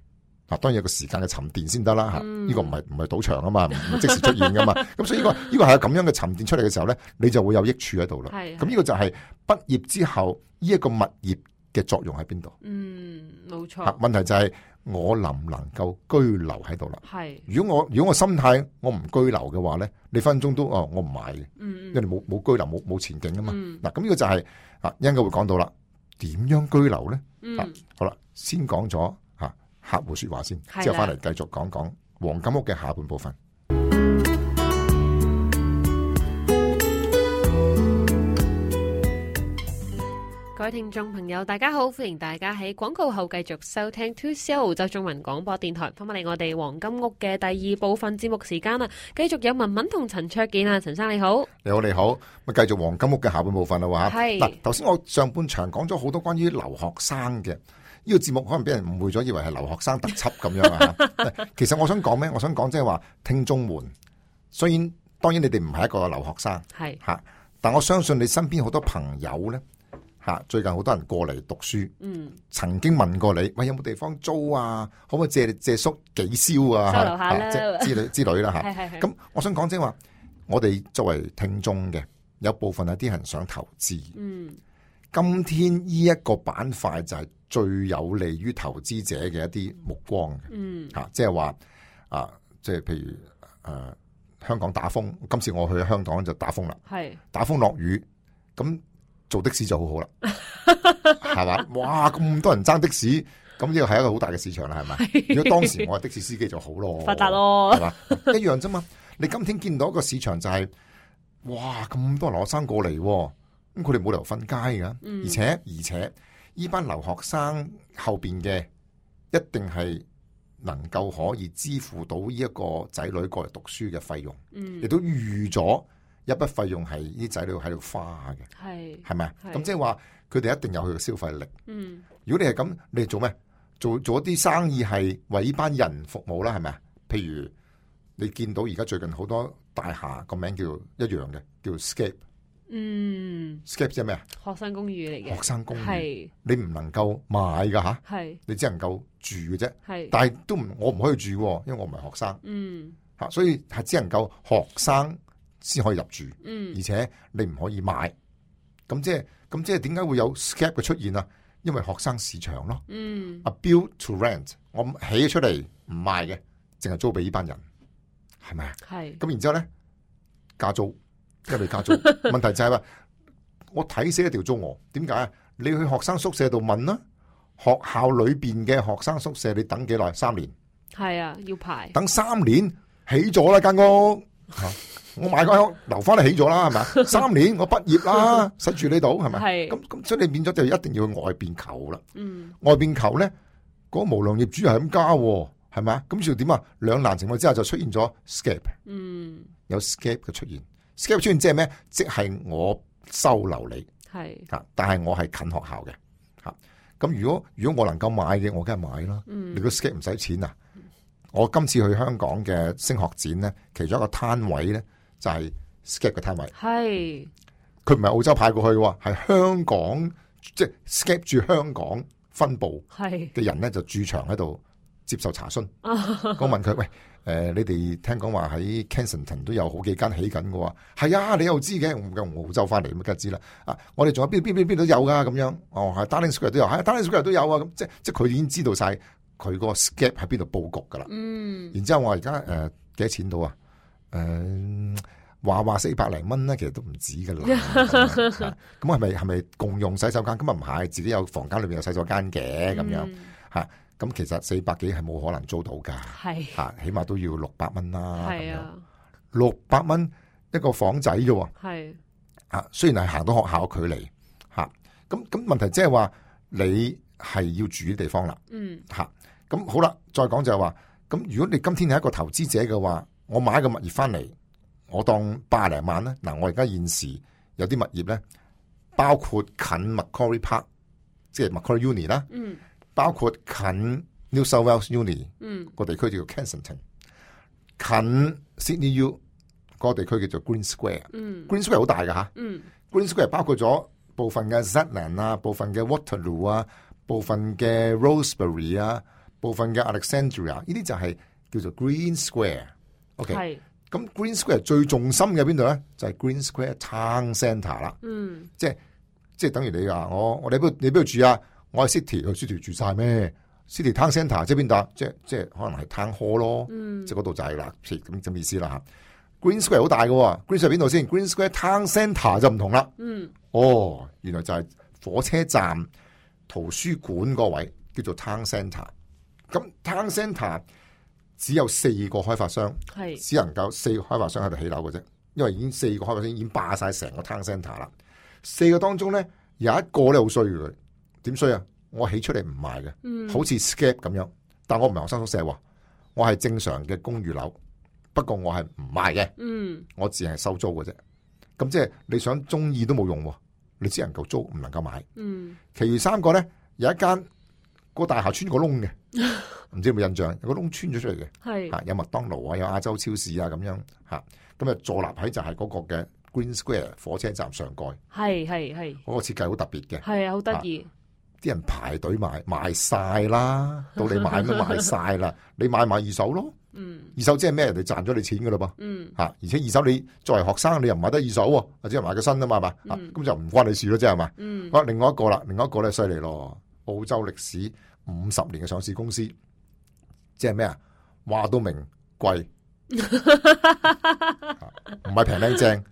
Speaker 20: 嗱，當然有個時間嘅沉澱先得啦嚇，呢、個唔係唔係賭場啊嘛，唔唔即時出現噶嘛，咁所以呢、個呢、個係有咁樣嘅沉澱出嚟嘅時候咧，你就會有益處喺度啦。
Speaker 1: 係
Speaker 20: 咁呢個就係畢業之後呢一、個物業嘅作用喺邊度？
Speaker 1: 嗯，冇
Speaker 20: 嚇，
Speaker 1: 錯，
Speaker 20: 問題就係我能唔能夠居留喺度啦？
Speaker 1: 係，
Speaker 20: 如果我如果我心態我唔居留嘅話咧，你分分鐘都哦我唔買嘅，
Speaker 1: 嗯
Speaker 20: 因為你冇冇居留冇冇前景啊嘛。
Speaker 1: 嗯
Speaker 20: 嗱咁呢個就係、啊，一陣間會講到啦，點樣居留咧？
Speaker 1: 嗯
Speaker 20: 啊，好啦，先講咗嚇客户説話先，
Speaker 1: 係啦
Speaker 20: 之後翻嚟繼續講講黃金屋嘅下半部分。
Speaker 1: 各位聽眾朋友，大家好，歡迎大家喺廣告後繼續收聽 Two C 澳洲中文廣播電台，翻返嚟我哋黃金屋嘅第二部分節目時間啦，繼續有文文同陳卓健啊，陳生你好，
Speaker 20: 你好，你好，咁啊繼續黃金屋嘅下半部分啦喎嚇。
Speaker 1: 係
Speaker 20: 嗱，頭先我上半場講咗好多關於留學生嘅。呢個節目可能俾人誤會咗，以為係留學生特輯咁樣啊！ 嚇其實我想講咩？我想講即係話聽眾們，雖然當然你哋唔係一個留學生，
Speaker 1: 係
Speaker 20: 嚇，但我相信你身邊好多朋友呢，嚇，最近好多人過嚟讀書，
Speaker 1: 嗯，
Speaker 20: 曾經問過你，喂有冇地方租啊？可唔可以借借宿幾宵啊？
Speaker 1: 收留下
Speaker 20: 嚇
Speaker 1: 啦
Speaker 20: 嚇即之類之類 啦
Speaker 1: 係係
Speaker 20: 嚇。
Speaker 1: 係
Speaker 20: 咁我想講即係話，我哋作為聽眾嘅，有部分有啲人想投資。
Speaker 1: 嗯
Speaker 20: 今天呢一個板塊就係最有利於投資者嘅一啲目光嘅，
Speaker 1: 嗯
Speaker 20: 嚇、即係話啊，即係譬如誒、呃香港打風，今次我去香港就打風啦，
Speaker 1: 係，
Speaker 20: 打風落雨，咁做的士就好好 啦，係嘛？哇，咁多人爭的士，咁呢個係一個好大嘅市場啦，係咪？如果當時我係的士司機就好咯，
Speaker 1: 發達咯
Speaker 20: 哦 係嘛？一樣啫嘛。你今天見到一個市場就係、哇，咁多留學生過嚟喎，咁佢哋冇理由瞓街噶，
Speaker 5: 嗯
Speaker 20: 而且而且呢班留學生後邊嘅一定係能夠可以支付到呢一個仔女過嚟讀書嘅費用，
Speaker 1: 嗯
Speaker 20: 亦都預咗一筆費用係呢啲仔女喺度花嘅，
Speaker 1: 係，
Speaker 20: 係咪啊？
Speaker 1: 係
Speaker 20: 咁即係話佢哋一定有佢嘅消費力。
Speaker 1: 嗯
Speaker 20: 如果你係咁，你係做咩？做做一啲生意係為呢班人服務啦，係咪啊？譬如你見到而家最近好多大廈個名叫一樣嘅，叫 Scape，Scape
Speaker 1: 嗯，
Speaker 20: 即係咩啊？
Speaker 1: 學生公寓嚟嘅，
Speaker 20: 學生公
Speaker 1: 係
Speaker 20: 寓，你唔能夠買噶吓，
Speaker 1: 係
Speaker 20: 你只能夠住嘅啫。
Speaker 1: 係
Speaker 20: 但係都唔，我唔可以住喎，因為我唔係學生
Speaker 1: 嗯
Speaker 20: 吓，所以係只能夠學生先可以入住，
Speaker 1: 嗯
Speaker 20: 而且你唔可以買。咁即係咁即係點解會有 Scape 嘅出現啊？因為學生市場咯。
Speaker 1: 嗯
Speaker 20: 啊 build to rent，我起咗出嚟唔賣嘅，淨係租俾呢班人，係咪啊？
Speaker 1: 係，
Speaker 20: 咁然之後咧，加租，因為 加租，問題就係話我睇死一條租我，點解啊？你去學生宿舍度問啦，學校裏邊嘅學生宿舍你等幾耐？三年，
Speaker 1: 係啊，要排，
Speaker 20: 等三年起咗啦間屋，嚇我買間屋留翻嚟起咗啦，係 咪啊？三年我畢業啦，使住呢度係咪？啊
Speaker 1: 係
Speaker 20: 咁咁，所以你變咗就一定要去外邊求啦。
Speaker 1: 嗯
Speaker 20: 外邊求咧，嗰、個無良業主係咁加喎，係咪啊？咁就點啊？兩難情況之下就出現咗 scape，
Speaker 1: 嗯
Speaker 20: 有 scape 嘅出現。scape 出現即係咩？即係我收留你
Speaker 1: 係，
Speaker 20: 嚇，但係我係近學校嘅嚇。咁如果如果我能夠買嘅，我梗係買啦。
Speaker 1: 嗯
Speaker 20: 你個 scape 唔使錢啊！我今次去香港嘅升學展咧，其中一個攤位咧就係、scape 嘅攤位，
Speaker 1: 係
Speaker 20: 佢唔係澳洲派過去喎，係香港即係 scape 住香港分部。
Speaker 1: 係
Speaker 20: 嘅人咧就駐場喺度接受查詢。
Speaker 1: 啊，
Speaker 20: 我問佢：喂，誒、你哋聽講話喺 Kensington 都有好幾間起緊嘅喎？係啊，你又知嘅，我由澳洲翻嚟咁梗係知啦。啊，我哋仲有邊邊邊邊度有噶咁樣？哦，係 Darling Square 都有，係 Darling Square 都有啊。咁即即佢已經知道晒佢個 scape 喺邊度佈局㗎啦。
Speaker 1: 嗯
Speaker 20: 然之後我話而家誒幾多錢到啊？誒、話話四百零蚊咧，其實都唔止㗎 啦。咁係咪係咪共用洗手間？咁啊唔係，自己有房間裏面有洗手間嘅咁樣
Speaker 1: 嗯
Speaker 20: 嚇。咁、其實四百幾係冇可能租到㗎，
Speaker 1: 係
Speaker 20: 嚇、起碼都要六百蚊啦。
Speaker 1: 係啊，
Speaker 20: 六百蚊一個房仔啫喎，
Speaker 1: 係
Speaker 20: 啊，雖然係行到學校嘅距離嚇，咁、咁問題即係話你係要住嘅地方啦。
Speaker 1: 嗯
Speaker 20: 吓，咁好啦，再講就係話，咁如果你今天係一個投資者嘅話，我買個物業翻嚟，我當百零萬啦。嗱，我而家現時有啲物業咧，包括近 Macquarie Park，即係 Macquarie Uni 啦，
Speaker 1: 嗯
Speaker 20: 包括近 New South Wales Uni
Speaker 1: 嗯
Speaker 20: 個地區叫做 Kensington，近 Sydney U 嗰個地區叫做 Green Square。
Speaker 1: 嗯
Speaker 20: Green Square 好大㗎吓
Speaker 1: 嗯
Speaker 20: Green Square 包括咗部分嘅 Zetland 啊，部分嘅 Waterloo 啊，部分嘅 Rosebery 啊，部分嘅 Alexandria，呢啲就係叫做 Green Square。OK，
Speaker 1: 係
Speaker 20: 咁 Green Square 最重心嘅邊度咧？就係、Green Square Town Centre 啦，
Speaker 1: 嗯
Speaker 20: 即係即係等於你話我我你邊度你邊度住啊？我喺 City，去 City 住晒咩？City Town Centre 即係邊度啊？即係即係可能係 Town Hall 咯，
Speaker 1: 嗯
Speaker 20: 即係嗰度就係啦，譬如咁咁意思啦嚇。Green Square 好大嘅喎，Green Square 邊度先？Green Square Town Centre 就唔同啦。
Speaker 1: 嗯
Speaker 20: 哦，原來就係火車站圖書館個位叫做 Town Centre。咁 Town Centre 只有四個開發商，
Speaker 1: 係
Speaker 20: 只能夠四個開發商喺度起樓嘅啫，因為已經四個開發商已經霸晒成個 Town Centre 啦。四個當中咧有一個咧好衰嘅佢，點衰啊？我起出嚟唔賣嘅，
Speaker 1: 嗯
Speaker 20: 好似 Scape 咁樣，但我唔係學生宿舍喎，我係正常嘅公寓樓，不過我係唔賣嘅。
Speaker 1: 嗯
Speaker 20: 我只係收租嘅啫。咁即係你想中意都冇用喎，你只能夠租，唔能夠買。
Speaker 1: 嗯
Speaker 20: 其餘三個咧，有一間個大廈穿個窿嘅，唔知有冇印象？有個窿穿咗出嚟嘅，
Speaker 1: 係
Speaker 20: 嚇有麥當勞啊，有亞洲超市啊咁樣嚇。咁啊，坐立喺就係嗰個嘅 Green Square 火車站上蓋，嗰、
Speaker 1: 係係係
Speaker 20: 個設計好特別嘅。
Speaker 1: 係啊，好得意。
Speaker 20: 啲人排隊買，買晒啦，到你買都買晒啦，你買買二手咯。
Speaker 1: 嗯
Speaker 20: 二手即係咩？人哋賺咗你錢噶啦噃。
Speaker 1: 嗯
Speaker 20: 吓，而且二手你作為學生，你又唔買得二手喎，或者買個新啊嘛，係嘛，啊
Speaker 1: 嗯
Speaker 20: 咁、就唔關你事咯，即係嘛。
Speaker 1: 嗯
Speaker 20: 好，另外一個啦，另外一個咧犀利咯，澳洲歷史五十年嘅上市公司，即係咩啊？話到明 貴，唔係平靚正，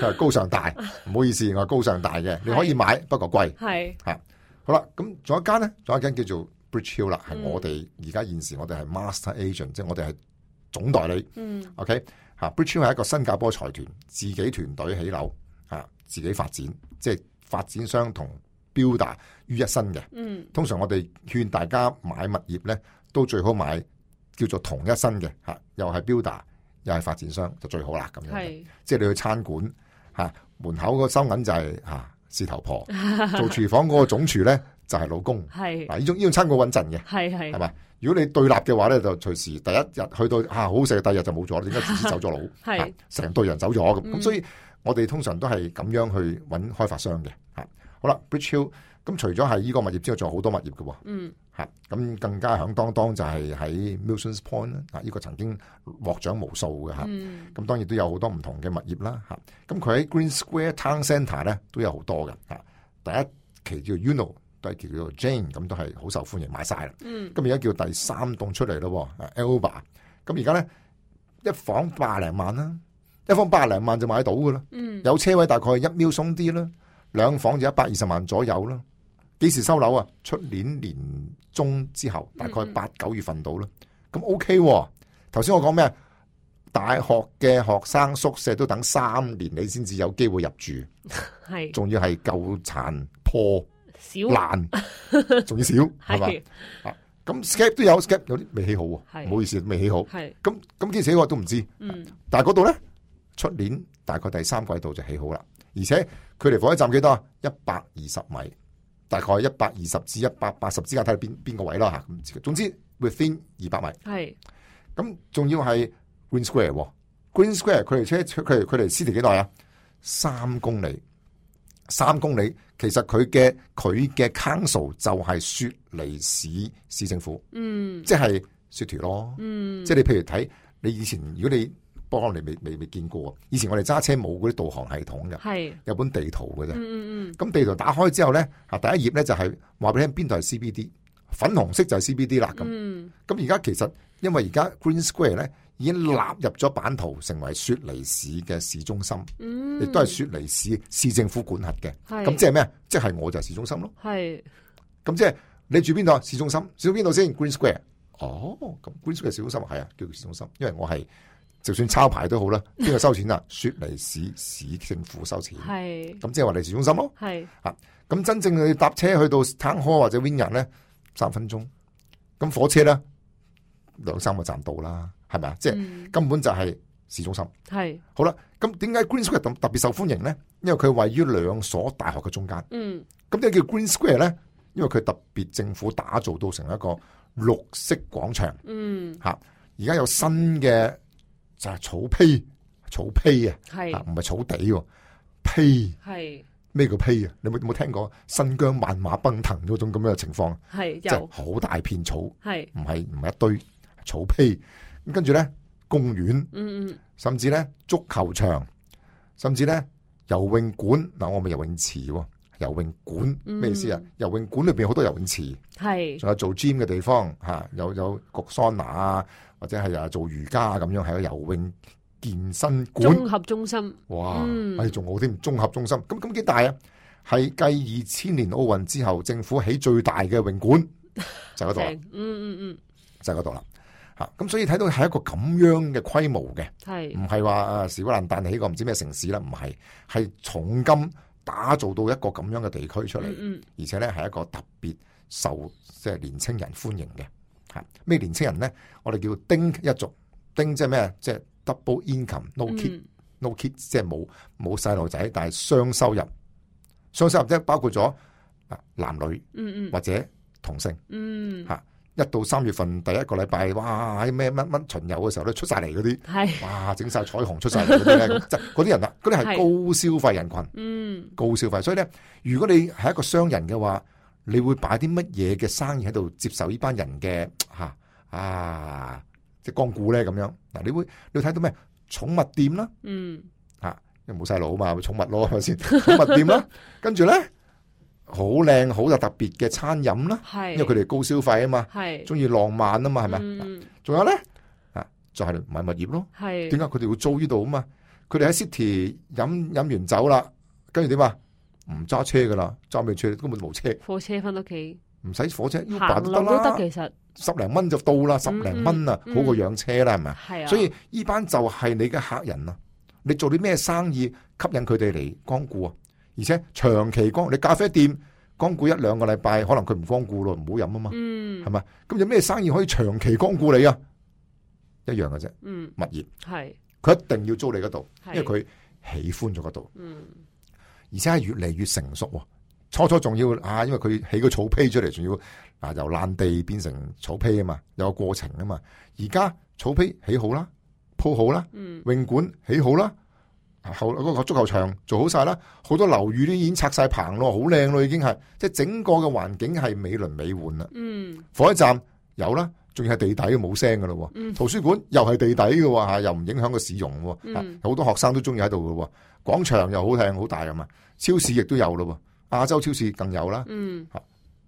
Speaker 20: 佢係高尚大。唔好意思，我係高尚大嘅，你可以買，不過貴。
Speaker 1: 係啊
Speaker 20: 吓，好啦，咁仲有一間咧，仲有一間叫做 Bridge Hill 啦，係
Speaker 1: 嗯
Speaker 20: 我哋而家現時我哋係 Master Agent，即係我哋係總代理。
Speaker 1: 嗯
Speaker 20: OK 嚇，Bridge Hill 係一個新加坡財團自己團隊起樓嚇，自己發展，即係發展商同 builder 於一身嘅。
Speaker 1: 嗯
Speaker 20: 通常我哋勸大家買物業咧，都最好買叫做同一身嘅嚇，又係 builder 又係發展商就最好啦咁樣嘅。
Speaker 1: 係
Speaker 20: 即係你去餐館嚇、門口個收銀就係、啊事 頭婆，做廚房嗰個總廚咧就係、老公。
Speaker 1: 係
Speaker 20: 嗱，呢種呢種餐館穩陣嘅，
Speaker 1: 係係
Speaker 20: 係咪？如果你對立嘅話咧，就隨時第一日去到啊好好食，第二日就冇咗，點解自己走咗佬？
Speaker 1: 係
Speaker 20: 啊成隊人走咗咁，咁、
Speaker 1: 嗯
Speaker 20: 所以我哋通常都係咁樣去揾開發商嘅嚇、好啦，Bridge Hill 咁除咗係呢個物業之外，仲有好多物業嘅喎。
Speaker 1: 嗯
Speaker 20: 嚇，咁更加響當當就係喺 Milsons Point 啦，啊，呢個曾經獲獎無數嘅嚇。
Speaker 1: 嗯
Speaker 20: 咁當然都有好多唔同嘅物業啦嚇。咁佢喺 Green Square Town Centre 咧都有好多嘅嚇。第一期叫 Uno，第二期叫做 Jane，咁都係好受歡迎，買晒啦。
Speaker 1: 嗯
Speaker 20: 咁而家叫第三棟出嚟咯喎啊，Elba。咁而家咧一房八零萬啦，一房八零萬就買到噶啦。
Speaker 1: 嗯
Speaker 20: 有車位大概一秒鬆啲啦，兩房就一百二十萬左右啦。幾時收樓啊？出年年中之後，大概
Speaker 1: 嗯嗯
Speaker 20: 八九月份到啦。咁 OK 喎、頭先我講咩啊？大學嘅學生宿舍都等三年，你先至有機會入住，
Speaker 1: 係
Speaker 20: 仲要係舊殘 破
Speaker 1: 少
Speaker 20: 爛，仲要少係嘛
Speaker 1: 係？
Speaker 20: 啊，咁 scape 都有 scape，有啲未起好喎，
Speaker 1: 係
Speaker 20: 唔好意思，未起好。
Speaker 1: 係
Speaker 20: 咁咁幾時起啊我都唔知。
Speaker 1: 嗯
Speaker 20: 但係嗰度咧，出年大概第三季度就起好啦，而且距離火車站幾多啊？一百二十米，大概一百二十至一百八十之間，睇你邊邊個位啦嚇。咁總之 within 二百米，
Speaker 1: 係
Speaker 20: 咁仲要係 Green Square 喎。Green Square 佢離車佢離佢離 City 幾耐啊？三公里，三公里。其實佢嘅佢嘅 council 就係雪梨市市政府，
Speaker 1: 嗯
Speaker 20: 即係雪條咯。
Speaker 1: 嗯
Speaker 20: 即係你譬如睇你以前，如果你幫我哋未未未見過，啊以前我哋揸車冇嗰啲導航系統嘅，
Speaker 1: 係
Speaker 20: 有本地圖嘅啫。
Speaker 1: 嗯嗯
Speaker 20: 咁地圖打開之後咧，啊第一頁咧就係話俾你聽邊度係 CBD，粉紅色就係 CBD 啦咁。
Speaker 1: 嗯
Speaker 20: 咁而家其實因為而家 Green Square 咧已經納入咗版圖，成為雪梨市嘅市中心，
Speaker 1: 嗯
Speaker 20: 亦都係雪梨市市政府管轄嘅。
Speaker 1: 係
Speaker 20: 咁即係咩啊？即係我就係市中心咯。
Speaker 1: 係
Speaker 20: 咁即係你住邊度啊？市中心，市中邊度先？Green Square。哦，咁 Green Square 市中心係啊，叫市中心，因為我係就算抄牌都好 啦，邊個收錢啊？雪梨市市政府收錢，
Speaker 1: 係
Speaker 20: 咁即係話你市中心咯。
Speaker 1: 係
Speaker 20: 啊，咁真正你搭車去到 Town Hall 或者 Vineyard 咧，三分鐘。咁火車咧，兩三個站到啦，係咪啊？即係
Speaker 1: 嗯
Speaker 20: 根本就係市中心。
Speaker 1: 係，
Speaker 20: 好啦，咁點解 Green Square 特特別受歡迎咧？因為佢位於兩所大學嘅中間。
Speaker 1: 嗯，
Speaker 20: 咁點解叫 Green Square 咧？因為佢特別政府打造到成一個綠色廣場。
Speaker 1: 嗯，
Speaker 20: 吓，而家有新嘅就係草坯，草坯啊，
Speaker 1: 係
Speaker 20: 啊唔係草地喎，坯
Speaker 1: 係
Speaker 20: 咩叫坯啊？你有冇有冇聽過新疆萬馬奔騰嗰種咁樣嘅情況？啊
Speaker 1: 係
Speaker 20: 即係
Speaker 1: 有
Speaker 20: 好大片草，唔
Speaker 1: 係，
Speaker 20: 係唔係一堆草坯。咁跟住咧，公園，
Speaker 1: 嗯嗯
Speaker 20: 甚至咧足球場，甚至咧游泳館。嗱，我咪游泳池喎，游泳館
Speaker 1: 嗯
Speaker 20: 咩意思啊？游泳館裏邊好多游泳池。
Speaker 1: 係
Speaker 20: 仲有做 gym 嘅地方嚇、啊有有焗桑拿啊，或者係啊做瑜伽咁樣，係個游泳健身館
Speaker 1: 綜，合中心，
Speaker 20: 哇，哎
Speaker 1: 嗯
Speaker 20: 係仲、好添，綜合中心，咁咁幾大啊？係繼二千年奧運之後，政府起最大嘅泳館就係嗰 度啦
Speaker 1: 正，，嗯嗯嗯，
Speaker 20: 就係嗰度啦嚇。咁、所以睇到係一個咁樣嘅規模嘅，
Speaker 1: 係
Speaker 20: 唔係話啊屎忽爛蛋起個唔知咩城市啦，唔係，係重金打造到一個咁樣嘅地區出嚟。
Speaker 1: 嗯
Speaker 20: 而且咧係一個特別受即係年青人歡迎嘅嚇。咩年青人咧？我哋叫丁一族，丁即係咩？啊即係 double income no kid、
Speaker 1: 嗯
Speaker 20: no kid，即係冇冇細路仔，但係雙收入。雙收入即係包括咗啊男女
Speaker 1: 嗯嗯
Speaker 20: 或者同性
Speaker 1: 嗯
Speaker 20: 嚇。一到三月份第一個禮拜，哇！喺咩乜乜巡遊嘅時候咧，出晒嚟嗰
Speaker 1: 係
Speaker 20: 啲，哇！整晒彩虹出晒嚟嗰啲 咧，咁即係嗰啲人啦，嗰啲係
Speaker 1: 係
Speaker 20: 高消費人群。
Speaker 1: 嗯
Speaker 20: 高消費。所以咧，如果你係一個商人嘅話，你會擺啲乜嘢嘅生意喺度接受呢班人嘅嚇啊，即係光顧咧咁樣。嗱，你會你會睇到咩？寵物店啦，
Speaker 1: 嗯
Speaker 20: 嚇、因為冇細路啊嘛，咪寵物咯係咪先？寵物店啦，跟住咧好靚好有特別嘅餐飲啦，
Speaker 1: 係
Speaker 20: 因為佢哋高消費啊嘛，
Speaker 1: 係
Speaker 20: 中意浪漫啊嘛，係咪？
Speaker 24: Ừ.
Speaker 1: 嗯
Speaker 20: 仲有咧啊，就係、買物業咯。
Speaker 1: 係
Speaker 20: 點解佢哋會租呢度啊嘛？佢哋喺 City 飲飲完酒啦，跟住點啊？唔揸車噶啦，揸咩車？根本冇車，
Speaker 1: 火車翻屋企，
Speaker 20: 唔使火車，Uber
Speaker 1: 行
Speaker 20: 都
Speaker 1: 路
Speaker 20: 得
Speaker 1: 都
Speaker 20: 啦
Speaker 1: 得，其實
Speaker 20: 十零蚊就到啦，十零蚊啊，
Speaker 1: 嗯嗯
Speaker 20: 好過養車啦，係咪？
Speaker 1: 係啊
Speaker 20: 所以呢班就係你嘅客人啊！你做啲咩生意吸引佢哋嚟光顧啊？而且長期光，你咖啡店光顧一兩個禮拜，可能佢唔光顧咯，唔好飲啊嘛，
Speaker 1: 嗯
Speaker 20: 係咪？咁有咩生意可以長期光顧你啊？一樣嘅啫，
Speaker 1: 嗯
Speaker 20: 物業。
Speaker 1: 係
Speaker 20: 佢一定要租你嗰度，因
Speaker 1: 係
Speaker 20: 為佢喜歡咗嗰度，
Speaker 1: 嗯
Speaker 20: 而且係越嚟越成熟喎。初初仲要啊，因為佢起個草坯出嚟，仲要啊由爛地變成草坯啊嘛，有個過程啊嘛。而家草坯起好啦，鋪好啦，
Speaker 1: 嗯
Speaker 20: 泳館起好啦，後嗰個足球場做好晒啦，好多樓宇都已經拆晒棚咯，好靚咯，已經係即係整個嘅環境係美輪美奐啦。
Speaker 1: 嗯
Speaker 20: 火車站有啦，仲要係地底嘅冇聲嘅咯
Speaker 1: 嗯
Speaker 20: 喎。圖書館又係地底嘅喎，嚇又唔影響個市容喎。
Speaker 1: 嗯
Speaker 20: 嚇有好多學生都中意喺度嘅喎。廣場又好靚好大啊嘛，超市亦都有咯喎，亞洲超市更有啦。
Speaker 1: 嗯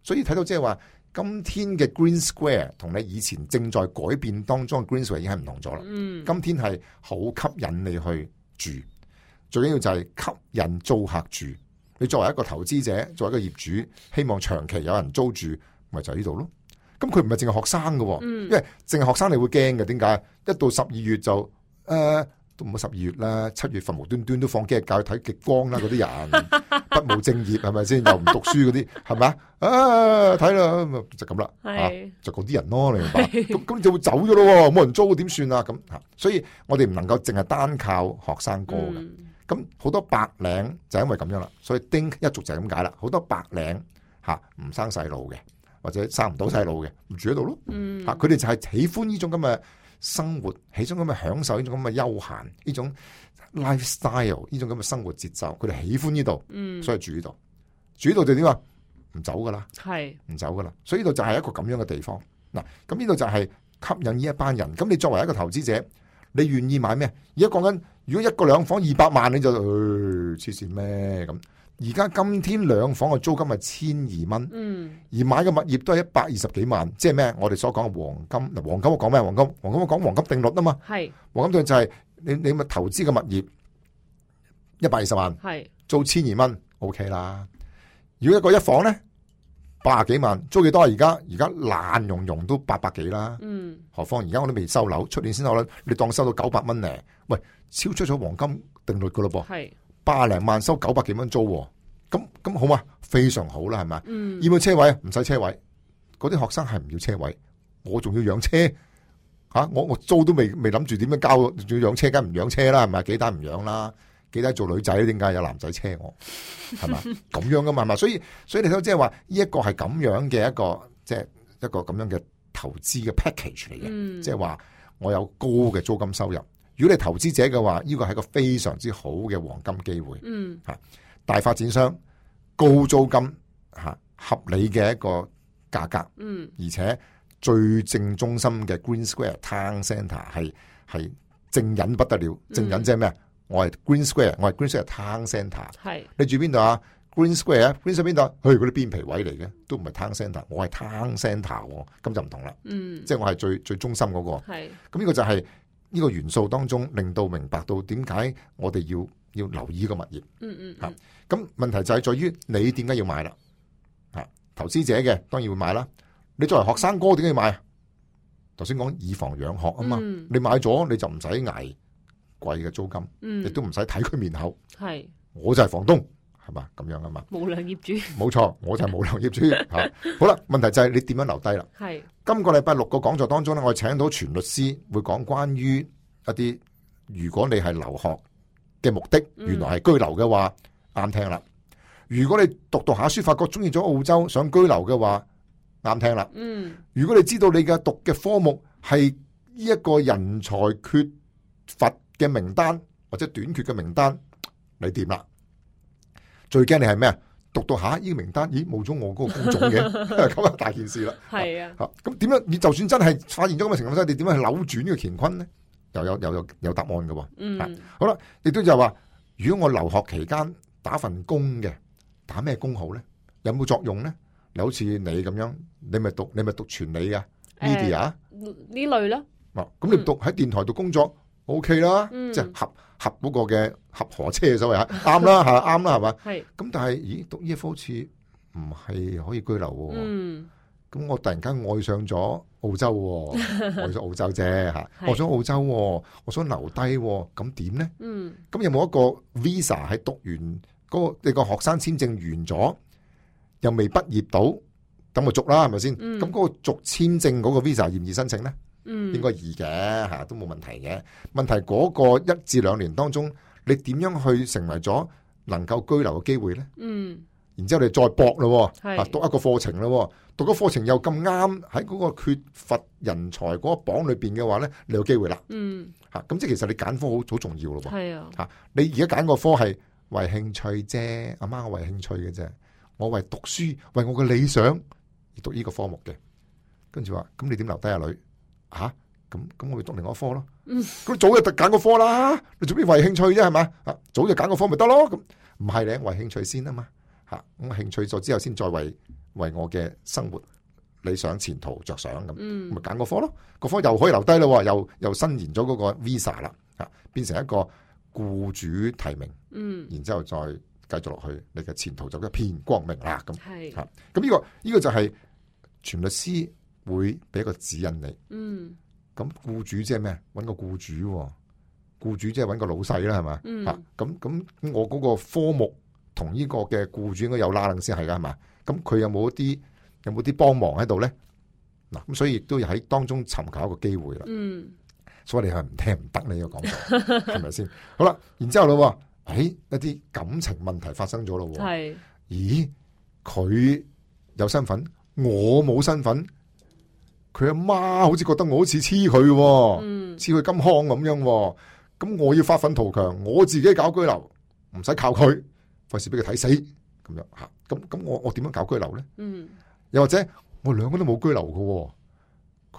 Speaker 20: 所以睇到即係話，今天嘅 Green Square 同你以前正在改變當中嘅 Green Square 已經係唔同咗啦。
Speaker 1: 嗯
Speaker 20: 今天係好吸引你去住，最緊要就係吸引租客住。你作為一個投資者，作為一個業主，希望長期有人租住，咪就係呢度咯。咁佢唔係淨係學生嘅喎，
Speaker 5: 嗯
Speaker 20: 因為淨係學生你會驚嘅。點解？一到十二月就誒、呃都唔好十二月啦，七月份無端端都放幾日假去睇極光啦，嗰啲人。不務正業係咪先？又唔讀書嗰啲 係咪啊？啊睇啦咁啊就咁啦，
Speaker 1: 係
Speaker 20: 啊就嗰啲人咯，你 明白？咁咁就會走咗咯喎，冇人租點算啊？咁啊，所以我哋唔能夠淨係單靠學生哥嘅。
Speaker 1: 嗯
Speaker 20: 咁好多白領就因為咁樣啦，所以丁一族就係咁解啦。好多白領嚇唔生細路嘅，或者生唔到細路嘅，唔住喺度咯。
Speaker 1: 嗯
Speaker 20: 嚇佢哋就係喜歡呢種咁嘅生活，喜種咁嘅享受，呢種咁嘅休閒，呢種 lifestyle，呢種咁嘅生活節奏，佢哋喜歡呢度，
Speaker 1: 嗯
Speaker 20: 所以住呢度，住呢度就點啊？唔走噶啦，
Speaker 1: 係
Speaker 20: 唔走噶啦，所以呢度就係一個咁樣嘅地方。嗱，咁呢度就係吸引呢一班人。咁你作為一個投資者，你願意買咩？而家講緊，如果一個兩房二百萬，你就唉黐線咩咁？而家今天兩房嘅租金係千二蚊。
Speaker 1: 嗯
Speaker 20: 而買嘅物業都係一百二十幾萬，即係咩？我哋所講嘅黃金，嗱黃金我講咩？黃金，黃金我講黃金定律啊嘛。
Speaker 1: 係
Speaker 20: 黃金定律就係你你咪投資嘅物業一百二十萬，
Speaker 1: 係
Speaker 20: 租千二蚊，OK 啦。如果一個一房咧八十幾萬，租幾多啊？而家而家爛融融都八百幾啦。
Speaker 1: 嗯
Speaker 20: 何況而家我都未收樓，出年先收樓，你當收到九百蚊咧，喂，超出咗黃金定律噶咯噃。
Speaker 1: 係
Speaker 20: 八零萬收九百幾蚊租喎，咁咁好嘛？非常好啦，係咪？
Speaker 1: 嗯
Speaker 20: 要唔要車位？唔使車位，嗰啲學生係唔要車位，我仲要養車，吓、我我租都未未谂住點樣交，仲要養車，梗唔養車啦，係咪？幾單唔養啦，幾單做女仔，點解有男仔車我？係嘛？咁樣噶嘛，係嘛？所以所以你睇到即係話呢一個係咁樣嘅一個即係一個咁樣嘅投資嘅 package 嚟嘅，
Speaker 5: 嗯
Speaker 20: 即係話我有高嘅租金收入。如果你投資者嘅話，呢個係一個非常之好嘅黃金機會。
Speaker 5: 嗯
Speaker 20: 吓大發展商高租金吓合理嘅一個價格，
Speaker 5: 嗯
Speaker 20: 而且最正中心嘅 Green Square Town Centre 係係正引不得了，
Speaker 5: 嗯
Speaker 20: 正引即係咩？啊我係 Green Square，我係 Green Square Town Centre。
Speaker 5: 係
Speaker 20: 你住邊度啊？Green Square 啊，Green Square 邊度啊？去嗰啲邊皮位嚟嘅，都唔係 Town Centre，我係 Town Centre 喎，咁就唔同啦。
Speaker 5: 嗯
Speaker 20: 即係我係最最中心嗰、個。
Speaker 5: 係
Speaker 20: 咁呢個就係呢個元素當中，令到明白到點解我哋要要留意呢個物業。
Speaker 5: 嗯嗯
Speaker 20: 吓，咁問題就係在於你點解要買啦？啊，投資者嘅當然會買啦。你作為學生哥點解要買啊？頭先講以房養學啊嘛，
Speaker 5: 嗯
Speaker 20: 你買咗你就唔使捱貴嘅租金，
Speaker 5: 嗯
Speaker 20: 亦都唔使睇佢面口。
Speaker 1: 係
Speaker 20: 我就係房東，係嘛咁樣啊嘛。
Speaker 1: 無良業主，
Speaker 20: 冇錯，我就係冇良 業主嚇。好啦，問題就係你點樣留低啦？
Speaker 1: 係
Speaker 20: 今個禮拜六個講座當中咧，我請到全律師會講關於一啲如果你係留學嘅目的，
Speaker 5: 嗯
Speaker 20: 原來係居留嘅話，啱聽啦。如果你讀讀下書，發覺中意咗澳洲想居留嘅話，啱聽啦。
Speaker 5: 嗯
Speaker 20: 如果你知道你嘅讀嘅科目係呢一個人才缺乏嘅名單或者短缺嘅名單，你掂啦。最驚你係咩啊？讀到下呢個名單，咦冇咗我嗰個工種嘅，咁啊大件事啦。
Speaker 5: 係啊，
Speaker 20: 吓咁點樣？你就算真係發現咗咁嘅情況之下，你點樣去扭轉呢個乾坤咧？又有又有有答案嘅喎。
Speaker 5: 嗯
Speaker 20: 啊好啦，亦都就係話，如果我留學期間打份工嘅，打咩工好咧？有冇作用咧？你好似你咁樣，你咪讀你咪讀傳理啊，media 啊
Speaker 1: 呢類啦，
Speaker 20: 啊，咁你讀喺電台度工作，OK 啦，
Speaker 1: 嗯
Speaker 20: 即係合合嗰個嘅合河車所謂 嚇，啱啦嚇，啱啦係嘛？
Speaker 1: 係
Speaker 20: 咁但係，咦，讀呢一科好似唔係可以居留喎。
Speaker 5: 嗯
Speaker 20: 咁我突然間愛上咗澳洲 喎、愛上澳洲啫嚇，
Speaker 5: 係
Speaker 20: 愛上澳洲喎、我想留低喎、咁點呢？
Speaker 5: 嗯
Speaker 20: 咁有冇一個 visa 喺讀完嗰、個你個學生簽證完咗，又未畢業到，咁咪續啦，係咪先？咁、
Speaker 5: 嗯
Speaker 20: 嗰個續簽證嗰個 visa 易唔易申請呢？
Speaker 5: 嗯
Speaker 20: 應該易嘅嚇，都冇問題嘅。問題嗰個一至兩年當中，你點樣去成為咗能夠居留嘅機會呢？
Speaker 5: 嗯
Speaker 20: 然之後你再搏咯喎，
Speaker 5: 係
Speaker 20: 啊讀一個課程咯喎，讀個課程又咁啱喺嗰個缺乏人才嗰個榜裏邊嘅話咧，你有機會啦
Speaker 5: 嗯
Speaker 20: 嚇。咁即係其實你揀科好好重要咯喎
Speaker 5: 係啊，
Speaker 20: 嚇。你而家揀個科係為興趣啫，阿媽我為興趣嘅啫，我為讀書為我嘅理想而讀呢個科目嘅。跟住話咁你點留低阿女嚇？咁咁我咪讀另外一科咯。
Speaker 5: 嗯
Speaker 20: 咁早就特揀個科啦，你做咩為興趣啫？係嘛？啊，早就揀個科咪得咯。咁唔係你為興趣先啊嘛。吓，咁興趣咗之後先再為為我嘅生活理想前途着想咁，
Speaker 5: 嗯
Speaker 20: 咪揀個科咯。個科又可以留低咯，又又伸延咗嗰個 visa 啦，吓變成一個僱主提名，
Speaker 5: 嗯
Speaker 20: 然之後再繼續落去，你嘅前途就一片光明啦。咁
Speaker 5: 係
Speaker 20: 吓，咁呢個呢個就係全律師會俾一個指引你。
Speaker 5: 嗯
Speaker 20: 咁僱主即係咩？揾個僱主、喎，僱主即係揾個老細啦，係嘛？
Speaker 5: 嗯
Speaker 20: 嚇咁咁，我嗰個科目同呢個嘅僱主應該有拉楞先係㗎，係嘛？咁佢有冇一啲有冇啲幫忙喺度咧？嗱，咁所以亦都要喺當中尋求一個機會啦。
Speaker 5: 嗯
Speaker 20: 所以你係唔聽唔得你個講座，係咪先？好啦，然之後咯喎，誒一啲感情問題發生咗咯喎。
Speaker 1: 係
Speaker 20: 咦，佢有身份，我冇身份，佢阿媽好似覺得我好似黐佢喎，
Speaker 5: 嗯
Speaker 20: 黐佢金康咁樣喎，咁我要發奮圖強，我自己搞居留，唔使靠佢，費事俾佢睇死咁樣吓，咁咁我我點樣搞居留咧？
Speaker 5: 嗯
Speaker 20: 又或者我兩個都冇居留嘅喎，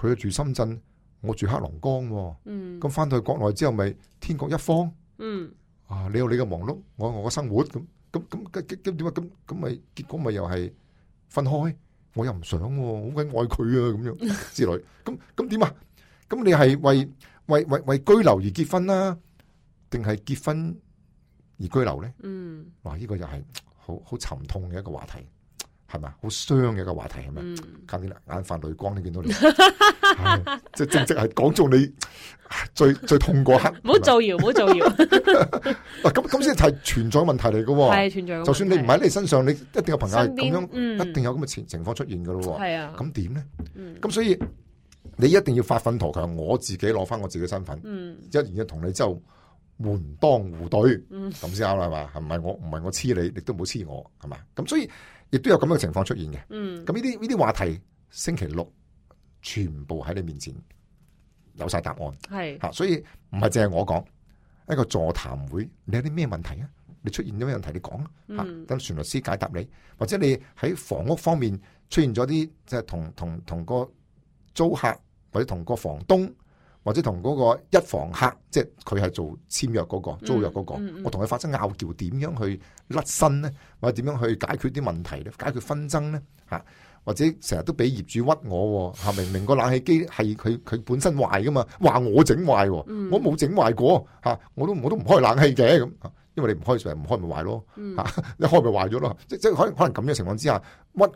Speaker 20: 佢住深圳，我住黑龍江喎，
Speaker 5: 嗯
Speaker 20: 咁翻到去國內之後咪天各一方。
Speaker 5: 嗯
Speaker 20: 啊，你有你嘅忙碌，我有我嘅生活咁，咁咁咁咁咁點啊？咁咁咪結果咪又係分開，我又唔想喎，好鬼愛佢啊咁樣之類，咁咁點啊？咁你係為為為為居留而結婚啦，定係結婚而居留咧？
Speaker 5: 嗯
Speaker 20: 哇！呢、個又係好好沉痛嘅一個話題，係咪啊？好傷嘅一個話題係咪？
Speaker 5: 嗯
Speaker 20: 簡直眼泛淚光，你見到你，唉即係正正係講中你唉最最痛嗰刻。
Speaker 1: 唔好造謠，唔好造 謠，
Speaker 20: 嗱，咁咁先係存在問題嚟嘅喎，
Speaker 1: 係存在嘅問題
Speaker 20: 就算你唔喺你身上，你一定有朋友係
Speaker 1: 身
Speaker 20: 咁
Speaker 1: 邊
Speaker 20: 樣，
Speaker 1: 嗯
Speaker 20: 一定有咁嘅情情況出現嘅咯喎。
Speaker 1: 係啊
Speaker 20: 咁點咧？
Speaker 1: 嗯
Speaker 20: 咁所以你一定要發奮圖強，我自己攞翻我自己身份，
Speaker 1: 嗯
Speaker 20: 一然嘅同你之後門當戶對，
Speaker 1: 嗯
Speaker 20: 咁先啱啦，係嘛？係唔係我唔係我黐你，你都唔好黐我，係嘛？咁所以亦都有咁樣嘅情況出現嘅。
Speaker 1: 嗯
Speaker 20: 咁呢啲呢啲話題，星期六全部喺你面前有晒答案。
Speaker 1: 係
Speaker 20: 吓，啊所以唔係淨係我講一個座談會，你有啲咩問題啊？你出現咗咩問題，你講啊啦吓，
Speaker 1: 嗯
Speaker 20: 等船律師解答你，或者你喺房屋方面出現咗啲即係同同同個租客或者同個房東。或者同嗰個一房客，即係佢係做簽約嗰、個租約嗰、個，
Speaker 1: 嗯嗯嗯
Speaker 20: 我同佢發生拗撬，點樣去甩身呢？或者點樣去解決啲問題呢？解決紛爭呢？嚇、或者成日都俾業主屈我喎、嚇明明個冷氣機係佢佢本身壞噶嘛，話我整壞喎、
Speaker 25: 嗯
Speaker 20: 我冇整壞過嚇、我都我都唔開冷氣嘅咁，啊因為你唔開就係唔開咪壞咯嚇、
Speaker 25: 嗯
Speaker 20: 一開咪壞咗咯，即即係可能可能咁嘅情況之下屈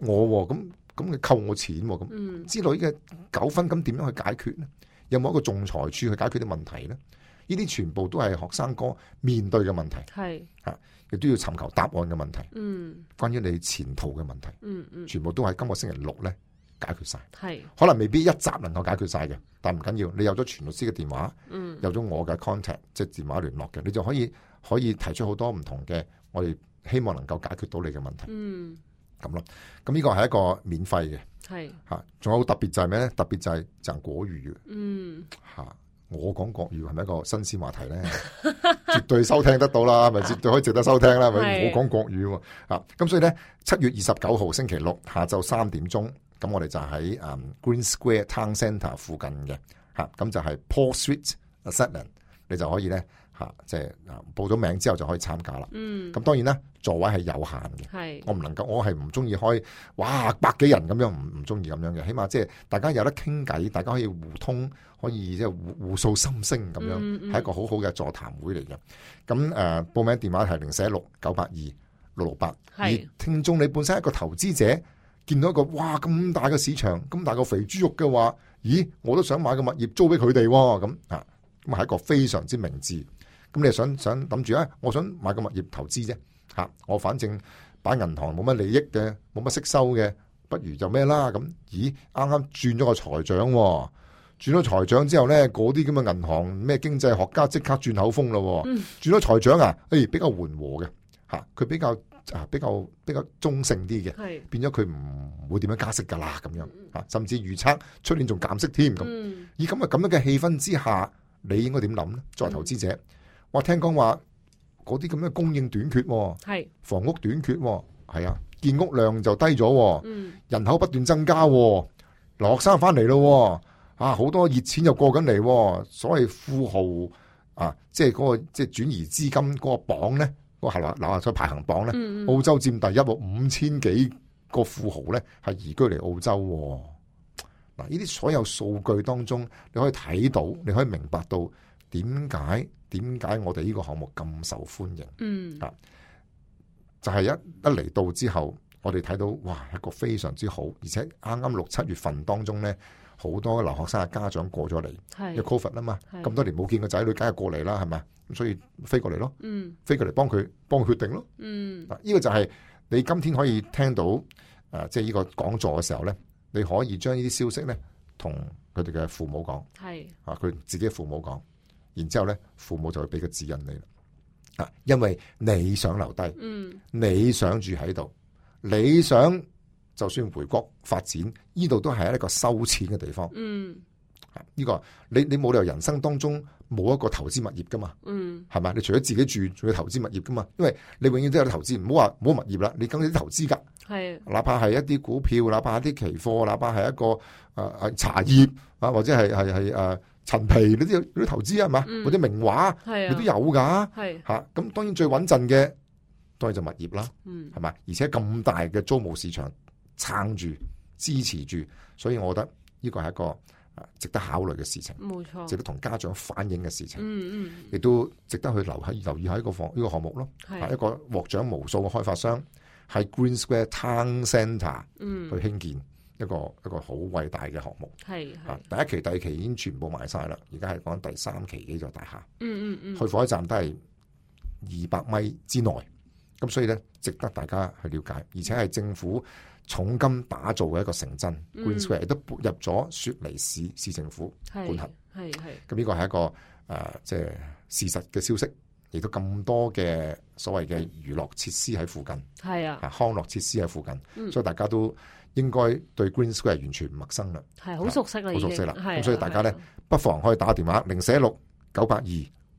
Speaker 20: 我喎、咁咁你扣我錢喎、咁。
Speaker 25: 嗯
Speaker 20: 之類嘅糾紛，咁點樣去解決呢？有冇一個仲裁處去解決啲問題呢？呢啲全部都係學生哥面對嘅問題，
Speaker 1: 係，
Speaker 20: 嚇，亦都要尋求答案嘅問題，
Speaker 1: 嗯
Speaker 20: 關於你前途嘅問題，
Speaker 1: 嗯嗯，
Speaker 20: 全部都喺今個星期六呢解決晒。
Speaker 1: 係，
Speaker 20: 可能未必一集能夠解決晒嘅，但唔緊要，你有咗全律師嘅電話，
Speaker 1: 嗯
Speaker 20: 有咗我嘅 contact，即係電話聯絡嘅，你就可以可以提出好多唔同嘅，我哋希望能夠解決到你嘅問題
Speaker 1: 嗯
Speaker 20: 咁咯。咁呢個係一個免費嘅。
Speaker 1: 係，
Speaker 20: 吓，仲有好特別就係咩咧？特別就係賺國語嘅
Speaker 1: 嗯
Speaker 20: 吓，我講國語係咪一個新鮮話題咧？ 絕對收聽得到啦，咪絕對可以值得收聽啦，咪
Speaker 25: 係
Speaker 20: 我講國語喎啊！咁所以咧，七月二十九號星期六下晝三點鐘，咁我哋就喺嗯 Green Square Town Centre 附近嘅吓，咁就係 Paul Street Settlement，你就可以咧吓，即係啊報咗名之後就可以參加啦。
Speaker 1: 嗯，
Speaker 20: 咁當然啦，座位係有限嘅。
Speaker 1: 係，
Speaker 20: 我唔能夠，我係唔中意開，哇百幾人咁樣，唔唔中意咁樣嘅。起碼即係大家有得傾偈，大家可以互通，可以即係互互訴心聲咁樣，係、
Speaker 25: 嗯嗯
Speaker 20: 一個好好嘅座談會嚟嘅。咁誒、呃，報名電話係零四一六九八二六六八。而
Speaker 25: 係
Speaker 20: 聽眾你本身係一個投資者，見到一個哇咁大嘅市場，咁大個肥豬肉嘅話，咦，我都想買個物業租俾佢哋喎，咁啊，咁係一個非常之明智。咁你想想諗住啊，我想買個物業投資啫，嚇、我反正擺銀行冇乜利益嘅，冇乜息收嘅，不如就咩啦咁。咦，啱啱轉咗個財長喎、轉咗財長之後呢，嗰啲咁嘅銀行咩經濟學家即刻轉口風咯、
Speaker 25: 嗯
Speaker 20: 轉咗財長啊，誒、比較緩和嘅嚇，佢、比較啊比較比較中性啲
Speaker 25: 係
Speaker 20: 嘅，變咗佢唔會點樣加息㗎啦咁樣嚇、甚至預測出年仲減息添咁。
Speaker 25: 嗯
Speaker 20: 以咁嘅咁樣嘅氣氛之下，你應該點諗呢？作為投資者，我聽講話嗰啲咁嘅供應短缺喎，
Speaker 1: 係，
Speaker 20: 房屋短缺喎，係啊，建屋量就低咗喎，
Speaker 1: 嗯
Speaker 20: 人口不斷增加喎，留學生翻嚟咯喎，啊好多熱錢又過緊嚟喎，所謂富豪啊，即係嗰、個即係轉移資金嗰個榜咧，嗰、個下樓下再排行榜咧，
Speaker 25: 嗯嗯
Speaker 20: 澳洲佔第一喎，五千幾個富豪咧係移居嚟澳洲喎。嗱，呢啲所有數據當中，你可以睇到，你可以明白到點解點解我哋呢個項目咁受歡迎。
Speaker 1: 嗯
Speaker 20: 啊，就係、一一嚟到之後，我哋睇到哇，一個非常之好，而且啱啱六七月份當中呢，好多留學生嘅家長過咗
Speaker 1: 係
Speaker 20: 嚟，有 Covid 啊嘛，
Speaker 1: 係
Speaker 20: 咁多年冇見個仔女，梗係過嚟啦，係咪？咁所以飛過嚟咯，
Speaker 1: 嗯
Speaker 20: 飛過嚟幫佢幫佢決定咯。啊
Speaker 1: 嗯
Speaker 20: 嗱，呢個就係你今天可以聽到誒、呃即係呢個講座嘅時候咧，你可以將呢啲消息咧同佢哋嘅父母講，
Speaker 1: 係，
Speaker 20: 啊，佢自己嘅父母講，然之後咧父母就會俾個指引你啦。啊，因為你想留低，
Speaker 1: 嗯
Speaker 20: 你想住喺度，你想就算回國發展，呢度都係一個收錢嘅地方。
Speaker 1: 嗯
Speaker 20: 呢、個你你冇理由人生當中冇一個投資物業噶嘛。
Speaker 1: 嗯
Speaker 20: 係嘛？你除咗自己住，仲要投資物業噶嘛？因為你永遠都有投資，唔好話唔好物業啦，你梗有啲投資㗎。
Speaker 1: 係，
Speaker 20: 哪怕係一啲股票，哪怕係一啲期貨，哪怕係一個誒誒、呃茶葉啊，或者係係係誒陳皮，你都有你都投資係嘛？
Speaker 1: 嗯
Speaker 20: 或者名畫，
Speaker 1: 係啊
Speaker 20: 你都有㗎。
Speaker 1: 係
Speaker 20: 嚇，咁當然最穩陣嘅當然就物業啦，
Speaker 1: 嗯
Speaker 20: 係嘛？啊而且咁大嘅租務市場撐住、支持住，所以我覺得呢個係一個啊值得考慮嘅事情，
Speaker 1: 嗯冇錯
Speaker 20: 值得同家長反映嘅事情。
Speaker 1: 嗯嗯
Speaker 20: 亦都值得去留喺留意喺呢個房呢、個項目咯，啊
Speaker 1: 係
Speaker 20: 係一個獲獎無數嘅開發商喺 Green Square Town Centre
Speaker 1: 嗯
Speaker 20: 去興建一個一個好偉大嘅項目。
Speaker 1: 係
Speaker 20: 啊
Speaker 1: 係，，
Speaker 20: 第一期、第二期已經全部賣晒啦，而家係講第三期呢座大廈，
Speaker 1: 嗯嗯嗯，
Speaker 20: 去火車站都係二百米之內咁所以咧，值得大家去了解，而且係政府重金打造嘅一個城鎮
Speaker 1: 嗯
Speaker 20: Green Square，亦都撥入咗雪梨市市政府管轄。
Speaker 1: 系系。
Speaker 20: 咁呢個係一個誒、呃即係事實嘅消息，亦都咁多嘅所謂嘅娛樂設施喺附近，
Speaker 1: 係啊
Speaker 20: 康樂設施喺附近，
Speaker 1: 嗯
Speaker 20: 所以大家都應該對 Green Square 完全唔陌生啦，
Speaker 1: 係啊好熟悉啦
Speaker 20: 好熟悉啦。
Speaker 1: 已經係啊
Speaker 20: 咁所以大家咧，不妨可以打電話零四一六九八二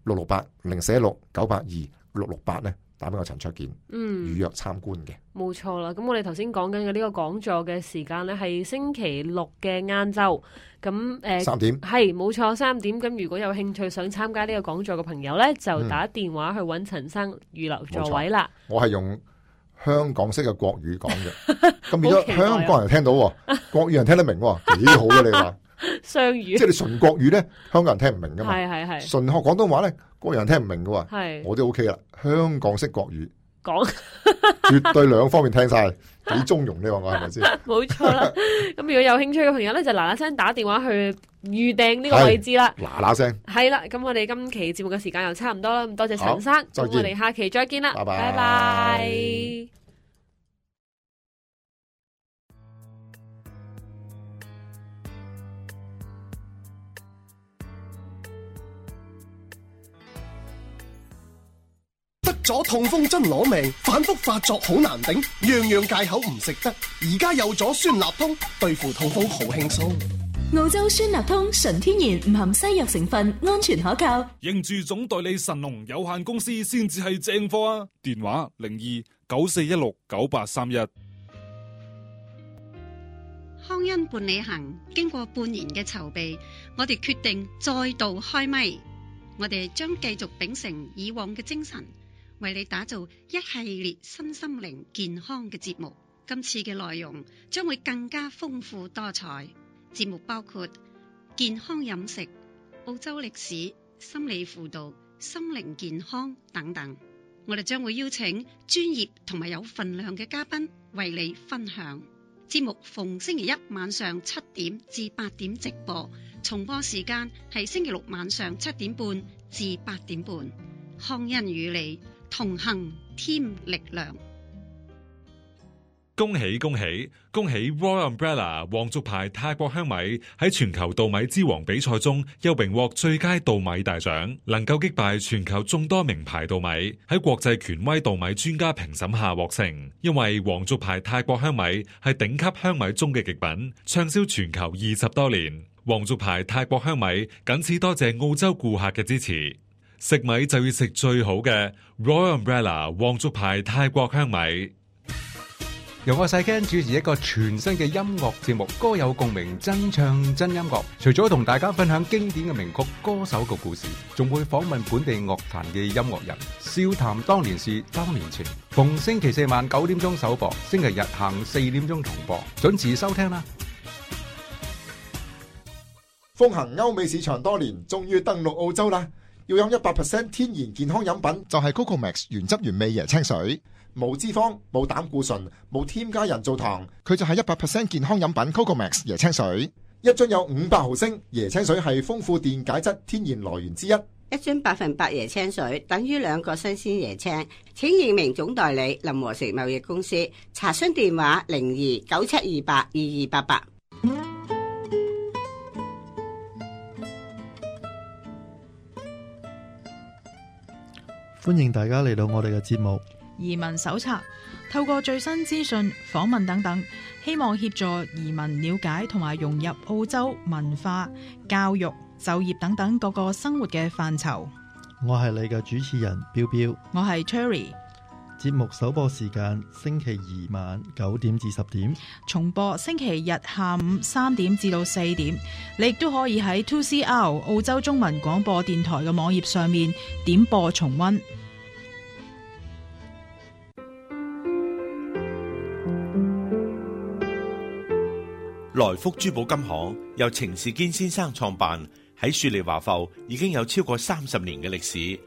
Speaker 20: 六六八零四一六九八二六六八咧，打俾我陳卓健，
Speaker 1: 嗯
Speaker 20: 預約參觀嘅。
Speaker 1: 冇錯啦，咁我哋頭先講緊嘅呢個講座嘅時間呢，係星期六嘅晏晝，咁誒
Speaker 20: 三點
Speaker 1: 係冇錯三點。咁如果有興趣想參加呢個講座嘅朋友呢，就
Speaker 20: 嗯
Speaker 1: 打電話去揾陳生預留座位啦。
Speaker 20: 我係用香港式嘅國語講嘅， 咁變
Speaker 1: 好期待
Speaker 20: 咗
Speaker 1: 啊
Speaker 20: 香港人聽 到喎，國語人聽得明喎，幾好啊！你話，
Speaker 1: 雙
Speaker 20: 即
Speaker 1: 語
Speaker 20: 係你純國語咧，香港人聽唔明噶嘛？
Speaker 1: 係係係
Speaker 20: 純學廣東話咧，國人聽唔明噶
Speaker 1: 係
Speaker 20: 喎。我都 OK 啦，香港式國語，
Speaker 1: 講。
Speaker 20: 絕對兩方面聽晒，幾中庸你話我係咪先？
Speaker 1: 冇錯啦，咁如果有興趣嘅朋友呢，就嗱嗱聲打電話去預訂呢個位置啦。
Speaker 20: 嗱嗱聲，
Speaker 1: 係啦，咁我哋今期節目嘅時間又差唔多啦，咁多謝陳生，
Speaker 20: 好
Speaker 1: 咁
Speaker 20: 再見
Speaker 1: 我哋下期再見啦，
Speaker 20: 拜拜
Speaker 1: 拜拜
Speaker 25: 得咗痛風真攞命，反覆發作好難頂，樣樣戒口唔食得。而家有咗酸辣通，對付痛風好輕鬆。
Speaker 5: 澳洲酸辣通纯天然，唔含西药成分，安全可靠。
Speaker 15: 认住总代理神龙有限公司先至系正货啊！电话零二九四一六九八三一。
Speaker 26: 康恩伴你行，經過半年嘅籌備，我哋決定再度開咪。我哋將繼續秉承以往嘅精神，為你打造一系列身心靈健康嘅節目。今次嘅內容將會更加豐富多彩，節目包括健康飲食、澳洲歷史、心理輔導、心靈健康等等。我哋將會邀請專業同埋有份量嘅嘉賓為你分享。節目逢星期一晚上七點至八點直播，重播時間係星期六晚上七點半至八點半。康恩與你同行，添力量。
Speaker 27: 恭喜恭喜恭喜 Royal Umbrella 皇族牌泰國香米喺全球稻米之王比賽中又榮獲最佳稻米大獎，能夠擊敗全球眾多名牌稻米，喺國際權威稻米專家評審下獲勝。因為皇族牌泰國香米係頂級香米中嘅極品，暢銷全球二十多年。皇族牌泰國香米僅此多謝澳洲顧客嘅支持。食米就要食最好嘅 Royal Umbrella 皇族牌泰國香米。
Speaker 21: 由我細 Ken 主持一個全新嘅音樂節目《歌有共鳴，真唱真音樂》。除咗同大家分享經典嘅名曲、歌手嘅故事，仲會訪問本地樂壇嘅音樂人，笑談當年事、當年情。逢星期四晚九點鐘首播，星期日下午四點鐘重播，準時收聽啦！
Speaker 20: 風行歐美市場多年，終於登陸澳洲啦！要飲一百 percent 天然健康飲品，就係 Coco Max 原汁原味椰青水，冇脂肪、冇膽固醇、冇添加人造糖，佢就係一百 percent 健康飲品 Coco Max 椰青水。一樽有五百毫升，椰青水係豐富電解質天然來源之一。
Speaker 2: 一樽百分百椰青水等於兩個新鮮椰青。請認明總代理林和成貿易公司，查詢電話零二九七二八二二八八。
Speaker 24: 欢迎大家嚟到我哋嘅节目。
Speaker 28: 移民搜查，透過最新資訊、訪問等等，希望協助移民了解同埋融入澳洲文化、教育、就業等等各個生活嘅範疇。
Speaker 24: 我系你嘅主持人彪彪。
Speaker 28: 我係 Cherry，
Speaker 24: 节目首播时间星期二晚九点至十点。
Speaker 28: 重播星期日下午三點至到四點。你亦都可以喺 Two CR 澳洲中文廣播電台嘅網頁上面點播重温。
Speaker 12: 來福珠寶金行由程士堅先生創辦，喺雪梨華埠已經有超過三十年嘅歷史。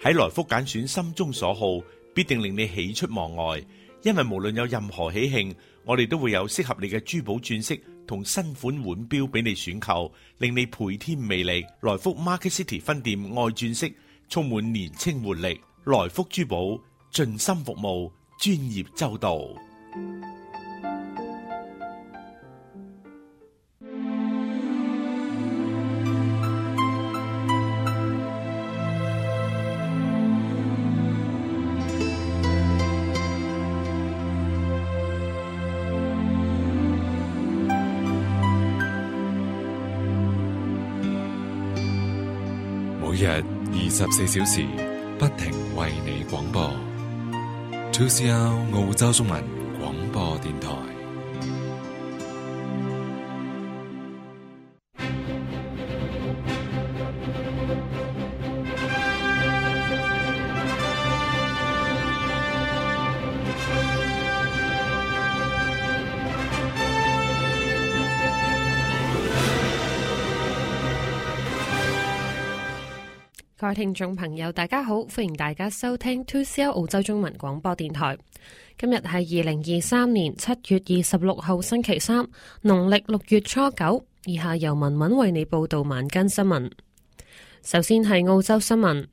Speaker 12: 喺來福揀選心中所好，必定令你喜出望外。因為無論有任何喜慶，我哋都會有適合你嘅珠寶鑽飾同新款腕錶俾你選購，令你倍添魅力。來福 Market City 分店愛鑽飾，充滿年青活力。來福珠寶尽心服务，专业周到。
Speaker 27: 每日二十四小時不停為你廣播。2CR 澳洲中文廣播電台。
Speaker 1: 各位聽眾朋友，大家好，歡迎大家收聽 Two C L 澳洲中文廣播電台。今日係二零二三年七月二十六號星期三，農曆六月初九。以下由文文為你報道晚間新聞。首先係澳洲新聞。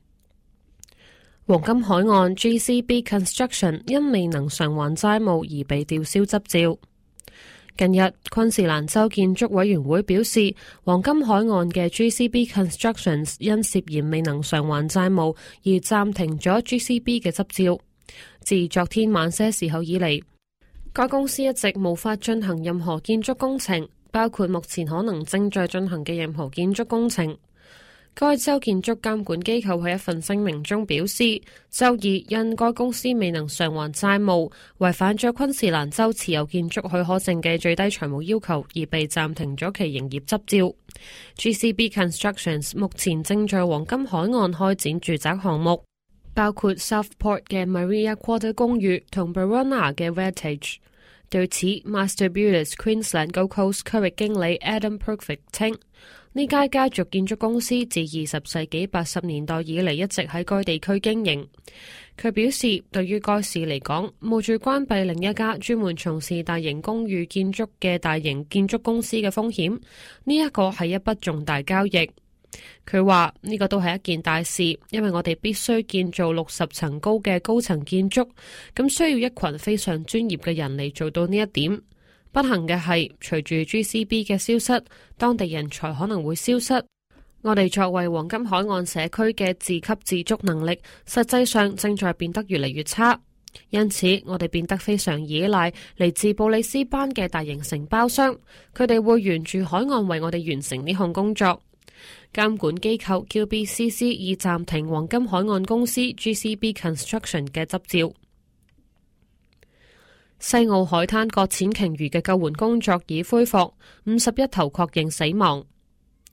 Speaker 1: 黃金海岸 GCB Construction 因未能償還債務而被吊銷執照。近日，昆士蘭州建築委員會表示，黃金海岸嘅 GCB Constructions 因涉嫌未能償還債務而暫停咗 GCB 嘅執照。自昨天晚些時候以嚟，該公司一直無法進行任何建築工程，包括目前可能正在進行嘅任何建築工程。該州建築監管機構喺一份聲明中表示，周二因該公司未能償還債務，違反咗昆士蘭州持有建築許可證嘅最低財務要求，而被暫停咗其營業執照。GCB Constructions 目前正在黃金海岸開展住宅項目，包括 Southport 嘅 Maria Quarter 公寓同 Barona 嘅 Vantage。對此，Master Builders Queensland Gold Coast 區域經理 Adam Perfect 稱。呢家家族建築公司自二十世紀八十年代以嚟一直喺該地區經營。佢表示，對於該市嚟講，冒住關閉另一家專門從事大型公寓建築嘅大型建築公司嘅風險，呢一個係一筆重大交易。佢話：呢個都係一件大事，因為我哋必須建造六十層高嘅高層建築，咁需要一群非常專業嘅人嚟做到呢一點。不幸嘅係，隨住 GCB 嘅消失，當地人才可能會消失。我哋作為黃金海岸社區嘅自給自足能力，實際上正在變得越嚟越差。因此，我哋變得非常依賴嚟自布里斯班嘅大型承包商，佢哋會沿住海岸為我哋完成呢項工作。監管機構 QBCC 已暫停黃金海岸公司 GCB Construction 嘅執照。西澳海灘擱淺鯨魚嘅救援工作已恢復，五十一頭確認死亡。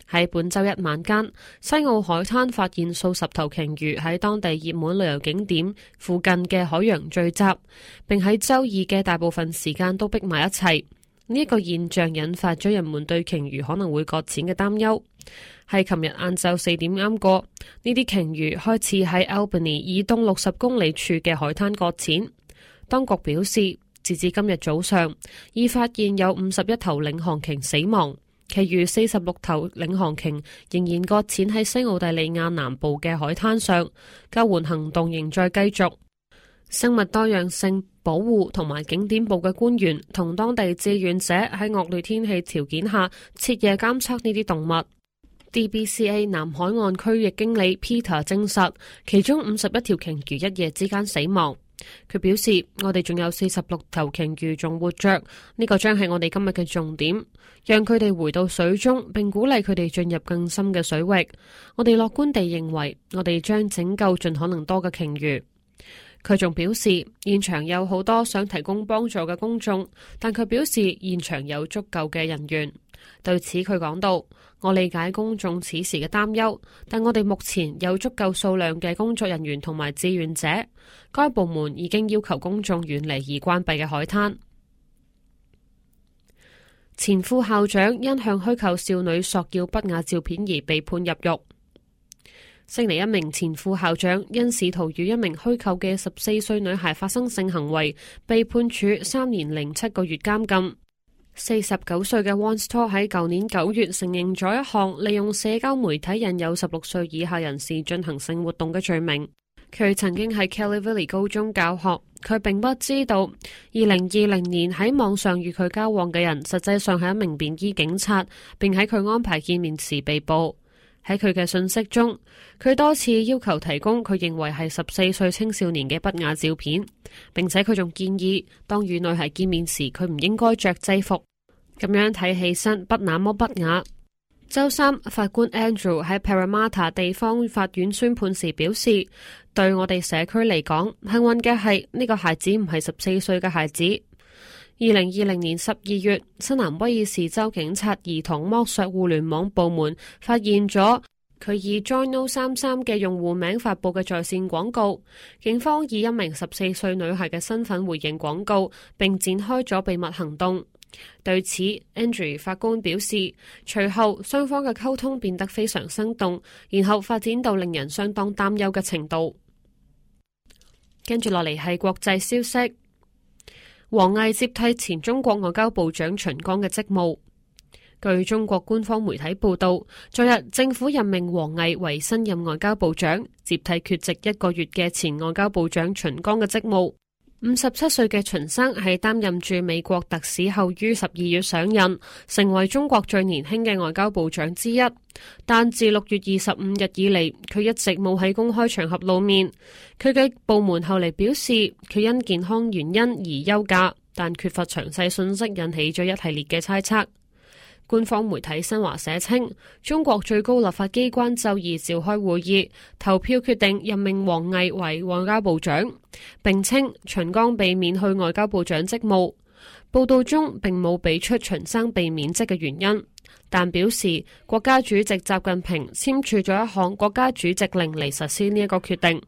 Speaker 1: 喺本周一晚間，西澳海灘發現數十頭鯨魚喺當地熱門旅遊景點附近嘅海洋聚集，並喺周二嘅大部分時間都逼埋一齊。呢一個現象引發咗人們對鯨魚可能會擱淺嘅擔憂。係琴日晏晝四點啱過，呢啲鯨魚開始喺 Albany 以東六十公里處嘅海灘擱淺。當局表示，截至今日早上，已發現有五十一頭領航鯨死亡，其餘四十六頭領航鯨仍然擱淺喺西澳大利亞南部嘅海灘上，救援行動仍在繼續。生物多樣性保護同埋景點部嘅官員同當地志願者喺惡劣天氣條件下徹夜監測呢啲動物。DBCA 南海岸區域經理 Peter 證實，其中五十一條鯨魚一夜之間死亡。佢表示：我哋仲有四十六頭鯨魚仲活着，呢個將係我哋今日嘅重點，讓佢哋回到水中，並鼓勵佢哋進入更深嘅水域。我哋樂觀地認為，我哋將拯救盡可能多嘅鯨魚。佢仲表示，現場有好多想提供幫助嘅公眾，但佢表示現場有足夠嘅人員。對此，佢講到：我理解公眾此時嘅擔憂，但我哋目前有足夠數量嘅工作人員同埋志願者。該部門已經要求公眾遠離已關閉嘅海灘。前副校長因向虛構少女索要不雅照片而被判入獄。悉尼一名前副校長因試圖與一名虛構嘅十四歲女孩發生性行為，被判處三年零七個月監禁。四十九歲嘅 One Store 喺舊年九月承認咗一項利用社交媒體引誘十六歲以下人士進行性活動嘅罪名。佢曾經喺 Kelly Valley 高中教學。佢並不知道，二零二零年喺網上與佢交往嘅人，實際上係一名便衣警察，並喺佢安排見面時被捕。喺佢嘅信息中，佢多次要求提供佢認為係十四歲青少年嘅不雅照片，並且佢仲建議，當與女孩見面時，佢唔應該着制服，咁樣睇起身不那麼不雅。周三，法官 Andrew 喺 Parramatta 地方法院宣判時表示，對我哋社區嚟講，幸運嘅係呢個孩子唔係十四歲嘅孩子。二零二零年十二月，新南威爾士州警察兒童剝削互聯網部門發現咗佢以 Joino 三三嘅用戶名發布嘅在線廣告，警方以一名十四歲女孩嘅身份回應廣告，並展開咗秘密行動。對此，Andrew 法官表示，隨後雙方嘅溝通變得非常生動，然後發展到令人相當擔憂嘅程度。跟住落嚟係國際消息，王毅接替前中國外交部長秦剛嘅職務。據中國官方媒體報道，昨日政府任命王毅為新任外交部長，接替缺席一個月嘅前外交部長秦剛嘅職務。五十七歲嘅秦生係擔任駐美國特使後，於十二月上任，成為中國最年輕嘅外交部長之一。但自六月二十五日以嚟，佢一直冇喺公開場合露面。佢嘅部門後嚟表示，佢因健康原因而休假，但缺乏詳細信息，引起咗一系列嘅猜測。官方媒體新華社稱，中國最高立法機關周二召開會議，投票決定任命王毅為外交部長，並稱秦剛被免去外交部長職務。報道中並冇俾出秦生被免職嘅原因，但表示國家主席習近平簽署咗一項國家主席令嚟實施呢一個決定。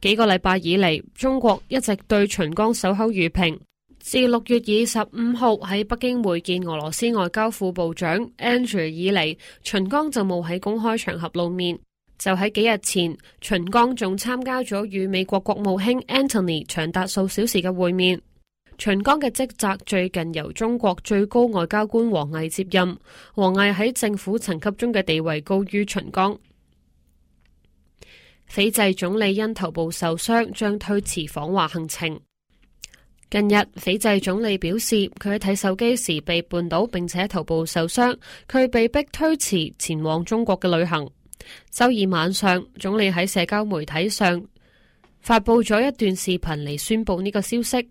Speaker 1: 幾個禮拜以嚟，中國一直對秦剛守口如瓶。自六月二十五號喺北京會見俄羅斯外交副部長 Andrew 以嚟，秦剛就冇喺公開場合露面。就喺幾日前，秦剛仲參加咗與美國國務卿 Antony 長達數小時嘅會面。秦剛嘅職責最近由中國最高外交官王毅接任，王毅喺政府層級中嘅地位高於秦剛。斐濟總理因頭部受傷，將推遲訪華行程。近日，斐濟總理表示，佢喺睇手機時被絆倒並且頭部受傷，佢被迫推遲前往中國嘅旅行。周二晚上，總理喺社交媒體上發布咗一段視頻嚟宣佈呢個消息。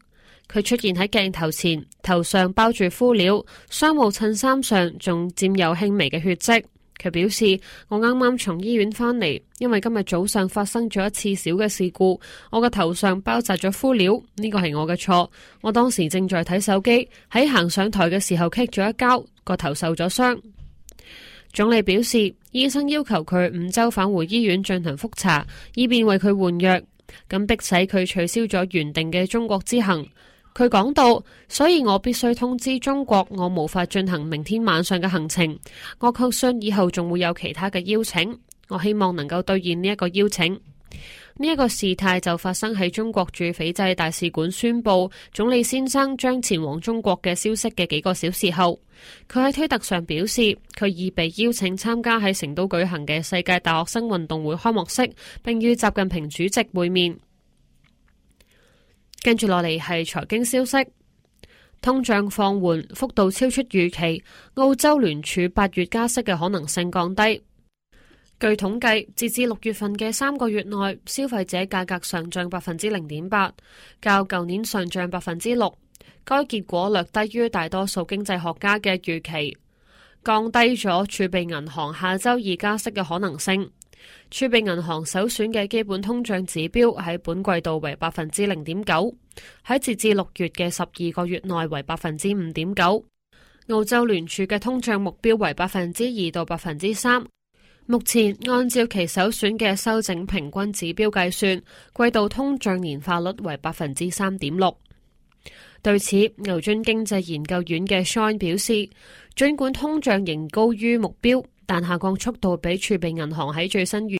Speaker 1: 佢出現喺鏡頭前，頭上包住敷料，商務襯衫上仲沾有輕微嘅血跡。佢表示：我啱啱從醫院返嚟，因為今日早上發生咗一次小嘅事故，我嘅頭上包紮咗敷料，呢個係我嘅錯。我當時正在睇手機，喺行上台嘅時候棘咗一跤，個頭受咗傷。總理表示，醫生要求佢五週返回醫院進行覆查，以便為佢換藥，咁迫使佢取消咗原定嘅中國之行。佢講到，所以我必須通知中國，我無法進行明天晚上嘅行程。我確信以後仲會有其他嘅邀請，我希望能夠兌現呢一個邀請。呢、一個事態就發生喺中國駐斐濟大使館宣布總理先生將前往中國嘅消息嘅幾個小時後，佢喺推特上表示，佢已被邀請參加喺成都舉行嘅世界大學生運動會開幕式，並與習近平主席會面。跟住落嚟係財經消息，通脹放緩幅度超出預期，澳洲聯儲八月加息嘅可能性降低。據統計，截至六月份嘅三個月內，消費者價格上漲百分之零點八，較舊年上漲百分之六。該結果略低於大多數經濟學家嘅預期，降低咗儲備銀行下周二加息嘅可能性。儲備銀行首選嘅基本通脹指標喺本季度為百分之零點九，喺截至六月嘅十二個月內為百分之五點九。澳洲聯儲嘅通脹目標為百分之二到百分之三。目前按照其首選嘅修整平均指標計算，季度通脹年化率為百分之三點六。對此，牛津經濟研究院嘅 Sean 表示，儘管通脹仍高於目標。但下降速度比儲備銀行喺最新預